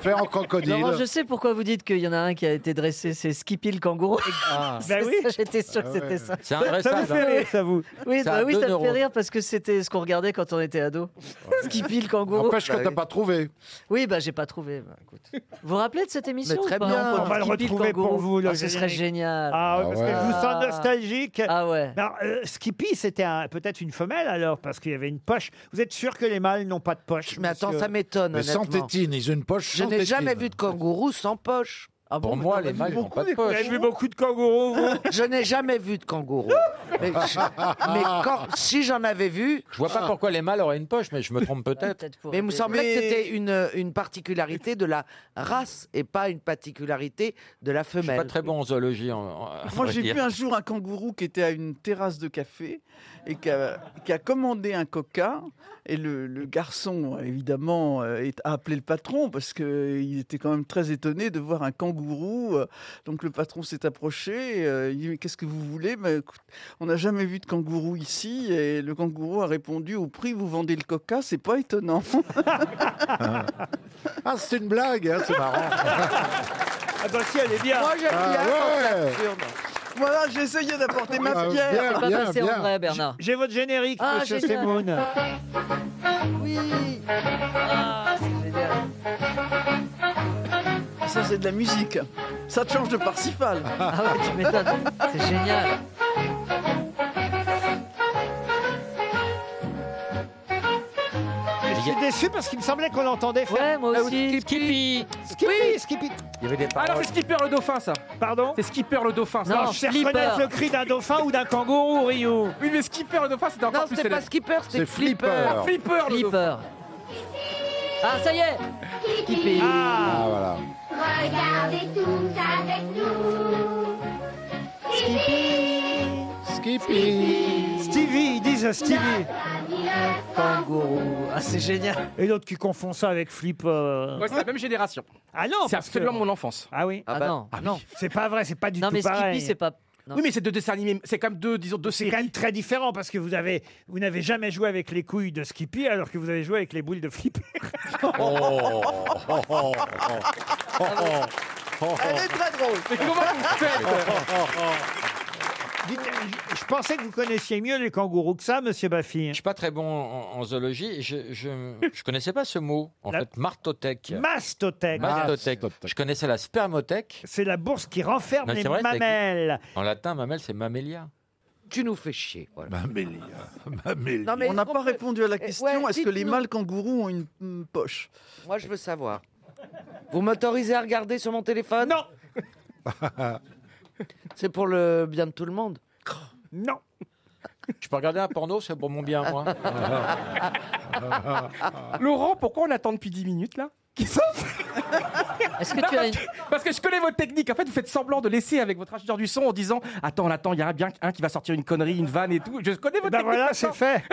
Speaker 22: Fait en crocodile.
Speaker 11: Laurent, je sais pourquoi vous dites qu'il y en a un qui a été dressé, c'est Skippy le kangourou. C'est (laughs)
Speaker 7: Ben oui.
Speaker 11: ça, J'étais sûre que
Speaker 7: Ah
Speaker 11: c'était
Speaker 7: ouais.
Speaker 11: ça.
Speaker 7: C'est un vrai Ça vous sable, fait hein. rire, ça vous
Speaker 11: Oui,
Speaker 7: Ça
Speaker 11: bah
Speaker 7: a
Speaker 11: oui,
Speaker 7: deux
Speaker 11: ça me fait
Speaker 7: neurones.
Speaker 11: rire parce que c'était ce qu'on regardait quand on était ado. Skippy le kangourou.
Speaker 22: N'empêche que t'as pas trouvé.
Speaker 11: Oui, bah j'ai pas trouvé. Bah, écoute. Vous vous rappelez de cette émission
Speaker 9: Mais
Speaker 11: ou
Speaker 9: très
Speaker 11: pas
Speaker 9: bien.
Speaker 11: Quand
Speaker 9: On va le
Speaker 11: Skippy
Speaker 7: retrouver pour
Speaker 11: kangourou-
Speaker 7: vous, le
Speaker 11: Ah, ce serait
Speaker 7: générique.
Speaker 11: génial.
Speaker 7: Ah, ouais, parce que je vous sens
Speaker 11: Ah.
Speaker 7: nostalgique. Ah ouais. Skippy, c'était un- peut-être une femelle alors, parce qu'il y avait une poche. Vous êtes sûr que les mâles n'ont pas de poche
Speaker 9: Mais attends,
Speaker 7: monsieur
Speaker 9: ça m'étonne. honnêtement.
Speaker 22: tétine, ils ont une poche
Speaker 9: Je
Speaker 7: sans
Speaker 9: n'ai jamais
Speaker 7: tétine.
Speaker 9: vu de kangourou sans poche. Ah
Speaker 1: Pour moi, les mâles n'ont pas de poche.
Speaker 7: beaucoup de kangourous,
Speaker 9: Je n'ai jamais vu de kangourous. Mais, je- mais quand- si j'en avais vu...
Speaker 1: Je vois pas pourquoi les mâles auraient une poche, mais je me trompe peut-être.
Speaker 9: Mais il me semblait que c'était une, une particularité de la race et pas une particularité de la femelle.
Speaker 1: pas très bon en zoologie. en-
Speaker 9: (laughs)
Speaker 1: en- à
Speaker 13: Moi,
Speaker 1: vrai
Speaker 13: j'ai
Speaker 1: dire.
Speaker 13: vu un jour un kangourou qui était à une terrasse de café et qui a, qui a commandé un coca. Et le, le garçon, évidemment, euh, est- a appelé le patron parce qu'il était quand même très étonné de voir un kangourou. Euh, Donc, le patron s'est approché. euh, Il dit Mais qu'est-ce que vous voulez Ben, écoute, On n'a jamais vu de kangourou ici. Et le kangourou a répondu Au prix, vous vendez le coca, c'est pas étonnant.
Speaker 21: (laughs) Ah, c'est une blague, hein, c'est marrant.
Speaker 13: (laughs)
Speaker 7: Ah bah si, elle est bien.
Speaker 13: Moi, j'aime
Speaker 21: Ah
Speaker 13: bien quand
Speaker 21: ouais.
Speaker 13: c'est absurde. Voilà, j'ai essayé d'apporter ma
Speaker 21: Ah,
Speaker 13: pierre.
Speaker 21: bien, C'est pas bien, passé en bien. vrai,
Speaker 18: Bernard.
Speaker 7: J'ai votre générique,
Speaker 18: Ah,
Speaker 7: monsieur
Speaker 18: génial.
Speaker 7: Semoun.
Speaker 13: Oui.
Speaker 11: Ah,
Speaker 13: Ça, c'est de la musique. Ça te change de Parsifal. Ah ouais, tu m'étonnes. C'est génial.
Speaker 7: Je suis déçu parce qu'il me semblait qu'on l'entendait faire.
Speaker 18: Ouais, moi
Speaker 7: Ah,
Speaker 18: aussi. Skippy.
Speaker 7: Skippy, Skippy.
Speaker 1: Il y avait des
Speaker 18: Ah non,
Speaker 1: paroles.
Speaker 18: c'est Skipper le dauphin, ça.
Speaker 7: Pardon
Speaker 18: C'est Skipper le dauphin. ça.
Speaker 7: Non, je sais reconnaître le cri d'un dauphin ou d'un kangourou, Rio.
Speaker 18: Oui, mais Skipper le dauphin, c'était encore plus
Speaker 9: c'était
Speaker 18: célèbre.
Speaker 9: pas Skipper, c'était
Speaker 18: C'est
Speaker 9: Flipper.
Speaker 18: Ah, Flipper, le dauphin.
Speaker 25: Ah, ça y est
Speaker 18: Skippy.
Speaker 7: Ah,
Speaker 21: voilà.
Speaker 25: Regardez tous avec nous.
Speaker 7: Skippy. Stevie, ils disent Stevie.
Speaker 18: Kangourou. Ah, c'est génial.
Speaker 7: Et l'autre qui confond ça avec Flipper.
Speaker 18: Ouais, c'est la même génération.
Speaker 7: Ah non
Speaker 18: C'est
Speaker 7: parce
Speaker 18: absolument
Speaker 7: que-
Speaker 18: mon enfance.
Speaker 7: Ah oui
Speaker 18: Ah Ah bah- non,
Speaker 7: Ah non. C'est pas vrai, c'est pas du
Speaker 18: Non,
Speaker 7: tout
Speaker 18: mais Skippy,
Speaker 7: pareil.
Speaker 18: c'est pas- non.
Speaker 7: Oui, mais c'est deux dessins animés. C'est quand même deux, disons, deux séries. C'est quand même très différent parce que vous avez, vous n'avez jamais joué avec les couilles de Skippy alors que vous avez joué avec les boules de Flipper.
Speaker 13: Elle est très drôle.
Speaker 18: Oh. Mais comment vous
Speaker 7: (laughs) Dites, euh, je- je pensais que vous connaissiez mieux les kangourous que ça, monsieur Baffy. Je
Speaker 1: suis pas très bon en, en zoologie. et Je, je,
Speaker 7: (laughs)
Speaker 1: je connaissais pas ce mot. En fait, martothèque.
Speaker 7: Mastothèque.
Speaker 1: Mastothèque. Je connaissais la spermothèque.
Speaker 7: C'est la bourse qui renferme
Speaker 1: Non,
Speaker 7: les
Speaker 1: c'est vrai, ça existe.
Speaker 7: mamelles.
Speaker 1: En latin, mamelle, c'est mammalia.
Speaker 9: Tu nous fais chier.
Speaker 1: Mammalia.
Speaker 9: Non, mais
Speaker 13: on n'a
Speaker 9: est-ce qu'on
Speaker 13: pas
Speaker 9: peut-
Speaker 13: répondu à la
Speaker 9: Eh,
Speaker 13: question.
Speaker 9: ouais,
Speaker 13: Est-ce que les
Speaker 9: dites-nous.
Speaker 13: mâles kangourous ont une mm, poche
Speaker 9: Moi, je veux savoir. (laughs) Vous m'autorisez à regarder sur mon téléphone
Speaker 7: Non
Speaker 9: (laughs) C'est pour le bien de tout le
Speaker 14: (laughs)
Speaker 9: monde.
Speaker 7: Non
Speaker 1: Je peux regarder un porno, c'est pour mon bien,
Speaker 7: (laughs)
Speaker 1: moi.
Speaker 18: Laurent, pourquoi on attend depuis 10 minutes là Qui ça Est-ce que tu as Parce que je connais votre technique. En fait, vous faites semblant de laisser avec votre acheteur du son en disant Attends, on attend, il y en a bien un qui va sortir une connerie, une vanne et tout. Je connais votre
Speaker 7: Ben
Speaker 18: technique.
Speaker 7: voilà, c'est
Speaker 18: (laughs)
Speaker 7: fait.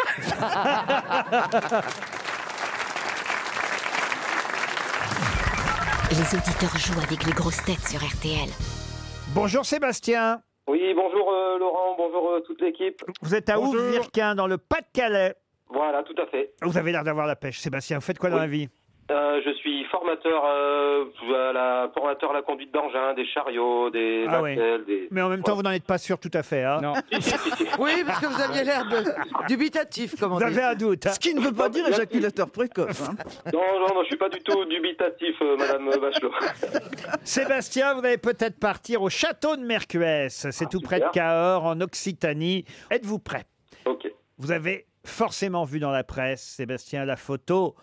Speaker 8: Les auditeurs jouent avec les grosses têtes sur RTL.
Speaker 7: Bonjour Sébastien.
Speaker 28: Oui, bonjour euh, Laurent, bonjour euh, toute l'équipe.
Speaker 7: Vous êtes à
Speaker 28: Bonjour.
Speaker 7: Ouvirquin, dans le Pas-de-Calais.
Speaker 28: Voilà, tout à fait.
Speaker 7: Vous avez l'air d'avoir la pêche, Sébastien. Vous faites quoi dans
Speaker 28: Oui.
Speaker 7: la vie
Speaker 28: Euh, je suis formateur, euh, à la, formateur à la conduite d'engins, des chariots, des
Speaker 7: Ah oui.
Speaker 28: nacelles, des...
Speaker 7: Mais en même temps, vous n'en êtes pas sûr tout à fait. hein. (laughs)
Speaker 9: Oui, parce que vous aviez l'air de- dubitatif, comme on
Speaker 7: Vous
Speaker 9: dit.
Speaker 7: avez un doute. hein.
Speaker 13: Ce qui ne veut pas dire éjaculateur
Speaker 7: (laughs)
Speaker 13: précoce. hein.
Speaker 28: Non, non, non, je suis pas du tout dubitatif, euh, Madame Bachelot.
Speaker 7: Sébastien, vous allez peut-être partir au château de Mercues. C'est tout près de
Speaker 28: Ah, super.
Speaker 7: Cahors, en Occitanie. Êtes-vous prêt
Speaker 28: Ok.
Speaker 7: Vous avez forcément vu dans la presse, Sébastien, la photo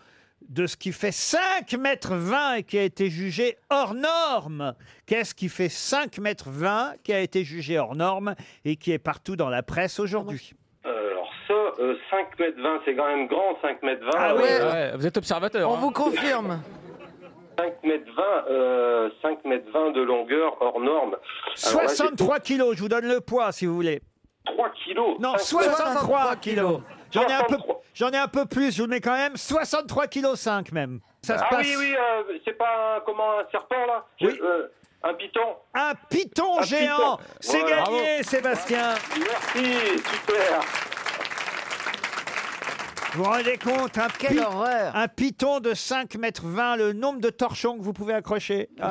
Speaker 7: de ce qui fait 5 mètres 20 et qui a été jugé hors norme. Qu'est-ce qui fait 5 mètres 20 qui a été jugé hors norme et qui est partout dans la presse aujourd'hui
Speaker 28: Euh, alors ça, euh, 5 mètres 20, c'est quand même grand, 5 mètres 20.
Speaker 7: Ah ouais.
Speaker 28: vous êtes observateur.
Speaker 9: Euh,
Speaker 28: hein.
Speaker 9: On vous confirme.
Speaker 28: 5 mètres 20, euh, 5 mètres 20 de longueur hors norme. Alors là, j'ai
Speaker 7: 63 kilos, je vous donne le poids si vous voulez.
Speaker 28: 3 kilos.
Speaker 7: Non, 63 kilos. J'en ai, un peu, j'en ai un peu plus, je vous le mets quand même. 63 kilos 5 même. Ça se
Speaker 28: ah
Speaker 7: passe.
Speaker 28: oui, oui, euh, c'est pas un- comment un serpent là Je- euh, Un python
Speaker 7: Un python
Speaker 28: Un
Speaker 7: géant.
Speaker 28: python.
Speaker 7: C'est
Speaker 28: Ah, Voilà,
Speaker 7: gagné,
Speaker 28: bravo.
Speaker 7: Sébastien.
Speaker 28: Merci, super
Speaker 7: Vous vous rendez compte un Quelle horreur Un python de 5 mètres 20, le nombre de torchons que vous pouvez accrocher. Ah.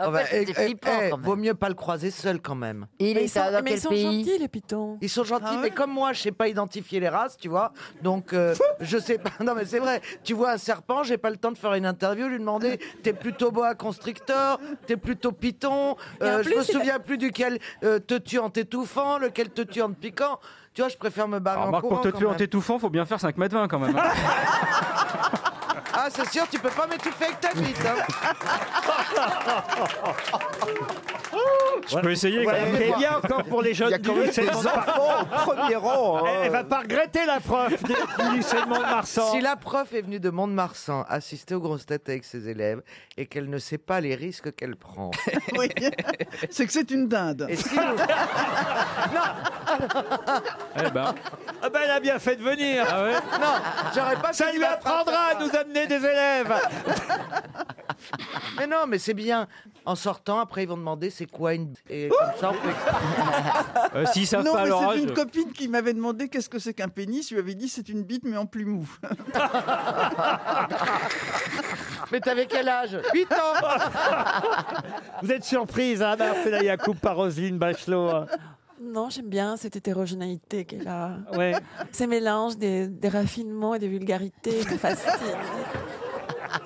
Speaker 9: Ah bah, eh, eh, eh, vaut mieux pas le croiser seul quand même.
Speaker 14: Il Mais est ils sont- à- dans mais quel ils sont pays gentils,
Speaker 9: les pitons. Ils sont gentils,
Speaker 15: Ah
Speaker 9: mais comme moi, je sais pas identifier les races, tu vois. Donc, euh, je sais pas. (laughs) Non, mais c'est vrai. Tu vois un serpent, j'ai pas le temps de faire une interview, lui
Speaker 15: (laughs)
Speaker 9: demander t'es plutôt boa constrictor, t'es plutôt python.
Speaker 15: Et en
Speaker 9: euh, je
Speaker 15: plus,
Speaker 9: me
Speaker 15: il a-
Speaker 9: souviens plus duquel euh, te tue en t'étouffant, lequel te tue en te piquant. Tu
Speaker 7: Ah,
Speaker 9: vois, je préfère me barrer
Speaker 18: Alors,
Speaker 9: Ah, en
Speaker 18: Marc,
Speaker 9: courant.
Speaker 18: pour te
Speaker 9: quand
Speaker 18: tuer en
Speaker 9: même.
Speaker 12: hein.
Speaker 18: t'étouffant, faut bien faire 5 mètres 20 quand même.
Speaker 9: Ah, c'est sûr, tu peux pas m'étouffer avec ta bite. (laughs) hein.
Speaker 7: (laughs) Je peux essayer, quand même. Eh bien, encore pour les jeunes
Speaker 10: Il y a quand
Speaker 7: du
Speaker 10: même
Speaker 7: lycée
Speaker 10: des
Speaker 7: de Montmartre.
Speaker 10: enfants au premier rang. hein.
Speaker 7: Elle, elle va pas regretter la prof (laughs) du du lycée de Mont-de-Marsan.
Speaker 9: Si la prof est venue de Mont-de-Marsan assister aux grosses têtes avec ses élèves et qu'elle ne sait pas les risques qu'elle
Speaker 13: (laughs)
Speaker 9: prend.
Speaker 13: C'est que c'est une dinde.
Speaker 7: Eh ben. Ah ben, elle a bien fait de venir.
Speaker 10: Ah
Speaker 9: Non, j'aurais pas
Speaker 7: Ça
Speaker 9: fini
Speaker 7: lui
Speaker 9: ma phrase.
Speaker 7: apprendra à nous amener des élèves.
Speaker 9: Mais non, mais c'est bien. En sortant, après, ils vont demander c'est quoi une. Et comme ça, on peut expliquer.
Speaker 7: Euh, s'ils savent
Speaker 13: non,
Speaker 7: pas
Speaker 13: mais
Speaker 7: leur
Speaker 13: c'est
Speaker 7: âge.
Speaker 13: une copine qui m'avait demandé qu'est-ce que c'est qu'un pénis. Je lui avais dit c'est une bite mais en plus
Speaker 7: (laughs)
Speaker 13: mou.
Speaker 9: mais t'avais quel âge 8 ans
Speaker 7: Vous êtes surprise, hein, Marcella Yacoub par Roselyne Bachelot. hein.
Speaker 27: Non, j'aime bien cette hétérogénéité qu'elle a.
Speaker 7: Ouais.
Speaker 27: Ces mélanges des, des raffinements et des vulgarités me
Speaker 7: (laughs)
Speaker 27: fascinent.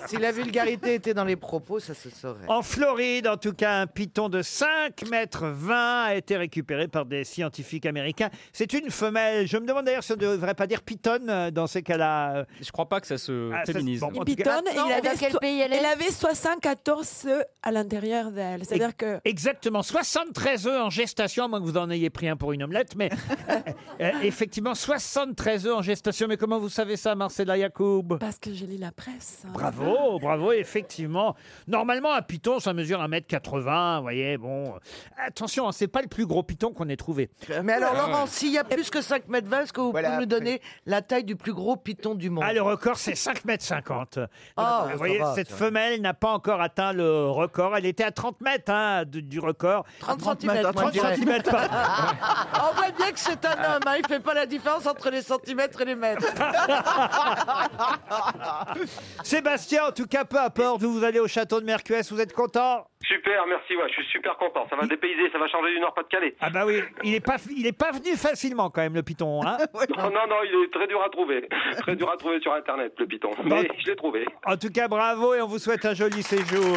Speaker 9: Si la vulgarité était dans les propos, ça se saurait.
Speaker 7: En Floride, en tout cas, un python de 5 mètres 20 a été récupéré par des scientifiques américains. C'est une femelle. Je me demande d'ailleurs si on ne devrait pas dire python euh, dans ces cas-là.
Speaker 12: Je crois pas que ça se
Speaker 7: Ah, ça,
Speaker 12: féminise.
Speaker 7: bon, en tout
Speaker 27: Piton,
Speaker 7: cas-
Speaker 27: il avait, so- elle avait 74 œufs à l'intérieur d'elle. C'est-à-dire que
Speaker 7: euh? Exactement, 73 œufs en gestation, à moins que vous en ayez pris un pour une omelette, mais (laughs) euh, effectivement, 73 œufs en gestation. Mais comment vous savez ça, Marcella Yacoub
Speaker 27: Parce que j'ai lu la presse. hein.
Speaker 7: Bravo, bravo, effectivement. Normalement, un python, ça mesure 1m80, vous voyez, bon. Attention, hein, c'est pas le plus gros python qu'on ait trouvé. Ah
Speaker 9: Mais alors, Laurent, s'il y a plus que 5 mètres 20, est-ce que vous pouvez nous donner la taille du plus gros python du monde
Speaker 7: Ah, le record, c'est 5,50 m.
Speaker 9: Ah, ça
Speaker 7: vous voyez,
Speaker 9: va,
Speaker 7: cette
Speaker 9: ça va.
Speaker 7: femelle n'a pas encore atteint le record. Elle était à 30 mètres hein, du, du record.
Speaker 9: 30 centimètres, moi,
Speaker 7: 30
Speaker 9: je dirais.
Speaker 7: centimètres, pardon.
Speaker 9: (laughs) On voit bien que c'est un homme, hein, il fait pas la différence entre les centimètres et les mètres.
Speaker 7: Sébastien, en tout cas, peu importe où vous allez au château de Mercues, vous êtes content
Speaker 28: Super, merci, ouais, je suis super content. Ça va dépayser, ça va changer du Nord-Pas-de-Calais.
Speaker 7: Ah bah oui, il n'est pas, il est pas venu facilement quand même, le
Speaker 9: (laughs)
Speaker 7: python. hein.
Speaker 28: (laughs) Non, non, non, il est très dur à trouver. Très dur à trouver sur Internet, le piton. Mais je l'ai trouvé.
Speaker 7: En tout cas, bravo et on vous souhaite un joli séjour.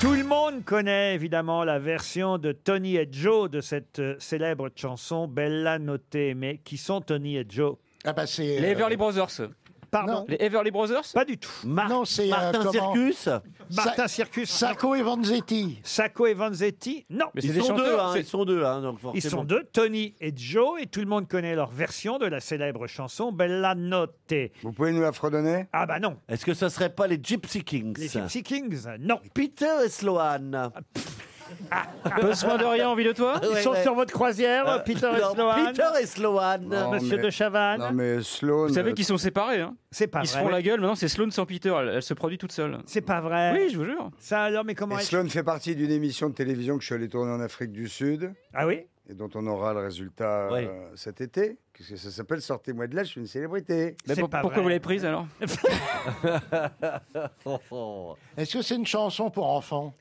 Speaker 7: Tout le monde connaît évidemment la version de Tony et Joe de cette euh, célèbre chanson Bella Notte. Mais qui sont Tony et Joe
Speaker 21: Ah bah c'est
Speaker 12: Les
Speaker 7: euh,
Speaker 12: Everly Brothers.
Speaker 7: Pardon
Speaker 12: Les Everly Brothers
Speaker 7: Pas du tout.
Speaker 21: non, c'est
Speaker 7: Martin Circus Martin
Speaker 21: Sa-
Speaker 7: Circus.
Speaker 21: Sacco et Vanzetti.
Speaker 7: Sacco et Vanzetti Non.
Speaker 21: Mais c'est Ils des sont chanteurs, deux, hein, c'est- ils
Speaker 7: sont deux. ils sont deux, Tony et Joe, et tout le monde connaît leur version de la célèbre chanson Bella Notte.
Speaker 17: Vous pouvez nous la fredonner
Speaker 7: Ah bah non.
Speaker 4: Est-ce que ça serait pas les Gypsy Kings
Speaker 7: Les Gypsy Kings, non.
Speaker 4: Peter et
Speaker 7: (laughs)
Speaker 4: Sloan.
Speaker 7: Besoin de rien, envie de toi Ils sont sur votre croisière, Peter et Sloan.
Speaker 4: Euh, Peter et Sloan.
Speaker 17: Non,
Speaker 12: Monsieur
Speaker 17: mais-
Speaker 12: de Chavannes.
Speaker 17: Non, mais euh, Sloan.
Speaker 12: Vous savez qu'ils sont séparés, hein
Speaker 7: C'est pas
Speaker 12: Ils se
Speaker 7: vrai.
Speaker 12: font la gueule, maintenant c'est Sloane sans Peter, elle, elle se produit toute seule.
Speaker 7: C'est pas vrai.
Speaker 12: Oui, je vous jure.
Speaker 7: Euh, Ça alors, mais comment
Speaker 17: Et
Speaker 7: elle-
Speaker 17: Sloan fait partie d'une émission de télévision que je suis allé tourner en Afrique du Sud.
Speaker 7: Ah oui
Speaker 17: Et dont on aura le résultat
Speaker 7: Oui.
Speaker 17: euh, cet été. Qu'est-ce que ça s'appelle Sortez-moi de là, je suis une célébrité.
Speaker 12: Mais pour- pourquoi vous l'avez prise alors
Speaker 21: Est-ce que c'est une chanson pour enfants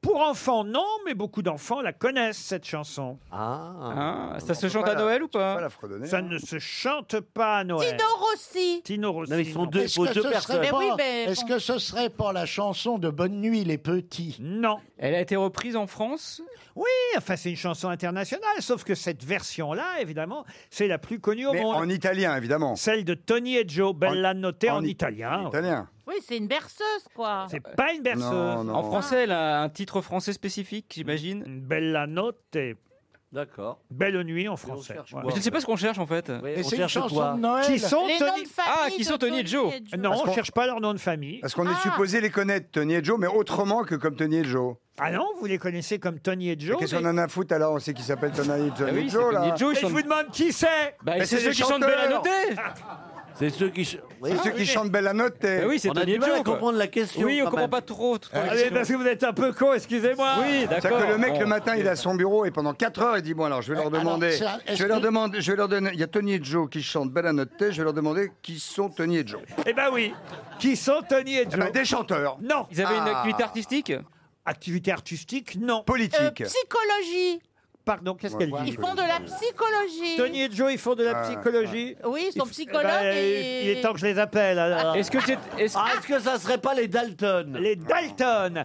Speaker 7: Pour enfants, non, mais beaucoup d'enfants la connaissent, cette chanson.
Speaker 11: Ah.
Speaker 12: Ah, ça se chante à Noël ou pas
Speaker 7: Ça ne se chante pas à Noël.
Speaker 5: Tino Rossi.
Speaker 7: Tino Rossi.
Speaker 4: Non, mais ils sont deux-
Speaker 21: Est-ce que, ce serait
Speaker 5: Mais oui, ben,
Speaker 21: pas-
Speaker 5: mais-
Speaker 21: est-ce que ce serait pas la chanson de Bonne Nuit les Petits
Speaker 7: Non.
Speaker 12: Elle a été reprise en France
Speaker 7: Oui, enfin, c'est une chanson internationale, sauf que cette version-là, évidemment, c'est la plus connue au
Speaker 17: Mais
Speaker 7: monde.
Speaker 17: en italien, évidemment.
Speaker 7: Celle de Tony et Joe, Bella Notte en, italien.
Speaker 17: italien.
Speaker 5: Oui, c'est une berceuse, quoi.
Speaker 7: C'est pas une berceuse.
Speaker 12: En français, elle a un titre français spécifique, j'imagine.
Speaker 7: Bella Notte.
Speaker 4: D'accord.
Speaker 7: Belle nuit en français.
Speaker 4: cherche
Speaker 7: Ouais.
Speaker 12: Mais je ne sais pas ce qu'on (laughs) cherche en fait.
Speaker 4: Et on c'est une cherche chanson quoi de Noël.
Speaker 7: Qui sont
Speaker 4: Les noms
Speaker 7: Tony
Speaker 4: de famille
Speaker 12: Ah,
Speaker 4: de
Speaker 12: qui sont Tony et Joe
Speaker 7: Non,
Speaker 17: Parce
Speaker 7: on
Speaker 17: qu'on-
Speaker 7: cherche pas leur nom de famille.
Speaker 17: Parce qu'on
Speaker 7: Ah.
Speaker 17: est supposé les connaître, Tony et Joe, mais autrement que comme Tony et Joe.
Speaker 7: Ah non, vous les connaissez comme Tony et Joe.
Speaker 17: Mais Qu'est-ce
Speaker 7: mais-
Speaker 17: qu'on en a à foutre alors On sait qui s'appelle Tony et Joe.
Speaker 7: Ah oui,
Speaker 17: Joe,
Speaker 7: c'est Tony
Speaker 17: là.
Speaker 7: et Joe, ils Mais je sont- vous demande qui c'est
Speaker 17: Bah,
Speaker 12: c'est ceux qui chantent Bella Notte.
Speaker 17: Ah,
Speaker 4: C'est ceux qui, ch-
Speaker 17: C'est ceux qui chantent Bella Notte.
Speaker 12: Bah oui, c'est
Speaker 4: On a
Speaker 12: Tony
Speaker 4: du
Speaker 12: et
Speaker 4: mal
Speaker 12: Joe,
Speaker 4: à
Speaker 12: quoi.
Speaker 4: comprendre la question,
Speaker 12: Oui, on
Speaker 4: quand
Speaker 12: comprend
Speaker 4: même.
Speaker 12: pas trop. trop
Speaker 7: Ah,
Speaker 12: la
Speaker 7: mais
Speaker 12: question.
Speaker 7: parce que vous êtes un peu con, excusez-moi.
Speaker 12: Oui, d'accord.
Speaker 17: C'est-à-dire que le mec,
Speaker 12: Bon.
Speaker 17: le matin, il a son bureau et pendant 4 heures, il dit Bon, alors je vais leur
Speaker 21: Alors,
Speaker 17: demander.
Speaker 21: c'est un- est-ce
Speaker 17: je vais leur
Speaker 21: que-
Speaker 17: demander. Je vais leur donner. Il y a Tony et Joe qui chantent Bella Notte. Je vais leur demander qui sont Tony et Joe.
Speaker 7: Eh ben oui. Qui sont Tony et Joe
Speaker 17: ben, des chanteurs.
Speaker 7: Non.
Speaker 12: Ils avaient une activité artistique
Speaker 7: Activité Ah. artistique, non.
Speaker 17: Politique.
Speaker 5: Psychologie.
Speaker 7: Pardon, qu'est-ce qu'elle dit
Speaker 5: Ils font de la psychologie.
Speaker 7: Tony et Joe, ils font de la psychologie.
Speaker 5: Oui, ils sont
Speaker 7: f-
Speaker 5: psychologues
Speaker 7: bah,
Speaker 5: et-
Speaker 7: Il est temps que je les appelle. alors.
Speaker 5: Est-ce que c'est- est-ce-
Speaker 7: Ah, est-ce que ça serait pas les Dalton Les Dalton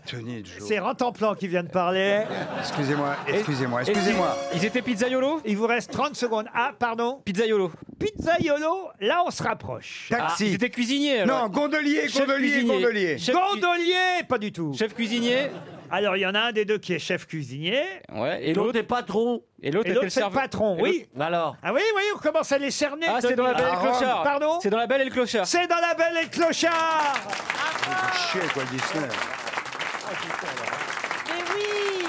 Speaker 7: C'est Rentemplant qui vient de parler.
Speaker 17: Excusez-moi, excusez-moi,
Speaker 7: Est-ce
Speaker 17: excusez-moi.
Speaker 7: qu'ils- Ils étaient pizzaiolo Il vous reste 30 secondes. Ah, pardon Pizzaiolo. Pizzaiolo, là on se rapproche.
Speaker 17: Taxi. Ah, ils étaient
Speaker 7: cuisinier.
Speaker 17: alors. Non, gondolier, gondolier, gondolier. Chef cu-
Speaker 7: gondolier, pas du tout. Chef cuisinier Alors il y en a un des deux qui est chef cuisinier.
Speaker 12: Ouais, et l'autre
Speaker 7: est patron. Et
Speaker 12: l'autre
Speaker 7: l'autre
Speaker 12: était le
Speaker 7: c'est le
Speaker 12: serveur.
Speaker 7: patron,
Speaker 12: Et
Speaker 7: oui.
Speaker 12: Alors
Speaker 7: Ah oui, voyez, on commence à les cerner.
Speaker 12: Ah, c'est
Speaker 7: Tony.
Speaker 12: dans la belle et le clochard.
Speaker 7: Pardon
Speaker 12: C'est dans la belle et le clochard.
Speaker 7: C'est dans la belle et le clochard
Speaker 17: Chier, quoi, Disney.
Speaker 5: Mais oui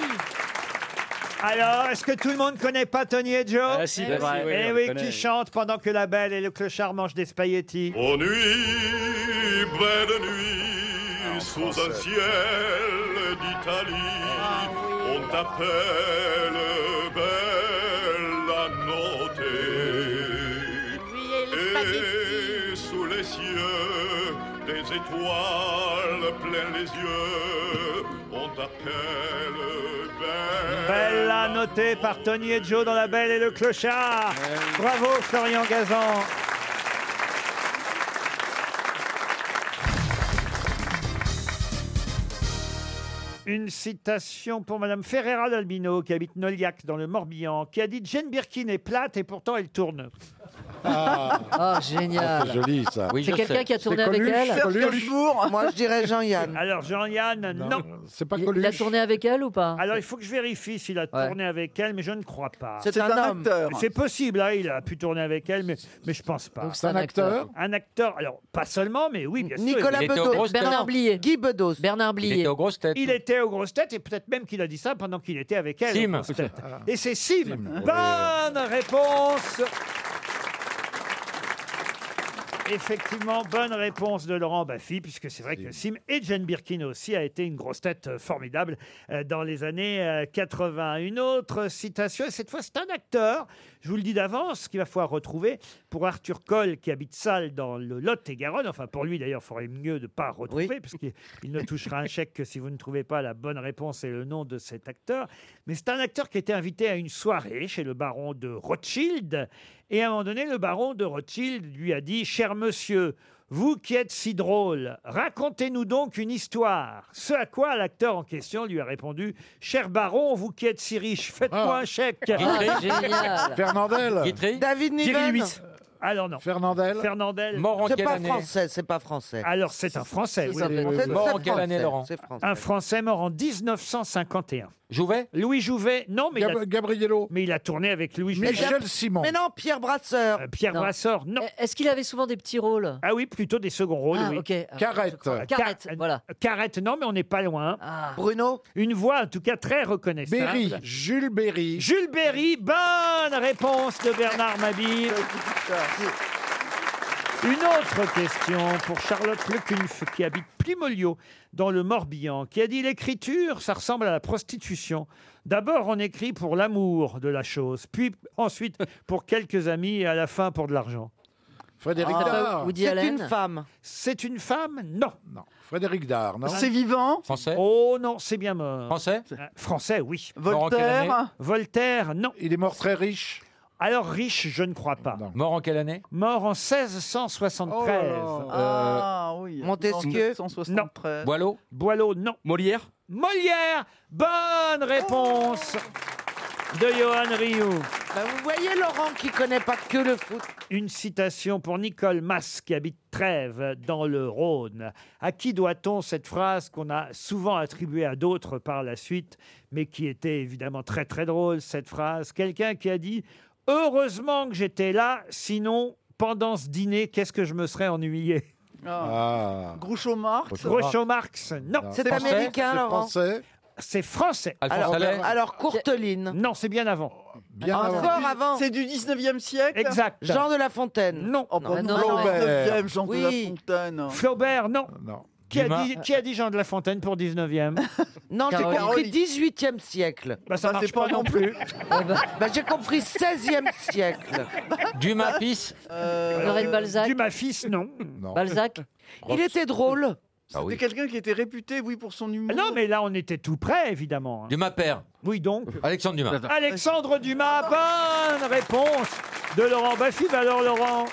Speaker 7: Alors, est-ce que tout le monde connaît pas Tony et Joe
Speaker 12: Ah, si, Eh bah, si, oui. oui,
Speaker 7: Eh
Speaker 12: on
Speaker 7: oui,
Speaker 12: le connaît.
Speaker 7: qui chante pendant que la belle et le clochard mangent des spaghettis.
Speaker 26: Ô nuit, belle nuit, sous un ciel d'Italie, on t'appelle belle à Et sous les cieux, des étoiles plein les yeux, on t'appelle belle.
Speaker 7: Bella notée par Tony et Joe dans La Belle et le Clochard. Bravo Florian Gazan. Une citation pour Madame Ferreira d'Albino, qui habite Noliac dans le Morbihan, qui a dit Jane Birkin est plate et pourtant elle tourne.
Speaker 11: Ah, génial.
Speaker 21: c'est joli, ça. Oui,
Speaker 11: c'est
Speaker 21: je
Speaker 11: quelqu'un
Speaker 21: sais.
Speaker 11: qui a tourné
Speaker 21: C'est
Speaker 11: avec
Speaker 21: Coluche,
Speaker 11: elle
Speaker 21: c'est Coluche.
Speaker 11: Moi, je dirais Jean-Yann.
Speaker 7: Ah, Alors Jean-Yann, non.
Speaker 21: C'est pas
Speaker 11: Il a tourné avec elle ou pas
Speaker 7: Alors il faut que je vérifie s'il a tourné avec elle, mais je ne crois pas.
Speaker 11: C'est C'est un un homme. acteur.
Speaker 7: C'est possible, hein, il a pu tourner avec elle, mais, mais je pense pas.
Speaker 11: Donc, c'est un C'est un acteur. acteur.
Speaker 7: Un acteur, alors pas seulement, mais oui, bien sûr.
Speaker 11: Nicolas
Speaker 7: il était aux
Speaker 11: Bedos.
Speaker 7: grosses
Speaker 11: Bernard
Speaker 7: têtes.
Speaker 11: Blier. Guy Bedos. Bernard Blier.
Speaker 7: Il était aux grosses têtes, et peut-être même qu'il a dit ça pendant qu'il était avec elle. aux
Speaker 1: Sim.
Speaker 7: grosses têtes. Et c'est Sim. Bonne réponse Effectivement, bonne réponse de Laurent Baffy, puisque c'est vrai que Sim et Jane Birkin aussi a été une grosse tête euh, formidable euh, dans les années euh, 80. Une autre citation, et cette fois c'est un acteur, je vous le dis d'avance, qu'il va falloir retrouver pour Arthur Coll, qui habite Salle dans le Lot-et-Garonne. Enfin, pour lui d'ailleurs, il faudrait mieux de ne pas retrouver, puisqu'il il ne touchera un chèque que si vous ne trouvez pas la bonne réponse et le nom de cet acteur. Mais c'est un acteur qui était invité à une soirée chez le baron de Rothschild. Et à un moment donné, le baron de Rothschild lui a dit Cher monsieur, vous qui êtes si drôle, racontez-nous donc une histoire. Ce à quoi l'acteur en question lui a répondu Cher baron, vous qui êtes si riche, faites-moi
Speaker 21: Ah.
Speaker 7: un chèque. (laughs)
Speaker 21: Guitry. Génial. Fernandel. Guitry.
Speaker 7: David
Speaker 21: Thierry Niven. Lewis.
Speaker 7: Alors Euh, ah non. Fernandel. Fernandel.
Speaker 15: C'est pas français, c'est pas français.
Speaker 7: Alors c'est un français. oui,
Speaker 15: Si, ça
Speaker 7: oui,
Speaker 15: fait-
Speaker 7: oui,
Speaker 15: c'est-
Speaker 7: oui.
Speaker 15: Mort en c'est quelle français, année, Laurent c'est français.
Speaker 7: Un français mort en 1951. Jouvet Louis Jouvet, non, mais.
Speaker 21: Gab-
Speaker 7: Gabriello. Mais il a tourné avec Louis Jouvet. Euh,
Speaker 11: Mais non, Pierre Brasseur.
Speaker 7: Pierre Brasseur, non.
Speaker 11: Eh, Est-ce qu'il avait souvent des petits rôles
Speaker 7: Ah oui, plutôt des seconds rôles.
Speaker 11: Ah,
Speaker 7: oui.
Speaker 11: ok. Ah, Carrette. je crois. Carrette, Ah.
Speaker 7: voilà. Carrette, non, mais on n'est pas loin.
Speaker 15: Bruno
Speaker 7: Une voix, en tout cas, très reconnaissable.
Speaker 21: Berry.
Speaker 7: Jules Berry. Jules Berry, bonne réponse de Bernard Mabille. Une autre question pour Charlotte Lecunf, qui habite Plimolio, dans le Morbihan, qui a dit L'écriture, ça ressemble à la prostitution. D'abord, on écrit pour l'amour de la chose, puis ensuite pour quelques amis et à la fin pour de l'argent.
Speaker 21: Frédéric Ah, Dard. Woody
Speaker 7: C'est
Speaker 21: Allen.
Speaker 7: une femme. C'est une femme Non. Non.
Speaker 21: Frédéric Dard, non
Speaker 7: vivant Français Oh non, c'est bien mort. Français Français, oui.
Speaker 21: Mort en quelle Voltaire année
Speaker 7: Voltaire, non. Il est mort très riche alors riche, je ne crois pas. Mort en quelle année Mort en 1673.
Speaker 13: Oh là là. Ah, oui. Montesquieu
Speaker 7: Non. Boileau euh, Boileau, non. Molière Molière Bonne réponse de Johan Rioux.
Speaker 15: Bah, vous voyez Laurent qui connaît pas que le foot.
Speaker 7: Une citation pour Nicole Masse qui habite Trèves dans le Rhône. À qui doit-on cette phrase qu'on a souvent attribuée à d'autres par la suite, mais qui était évidemment très très drôle cette phrase Quelqu'un qui a dit Heureusement que j'étais là, sinon pendant ce dîner, qu'est-ce que je me serais ennuyé
Speaker 21: Ah.
Speaker 13: Groucho Marx.
Speaker 7: Groucho Marx, non.
Speaker 13: C'est C'est français américain, C'est Laurent. français
Speaker 7: C'est français.
Speaker 13: Alphonse Alors- Allais alors
Speaker 7: Courteline. Non, c'est bien avant.
Speaker 13: Bien Ah, avant. c'est du- C'est du 19e siècle
Speaker 7: Exact.
Speaker 13: Jean de
Speaker 7: La Fontaine. Non.
Speaker 13: Oh, bah non, Flaubert. 19e, Jean de La Fontaine.
Speaker 7: Flaubert, non. Qui, a
Speaker 13: Dumas.
Speaker 7: dit, qui a dit Jean de La Fontaine pour 19e
Speaker 15: Non, j'ai compris 18e siècle.
Speaker 7: Bah, ça Bah, marche c'est pas pas non non plus. plus.
Speaker 15: (laughs) bah, j'ai compris 16e siècle. Euh,
Speaker 1: Dumas fils
Speaker 13: Euh,
Speaker 15: Honoré de Balzac.
Speaker 7: Dumas Euh, fils, non.
Speaker 13: (laughs)
Speaker 15: Balzac. Il était drôle.
Speaker 7: Ah oui.
Speaker 13: C'était quelqu'un qui était réputé, oui, pour son humour.
Speaker 7: Non, mais là, on était tout près, évidemment.
Speaker 15: Dumas père.
Speaker 7: Oui, donc.
Speaker 15: Alexandre Dumas.
Speaker 7: Alexandre Dumas, bonne réponse de Laurent Baffy. Bah alors, Laurent,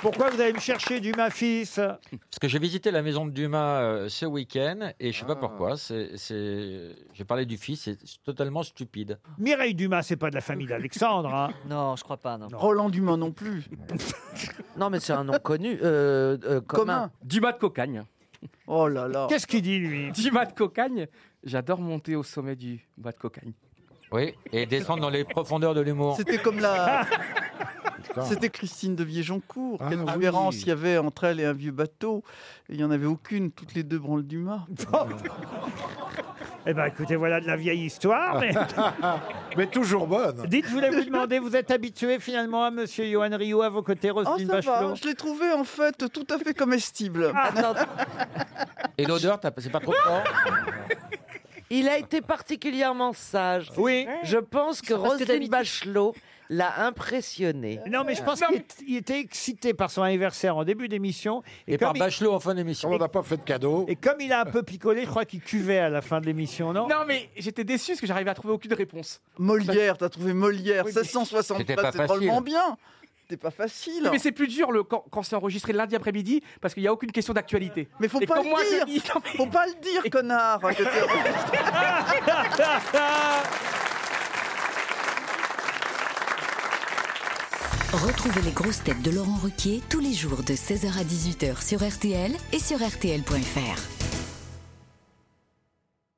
Speaker 7: pourquoi vous allez me chercher Dumas fils
Speaker 15: Parce que j'ai visité la maison de Dumas euh, ce week-end et je sais pas pourquoi. C'est, c'est- j'ai parlé du fils, c'est totalement stupide.
Speaker 7: Mireille Dumas, c'est pas de la famille d'Alexandre. hein. (laughs) Non, je crois pas. Non.
Speaker 13: Roland Dumas non plus.
Speaker 9: Non, mais c'est un nom connu, euh, euh, commun.
Speaker 1: Dumas de Cocagne.
Speaker 13: Oh là là.
Speaker 7: Qu'est-ce qu'il dit, lui
Speaker 1: Dumas de Cocagne. J'adore monter au sommet du bas de Cocagne.
Speaker 15: Oui, et descendre dans les profondeurs de l'humour.
Speaker 13: C'était comme la. C'était Christine de Viejoncourt. Quelle différence il y avait entre elle et un vieux bateau. Il n'y en avait aucune, toutes les deux branle du mât.
Speaker 7: Eh bien, écoutez, voilà de la vieille histoire.
Speaker 32: (laughs)
Speaker 7: Mais,
Speaker 32: toujours bonne.
Speaker 7: Dites, je voulais vous demander, vous êtes habitué finalement à Monsieur Johan Rio à vos côtés,
Speaker 13: Oh,
Speaker 7: Roselyne
Speaker 13: ça va,
Speaker 7: Bachelot Ah,
Speaker 13: je l'ai trouvé en fait tout à fait comestible.
Speaker 15: Et l'odeur, t'as- c'est pas trop fort
Speaker 9: Il a été particulièrement sage.
Speaker 7: Oui.
Speaker 9: Je pense que
Speaker 7: Parce que
Speaker 9: Roselyne
Speaker 7: d'habitude-
Speaker 9: Bachelot l'a impressionné.
Speaker 7: Non, mais je pense qu'il est- il était excité par son anniversaire en début d'émission.
Speaker 15: Et par
Speaker 7: Bachelot en fin d'émission. On n'a
Speaker 32: pas fait de cadeau.
Speaker 7: Et comme il a un peu picolé, je crois qu'il cuvait à la fin de l'émission, non
Speaker 1: Non, mais j'étais (laughs) déçu parce que j'arrivais à trouver aucune réponse.
Speaker 13: Molière, t'as trouvé Molière,
Speaker 1: Oui, mais-
Speaker 13: 1664,
Speaker 1: C'était pas
Speaker 13: c'est drôlement
Speaker 1: facile.
Speaker 13: bien. C'était pas facile.
Speaker 1: Oui, mais c'est plus dur le, quand, quand c'est enregistré lundi après-midi parce qu'il n'y a aucune question d'actualité.
Speaker 13: Mais faut
Speaker 1: Et
Speaker 13: pas
Speaker 1: quand
Speaker 13: le
Speaker 1: moi, je
Speaker 13: dire.
Speaker 1: dis- (laughs) Non, mais-
Speaker 13: Faut pas le dire,
Speaker 1: (laughs)
Speaker 13: connard. que
Speaker 1: Ah,
Speaker 13: t'es-
Speaker 19: Retrouvez les grosses têtes de Laurent Ruquier tous les jours de 16h à 18h sur RTL et sur RTL.fr.